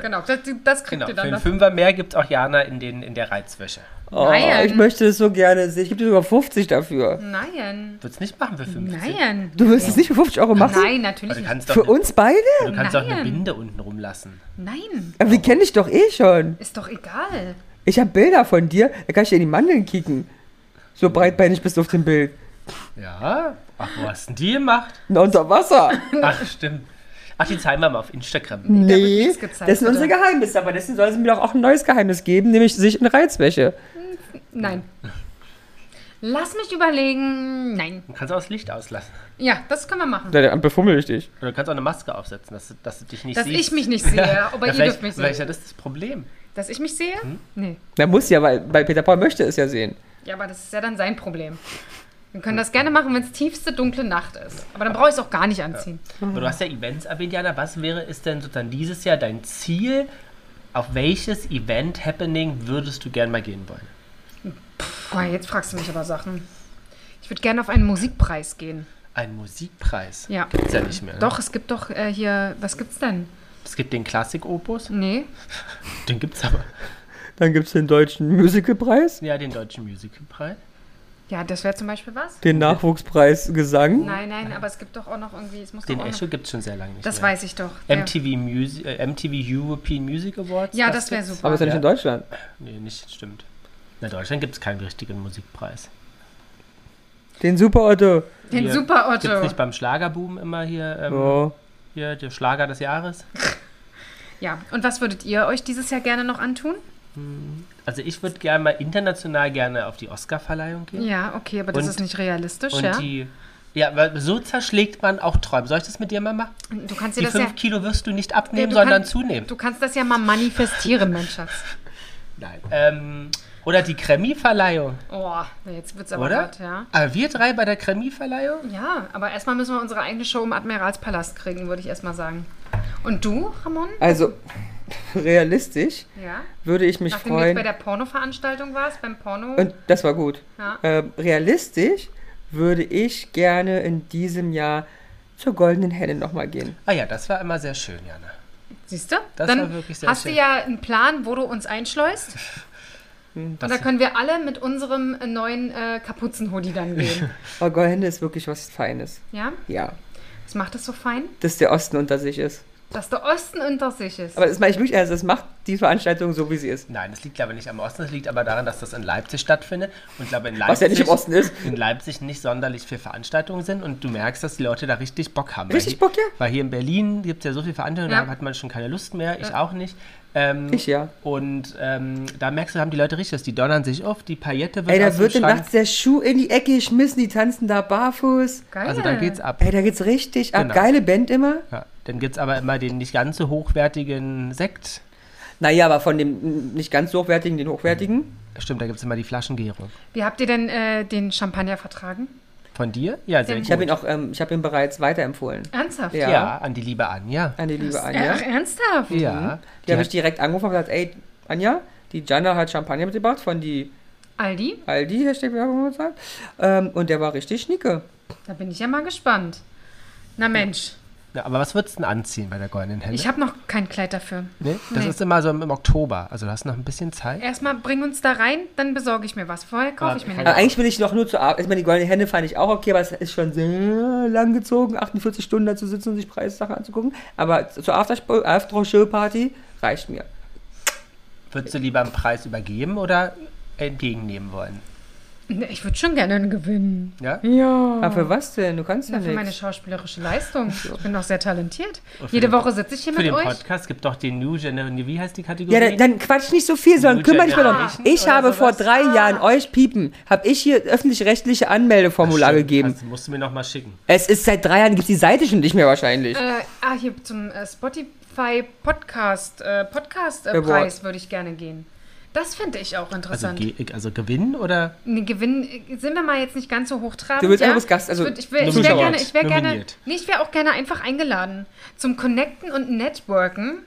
Speaker 1: genau, das, das kriegt
Speaker 2: Genau.
Speaker 1: ihr
Speaker 2: Für
Speaker 1: dann.
Speaker 2: einen
Speaker 1: Das.
Speaker 2: Fünfer mehr gibt auch Jana in, den, in der Reizwäsche.
Speaker 3: Oh,
Speaker 1: Nein.
Speaker 3: ich möchte das so gerne sehen. Ich gebe dir sogar 50 dafür.
Speaker 1: Nein,
Speaker 2: Würdest nicht machen für 50.
Speaker 1: nein.
Speaker 3: Du wirst es nicht für 50 Euro machen?
Speaker 1: Nein,
Speaker 2: Aber du Also
Speaker 1: natürlich nicht.
Speaker 2: kannst doch,
Speaker 3: Für
Speaker 2: eine,
Speaker 3: uns beide?
Speaker 2: du kannst doch eine
Speaker 1: Nein.
Speaker 2: Binde unten rumlassen.
Speaker 1: Nein,
Speaker 3: Aber wir kennen dich doch eh schon.
Speaker 1: ist doch egal.
Speaker 3: Ich habe Bilder von dir, da kann ich dir in die Mandeln kicken. So breitbeinig bist du auf dem Bild.
Speaker 2: Ja. Ach, wo hast denn die gemacht?
Speaker 3: Na,
Speaker 1: (laughs)
Speaker 3: unter Wasser.
Speaker 2: Ach, stimmt. Ach, die zeigen wir mal auf Instagram.
Speaker 1: wird
Speaker 3: Nee,
Speaker 1: nichts gezeigt,
Speaker 3: das sind unsere Geheimnisse, aber dessen soll es mir doch auch ein neues Geheimnis geben, nämlich sich in Reizwäsche.
Speaker 1: Nein.
Speaker 2: (laughs)
Speaker 1: Lass mich überlegen. Nein.
Speaker 2: Du kannst auch das Licht auslassen.
Speaker 1: Ja, das können wir machen.
Speaker 3: Da befummel ich dich.
Speaker 2: Oder du kannst auch eine Maske aufsetzen, dass, du- dass du dich nicht
Speaker 1: Dass
Speaker 2: siehst.
Speaker 1: ich mich nicht sehe, aber
Speaker 2: Ja,
Speaker 1: ihr dürft
Speaker 2: vielleicht,
Speaker 1: mich
Speaker 2: vielleicht
Speaker 1: sehen.
Speaker 2: ist das das Problem.
Speaker 1: Dass ich mich
Speaker 2: Hm?
Speaker 1: sehe? Nee.
Speaker 3: Da muss ja, weil, weil Peter Paul möchte es ja sehen.
Speaker 1: Ja, aber das ist ja dann sein Problem. Wir können das gerne machen, wenn es tiefste dunkle Nacht ist. Aber dann brauche ich es auch gar nicht anziehen.
Speaker 2: Aber du hast ja Events erwähnt, Jana. Was wäre ist denn sozusagen dieses Jahr dein Ziel? Auf welches Event Happening würdest du gern mal gehen wollen?
Speaker 1: Boah, jetzt fragst du mich aber Sachen. Ich würde gerne auf einen Musikpreis gehen.
Speaker 2: Ein Musikpreis?
Speaker 1: Ja.
Speaker 2: Gibt's ja nicht mehr. Ne?
Speaker 1: Doch, es gibt doch äh, hier, was gibt's denn?
Speaker 2: Es gibt den Klassikopus.
Speaker 1: Nee,
Speaker 2: Den gibt's aber.
Speaker 3: Dann gibt es den deutschen Musicalpreis,
Speaker 2: Ja, den Deutschen Musicalpreis.
Speaker 1: ja, das wäre zum Beispiel was.
Speaker 3: den Nachwuchspreis Gesang.
Speaker 1: Nein, nein, aber es gibt doch auch noch irgendwie, es muss
Speaker 2: Den
Speaker 1: doch auch
Speaker 2: Echo
Speaker 1: noch,
Speaker 2: gibt's schon sehr lange nicht
Speaker 1: Das
Speaker 2: mehr.
Speaker 1: weiß ich doch.
Speaker 2: MTV, Musi äh, MTV European Music Awards.
Speaker 1: Ja, das wäre
Speaker 2: gibt's?
Speaker 1: super.
Speaker 3: Aber ist ja nicht
Speaker 2: Ja.
Speaker 3: in Deutschland.
Speaker 2: Nee, nicht, stimmt. In Deutschland gibt es keinen richtigen Musikpreis.
Speaker 3: Den Super Otto.
Speaker 1: ja. Den
Speaker 2: Hier
Speaker 1: Super
Speaker 2: Gibt es nicht
Speaker 1: Otto.
Speaker 2: beim Schlagerboom immer hier, ähm,
Speaker 3: Oh.
Speaker 2: hier der Schlager des Jahres?
Speaker 1: Ja, und was würdet ihr euch dieses Jahr gerne noch antun?
Speaker 2: Also ich würde gerne mal international gerne auf die Oscar-Verleihung gehen.
Speaker 1: Ja, okay, aber das
Speaker 2: Und-
Speaker 1: ist nicht realistisch,
Speaker 2: Und
Speaker 1: ja?
Speaker 2: die. Ja, weil so zerschlägt man auch Träume. Soll ich das mit dir mal machen?
Speaker 1: Du kannst dir
Speaker 2: Die
Speaker 1: das
Speaker 2: 5
Speaker 1: ja,
Speaker 2: Kilo wirst du nicht
Speaker 1: Ja,
Speaker 2: abnehmen,
Speaker 1: du
Speaker 2: sondern
Speaker 1: kannst-
Speaker 2: zunehmen.
Speaker 1: du kannst das ja mal manifestieren, mein Schatz.
Speaker 2: Nein. Ähm, oder die Kremi-Verleihung,
Speaker 1: Oh, na, jetzt wird's aber
Speaker 2: oder?
Speaker 1: hart, ja.
Speaker 3: Ah,
Speaker 2: Aber wir drei bei der Kremi-Verleihung?
Speaker 1: Ja, aber erstmal müssen wir unsere eigene Show im Admiralspalast kriegen, würde ich erstmal sagen. Und du, Ramon?
Speaker 3: Also, (laughs) realistisch
Speaker 1: Ja.
Speaker 3: würde ich mich
Speaker 1: Nachdem du jetzt bei
Speaker 3: freuen.
Speaker 1: der Porno-Veranstaltung warst, beim Porno.
Speaker 3: Und das war gut.
Speaker 1: Ja.
Speaker 3: Ähm, realistisch würde ich gerne in diesem Jahr zur Goldenen Henne nochmal gehen.
Speaker 2: Ah ja, das war immer sehr schön, Jana.
Speaker 1: Siehst du?
Speaker 2: Das
Speaker 1: Dann
Speaker 2: war wirklich sehr
Speaker 1: hast
Speaker 2: schön.
Speaker 1: du ja einen Plan, wo du uns einschleust.
Speaker 2: Hm,
Speaker 1: Und da können wir alle mit unserem neuen äh, Kapuzenhoodie dann
Speaker 2: (laughs)
Speaker 1: gehen.
Speaker 3: Aber Goldene Henne ist wirklich was Feines.
Speaker 1: ja?
Speaker 3: Ja.
Speaker 1: Was macht das so fein?
Speaker 3: Dass der Osten unter sich ist.
Speaker 1: Dass der Osten unter sich ist.
Speaker 3: Aber das meine ich wirklich ernst. Das macht die Veranstaltung so, wie sie ist.
Speaker 2: Nein, das liegt aber nicht am Osten, das liegt aber daran, dass das in Leipzig stattfindet. Und ich glaube, in Leipzig,
Speaker 3: Was ja nicht im Osten ist.
Speaker 2: in Leipzig nicht sonderlich viele Veranstaltungen sind und du merkst, dass die Leute da richtig Bock haben.
Speaker 3: Richtig
Speaker 2: weil
Speaker 3: Bock, ja.
Speaker 2: hier, Weil hier in Berlin gibt es ja so viele Veranstaltungen,
Speaker 1: Ja.
Speaker 2: da hat man schon keine Lust mehr, ich auch nicht. Ähm,
Speaker 3: Ich ja.
Speaker 2: Und ähm, da merkst du, haben die Leute richtig, dass die donnern sich auf, die Paillette wird
Speaker 3: Ey,
Speaker 2: aus
Speaker 3: da
Speaker 2: dem
Speaker 3: wird
Speaker 2: Schrank-
Speaker 3: nachts der Schuh in die Ecke geschmissen, die tanzen da barfuß.
Speaker 1: Geil.
Speaker 2: Also da geht's ab.
Speaker 3: Ey, da geht's richtig ab.
Speaker 2: Genau.
Speaker 3: Geile Band immer.
Speaker 2: Ja, dann gibt es aber immer den nicht ganz so hochwertigen Sekt.
Speaker 3: Naja, aber von dem nicht ganz so hochwertigen, den hochwertigen.
Speaker 2: Stimmt, da gibt es immer die Flaschengärung.
Speaker 1: Wie habt ihr denn äh, den Champagner vertragen?
Speaker 2: Von dir? Ja, sehr
Speaker 3: Ich
Speaker 2: gut.
Speaker 3: habe ihn auch, ähm, ich habe ihn bereits weiterempfohlen.
Speaker 1: Ernsthaft?
Speaker 3: Ja.
Speaker 2: ja. an die liebe Anja.
Speaker 3: An die liebe
Speaker 1: Ach,
Speaker 3: Anja.
Speaker 1: ernsthaft?
Speaker 2: Ja.
Speaker 3: Die habe
Speaker 2: hat-
Speaker 3: ich direkt angerufen und gesagt, ey, Anja, die Jana hat Champagner mitgebracht von die
Speaker 1: Aldi,
Speaker 3: Aldi, Hashtag Werbung und sagt. Ähm, und der war richtig schnicke.
Speaker 1: da bin ich ja mal gespannt. Na Mensch,
Speaker 2: Ja, aber was würdest du denn anziehen bei der goldenen Henne?
Speaker 1: ich habe noch kein Kleid dafür.
Speaker 2: nee? Das
Speaker 1: nee.
Speaker 2: ist immer so im, im Oktober. Also du hast noch ein bisschen Zeit.
Speaker 1: Erstmal bring uns da rein, dann besorge ich mir was. Vorher kaufe
Speaker 2: Ah,
Speaker 1: ich mir
Speaker 2: kann
Speaker 1: nichts.
Speaker 3: Aber Äh, eigentlich will ich noch nur zur Arbeit. Ich meine, die goldene Hände fand ich auch okay, aber es ist schon sehr lang gezogen, 48 Stunden da zu sitzen und sich Preissachen anzugucken. Aber zur After- After-Show-Party reicht mir.
Speaker 2: Würdest du lieber einen Preis übergeben oder entgegennehmen wollen?
Speaker 1: Nee, Ne, Ich würde schon gerne einen gewinnen.
Speaker 2: Ja?
Speaker 1: Ja.
Speaker 3: Aber für was denn? Du kannst ja
Speaker 1: Na, für meine
Speaker 3: nichts.
Speaker 1: schauspielerische Leistung. Ich bin doch sehr talentiert.
Speaker 2: Oh, für
Speaker 1: Jede
Speaker 2: den-
Speaker 1: Woche sitze ich hier
Speaker 2: Für
Speaker 1: mit
Speaker 2: den
Speaker 1: euch.
Speaker 2: Podcast gibt doch den New Generation. Wie heißt die Kategorie?
Speaker 3: Ja, dann, dann quatsch nicht so viel, sondern
Speaker 2: New
Speaker 3: kümmere dich mal
Speaker 2: Generation
Speaker 3: darum. Ich
Speaker 2: oder
Speaker 3: habe vor
Speaker 2: sowas?
Speaker 3: drei Jahren euch piepen, habe ich hier öffentlich-rechtliche Anmeldeformular
Speaker 2: Stimmt,
Speaker 3: gegeben.
Speaker 2: Das musst du mir nochmal schicken.
Speaker 3: Es ist seit drei Jahren, gibt die Seite schon nicht mehr wahrscheinlich.
Speaker 1: Äh, ah, hier zum äh, Spotify Podcast äh, Podcast äh,
Speaker 3: Award.
Speaker 1: Preis würde ich gerne gehen. Das finde ich auch
Speaker 2: Also,
Speaker 1: interessant.
Speaker 2: ge- also gewinnen oder?
Speaker 1: Nee, Gewinn äh, sind wir mal jetzt nicht ganz so hochtrabend.
Speaker 3: Du willst
Speaker 1: ja?
Speaker 3: einfach als Gast, also
Speaker 1: ich, würd- ich, wär- ich wäre
Speaker 2: nominiert.
Speaker 1: gerne, ich wäre gerne,
Speaker 2: Nominiert.
Speaker 1: nee, ich wäre auch gerne einfach eingeladen zum Connecten und Networken,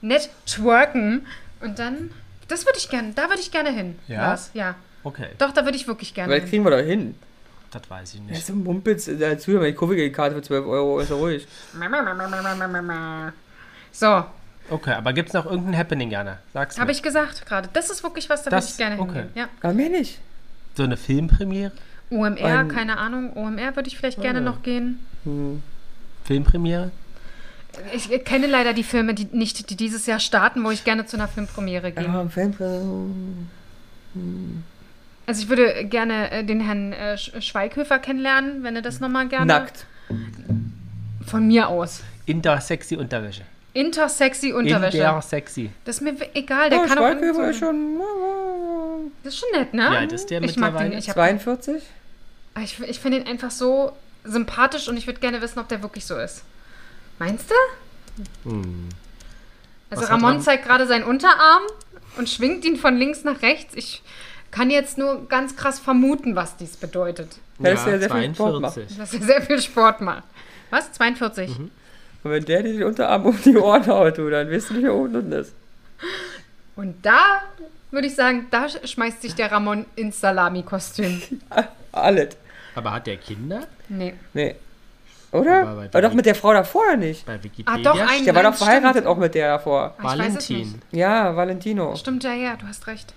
Speaker 1: Networken und dann, das würde ich gerne, da würde ich gerne hin.
Speaker 2: Ja?
Speaker 1: Lars, ja.
Speaker 2: Okay,
Speaker 1: Doch, da würde ich wirklich gerne
Speaker 3: Aber
Speaker 1: hin.
Speaker 3: das kriegen wir doch hin.
Speaker 2: das weiß ich
Speaker 3: Das
Speaker 2: nicht.
Speaker 3: ist so ein Mumpitz äh, dazu, meine Covid-Karte für 12 Euro, ist ja ruhig.
Speaker 1: So,
Speaker 2: Okay, aber gibt es noch irgendein Happening, Jana? Sag's mir.
Speaker 1: habe ich gesagt gerade. Das ist wirklich was, da würde
Speaker 2: Das-
Speaker 1: ich gerne
Speaker 2: okay.
Speaker 1: hingehen. Ja.
Speaker 3: Aber mehr nicht.
Speaker 2: So eine Filmpremiere?
Speaker 1: OMR,
Speaker 3: Ähm,
Speaker 1: keine Ahnung, OMR würde ich vielleicht gerne noch gehen.
Speaker 2: Filmpremiere?
Speaker 1: Ich kenne leider die Filme die nicht, die dieses Jahr starten, wo ich gerne zu einer Filmpremiere gehe.
Speaker 3: Ja, Fanpre-
Speaker 1: Also ich würde gerne äh, den Herrn äh, Sch- Schweighöfer kennenlernen, wenn er das nochmal gerne...
Speaker 3: Nackt.
Speaker 1: Von mir aus.
Speaker 2: Intersexy Unterwäsche.
Speaker 1: Intersexy Unterwäsche.
Speaker 2: Intersexy.
Speaker 1: das ist mir w- egal, der
Speaker 3: Ja,
Speaker 1: kann auch... irgend
Speaker 3: Schweighöfer ist
Speaker 1: so-
Speaker 3: schon
Speaker 1: Das ist schon nett, ne?
Speaker 2: Wie alt ist der
Speaker 1: ich mag den,
Speaker 2: mittlerweile?
Speaker 1: ich, hab, Ah,
Speaker 3: 42?
Speaker 1: ich, ich finde ihn einfach so sympathisch und ich würde gerne wissen, ob der wirklich so ist. Meinst du? Also
Speaker 2: Was hat
Speaker 1: Ramon
Speaker 2: Ram-
Speaker 1: zeigt gerade seinen Unterarm und schwingt ihn von links nach rechts. Ich kann jetzt nur ganz krass vermuten, was dies bedeutet.
Speaker 3: Das ist ja sehr viel Sport macht.
Speaker 1: Dass er sehr viel Sport macht. Was? 42?
Speaker 3: Und wenn der dir den Unterarm um die Ohren haut, du, dann wirst du nicht mehr oben unten ist.
Speaker 1: Und da würde ich sagen, da sch- schmeißt sich der Ramon ins Salami-Kostüm.
Speaker 3: Alles.
Speaker 2: Aber hat der Kinder?
Speaker 1: Nee.
Speaker 3: Nee. Oder?
Speaker 2: Aber
Speaker 3: Aber,
Speaker 2: bei
Speaker 3: doch mit der Frau davor oder nicht?
Speaker 2: Bei
Speaker 1: Ah,
Speaker 2: Wikipedia?
Speaker 1: doch, ein
Speaker 3: Der war
Speaker 1: Nein,
Speaker 3: doch verheiratet
Speaker 1: stimmt.
Speaker 3: auch mit der davor.
Speaker 1: Ah, ich weiß es nicht.
Speaker 2: Valentin.
Speaker 3: Ja, Valentino.
Speaker 1: Stimmt, ja, ja, du hast recht.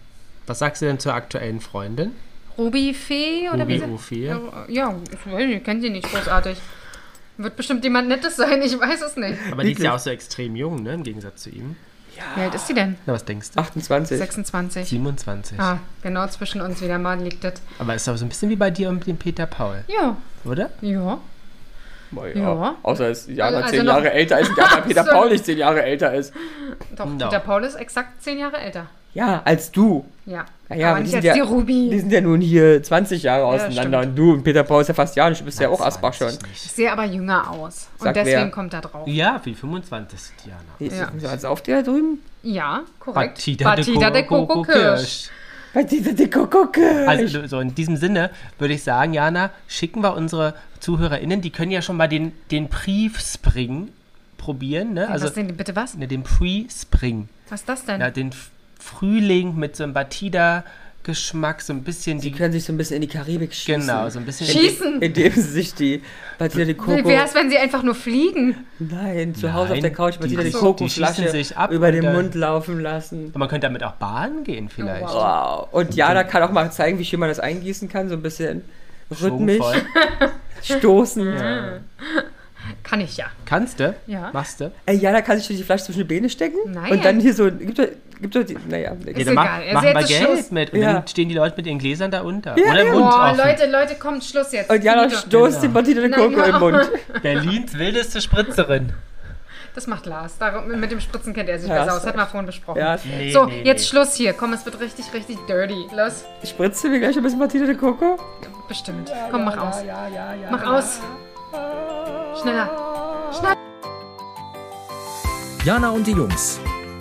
Speaker 2: Was sagst du denn zur aktuellen Freundin?
Speaker 1: Ruby Fee oder
Speaker 2: Ruby
Speaker 1: wie sie-
Speaker 2: Ufee.
Speaker 1: Ja, ich weiß nicht, kennt sie nicht großartig. Wird bestimmt jemand Nettes sein, ich weiß es nicht.
Speaker 2: Aber die ist ja auch so extrem jung, ne? Im Gegensatz zu ihm.
Speaker 1: Wie alt ist sie denn?
Speaker 2: Na, was denkst du?
Speaker 3: 28.
Speaker 1: 26.
Speaker 2: 27.
Speaker 1: Ah, genau zwischen uns wieder mal liegt das.
Speaker 2: Aber ist auch so ein bisschen wie bei dir und mit dem Peter Paul,
Speaker 1: Ja,
Speaker 2: oder?
Speaker 1: ja.
Speaker 3: Boah,
Speaker 1: Ja.
Speaker 3: Außer dass Jana
Speaker 1: Also- also
Speaker 3: 10
Speaker 1: noch-
Speaker 3: Jahre älter ist und
Speaker 1: (laughs)
Speaker 3: Jana Peter
Speaker 1: So.
Speaker 3: Paul nicht 10 Jahre älter ist.
Speaker 1: Doch,
Speaker 2: No.
Speaker 1: Peter Paul ist exakt zehn Jahre älter.
Speaker 3: Ja, als du.
Speaker 1: Ja.
Speaker 3: Naja,
Speaker 1: Aber
Speaker 3: die
Speaker 1: nicht
Speaker 3: sind
Speaker 1: als
Speaker 3: ja-
Speaker 1: die Ruby.
Speaker 3: Die sind ja nun hier 20 Jahre
Speaker 1: das
Speaker 3: auseinander
Speaker 1: stimmt.
Speaker 3: und du und Peter Paul ist ja fast Jahre, du bist ja auch Asbach schon.
Speaker 1: Ich sehe aber jünger aus. Und
Speaker 3: Sag wer.
Speaker 1: deswegen kommt er drauf.
Speaker 2: Ja, wie 25, Diana.
Speaker 1: Ja.
Speaker 3: Ja. Also auf dir da drüben?
Speaker 1: Ja, korrekt.
Speaker 3: Bei dieser dicke Gucke.
Speaker 2: Also so in diesem Sinne würde ich sagen, Jana, schicken wir unsere ZuhörerInnen, die können ja schon mal den, den Pre-Spring probieren, ne?
Speaker 1: Also,
Speaker 2: Also
Speaker 1: was denn, bitte was?
Speaker 2: ne, den Pre-Spring.
Speaker 1: Was ist das denn?
Speaker 2: Ja, den F- Frühling mit so einem Batida-Geschmack, so ein bisschen
Speaker 3: Die
Speaker 2: die.
Speaker 3: können sich so ein bisschen in die Karibik schießen.
Speaker 2: Genau, so ein bisschen.
Speaker 1: Schießen!
Speaker 3: Indem sie sich die Batida de Coco.
Speaker 1: Wie wär's, wenn sie einfach nur fliegen?
Speaker 3: Nein, zu Hause auf
Speaker 2: Nein,
Speaker 3: der Couch Batida
Speaker 2: die- die
Speaker 3: de Coco
Speaker 2: schießen
Speaker 3: Flasche
Speaker 2: sich ab
Speaker 3: über
Speaker 2: und
Speaker 3: den
Speaker 2: dann-
Speaker 3: Mund laufen lassen.
Speaker 2: Man könnte damit auch Bahnen gehen, vielleicht.
Speaker 1: Oh, wow.
Speaker 3: Wow. Und Jana kann auch mal zeigen, wie schön man das eingießen kann, so ein bisschen rhythmisch
Speaker 2: Schwungvoll.
Speaker 3: stoßen.
Speaker 1: Kann ich ja.
Speaker 2: Ähm, Kannst du?
Speaker 1: Ja.
Speaker 2: Machst du?
Speaker 3: Ey, Jana kann sich schon die Flasche zwischen die Beine stecken
Speaker 1: Nein.
Speaker 3: und dann hier so, gibt doch, gibt doch die, naja,
Speaker 2: Ja,
Speaker 1: Ist
Speaker 2: dann mach,
Speaker 1: egal. Also
Speaker 2: machen wir
Speaker 1: jetzt ist
Speaker 2: Geld
Speaker 1: Schluss.
Speaker 2: mit. Und
Speaker 3: Ja.
Speaker 2: dann stehen die Leute mit ihren Gläsern da unter.
Speaker 3: Ja,
Speaker 2: Oder
Speaker 3: ja.
Speaker 2: Mund
Speaker 1: Boah,
Speaker 2: offen.
Speaker 1: Oh, Leute, Leute, kommt, Schluss jetzt.
Speaker 3: Und Jana
Speaker 1: Finito.
Speaker 3: stoßt die Batida de
Speaker 1: Nein,
Speaker 3: Coco im
Speaker 1: ja.
Speaker 3: Mund.
Speaker 2: Berlins wildeste Spritzerin.
Speaker 1: Das macht Lars. Da, mit dem Spritzen kennt er sich
Speaker 3: Ja,
Speaker 1: besser
Speaker 3: hast
Speaker 1: aus. Hat
Speaker 3: recht.
Speaker 1: mal vorhin besprochen.
Speaker 3: Ja,
Speaker 2: Nee,
Speaker 1: so,
Speaker 2: nee,
Speaker 1: jetzt
Speaker 2: nee.
Speaker 1: Schluss hier. Komm, es wird richtig, richtig dirty. Los,
Speaker 3: spritzt du mir gleich ein bisschen Batida de Coco?
Speaker 1: bestimmt. Komm, mach aus. mach aus. Schneller.
Speaker 4: Jana und die Jungs.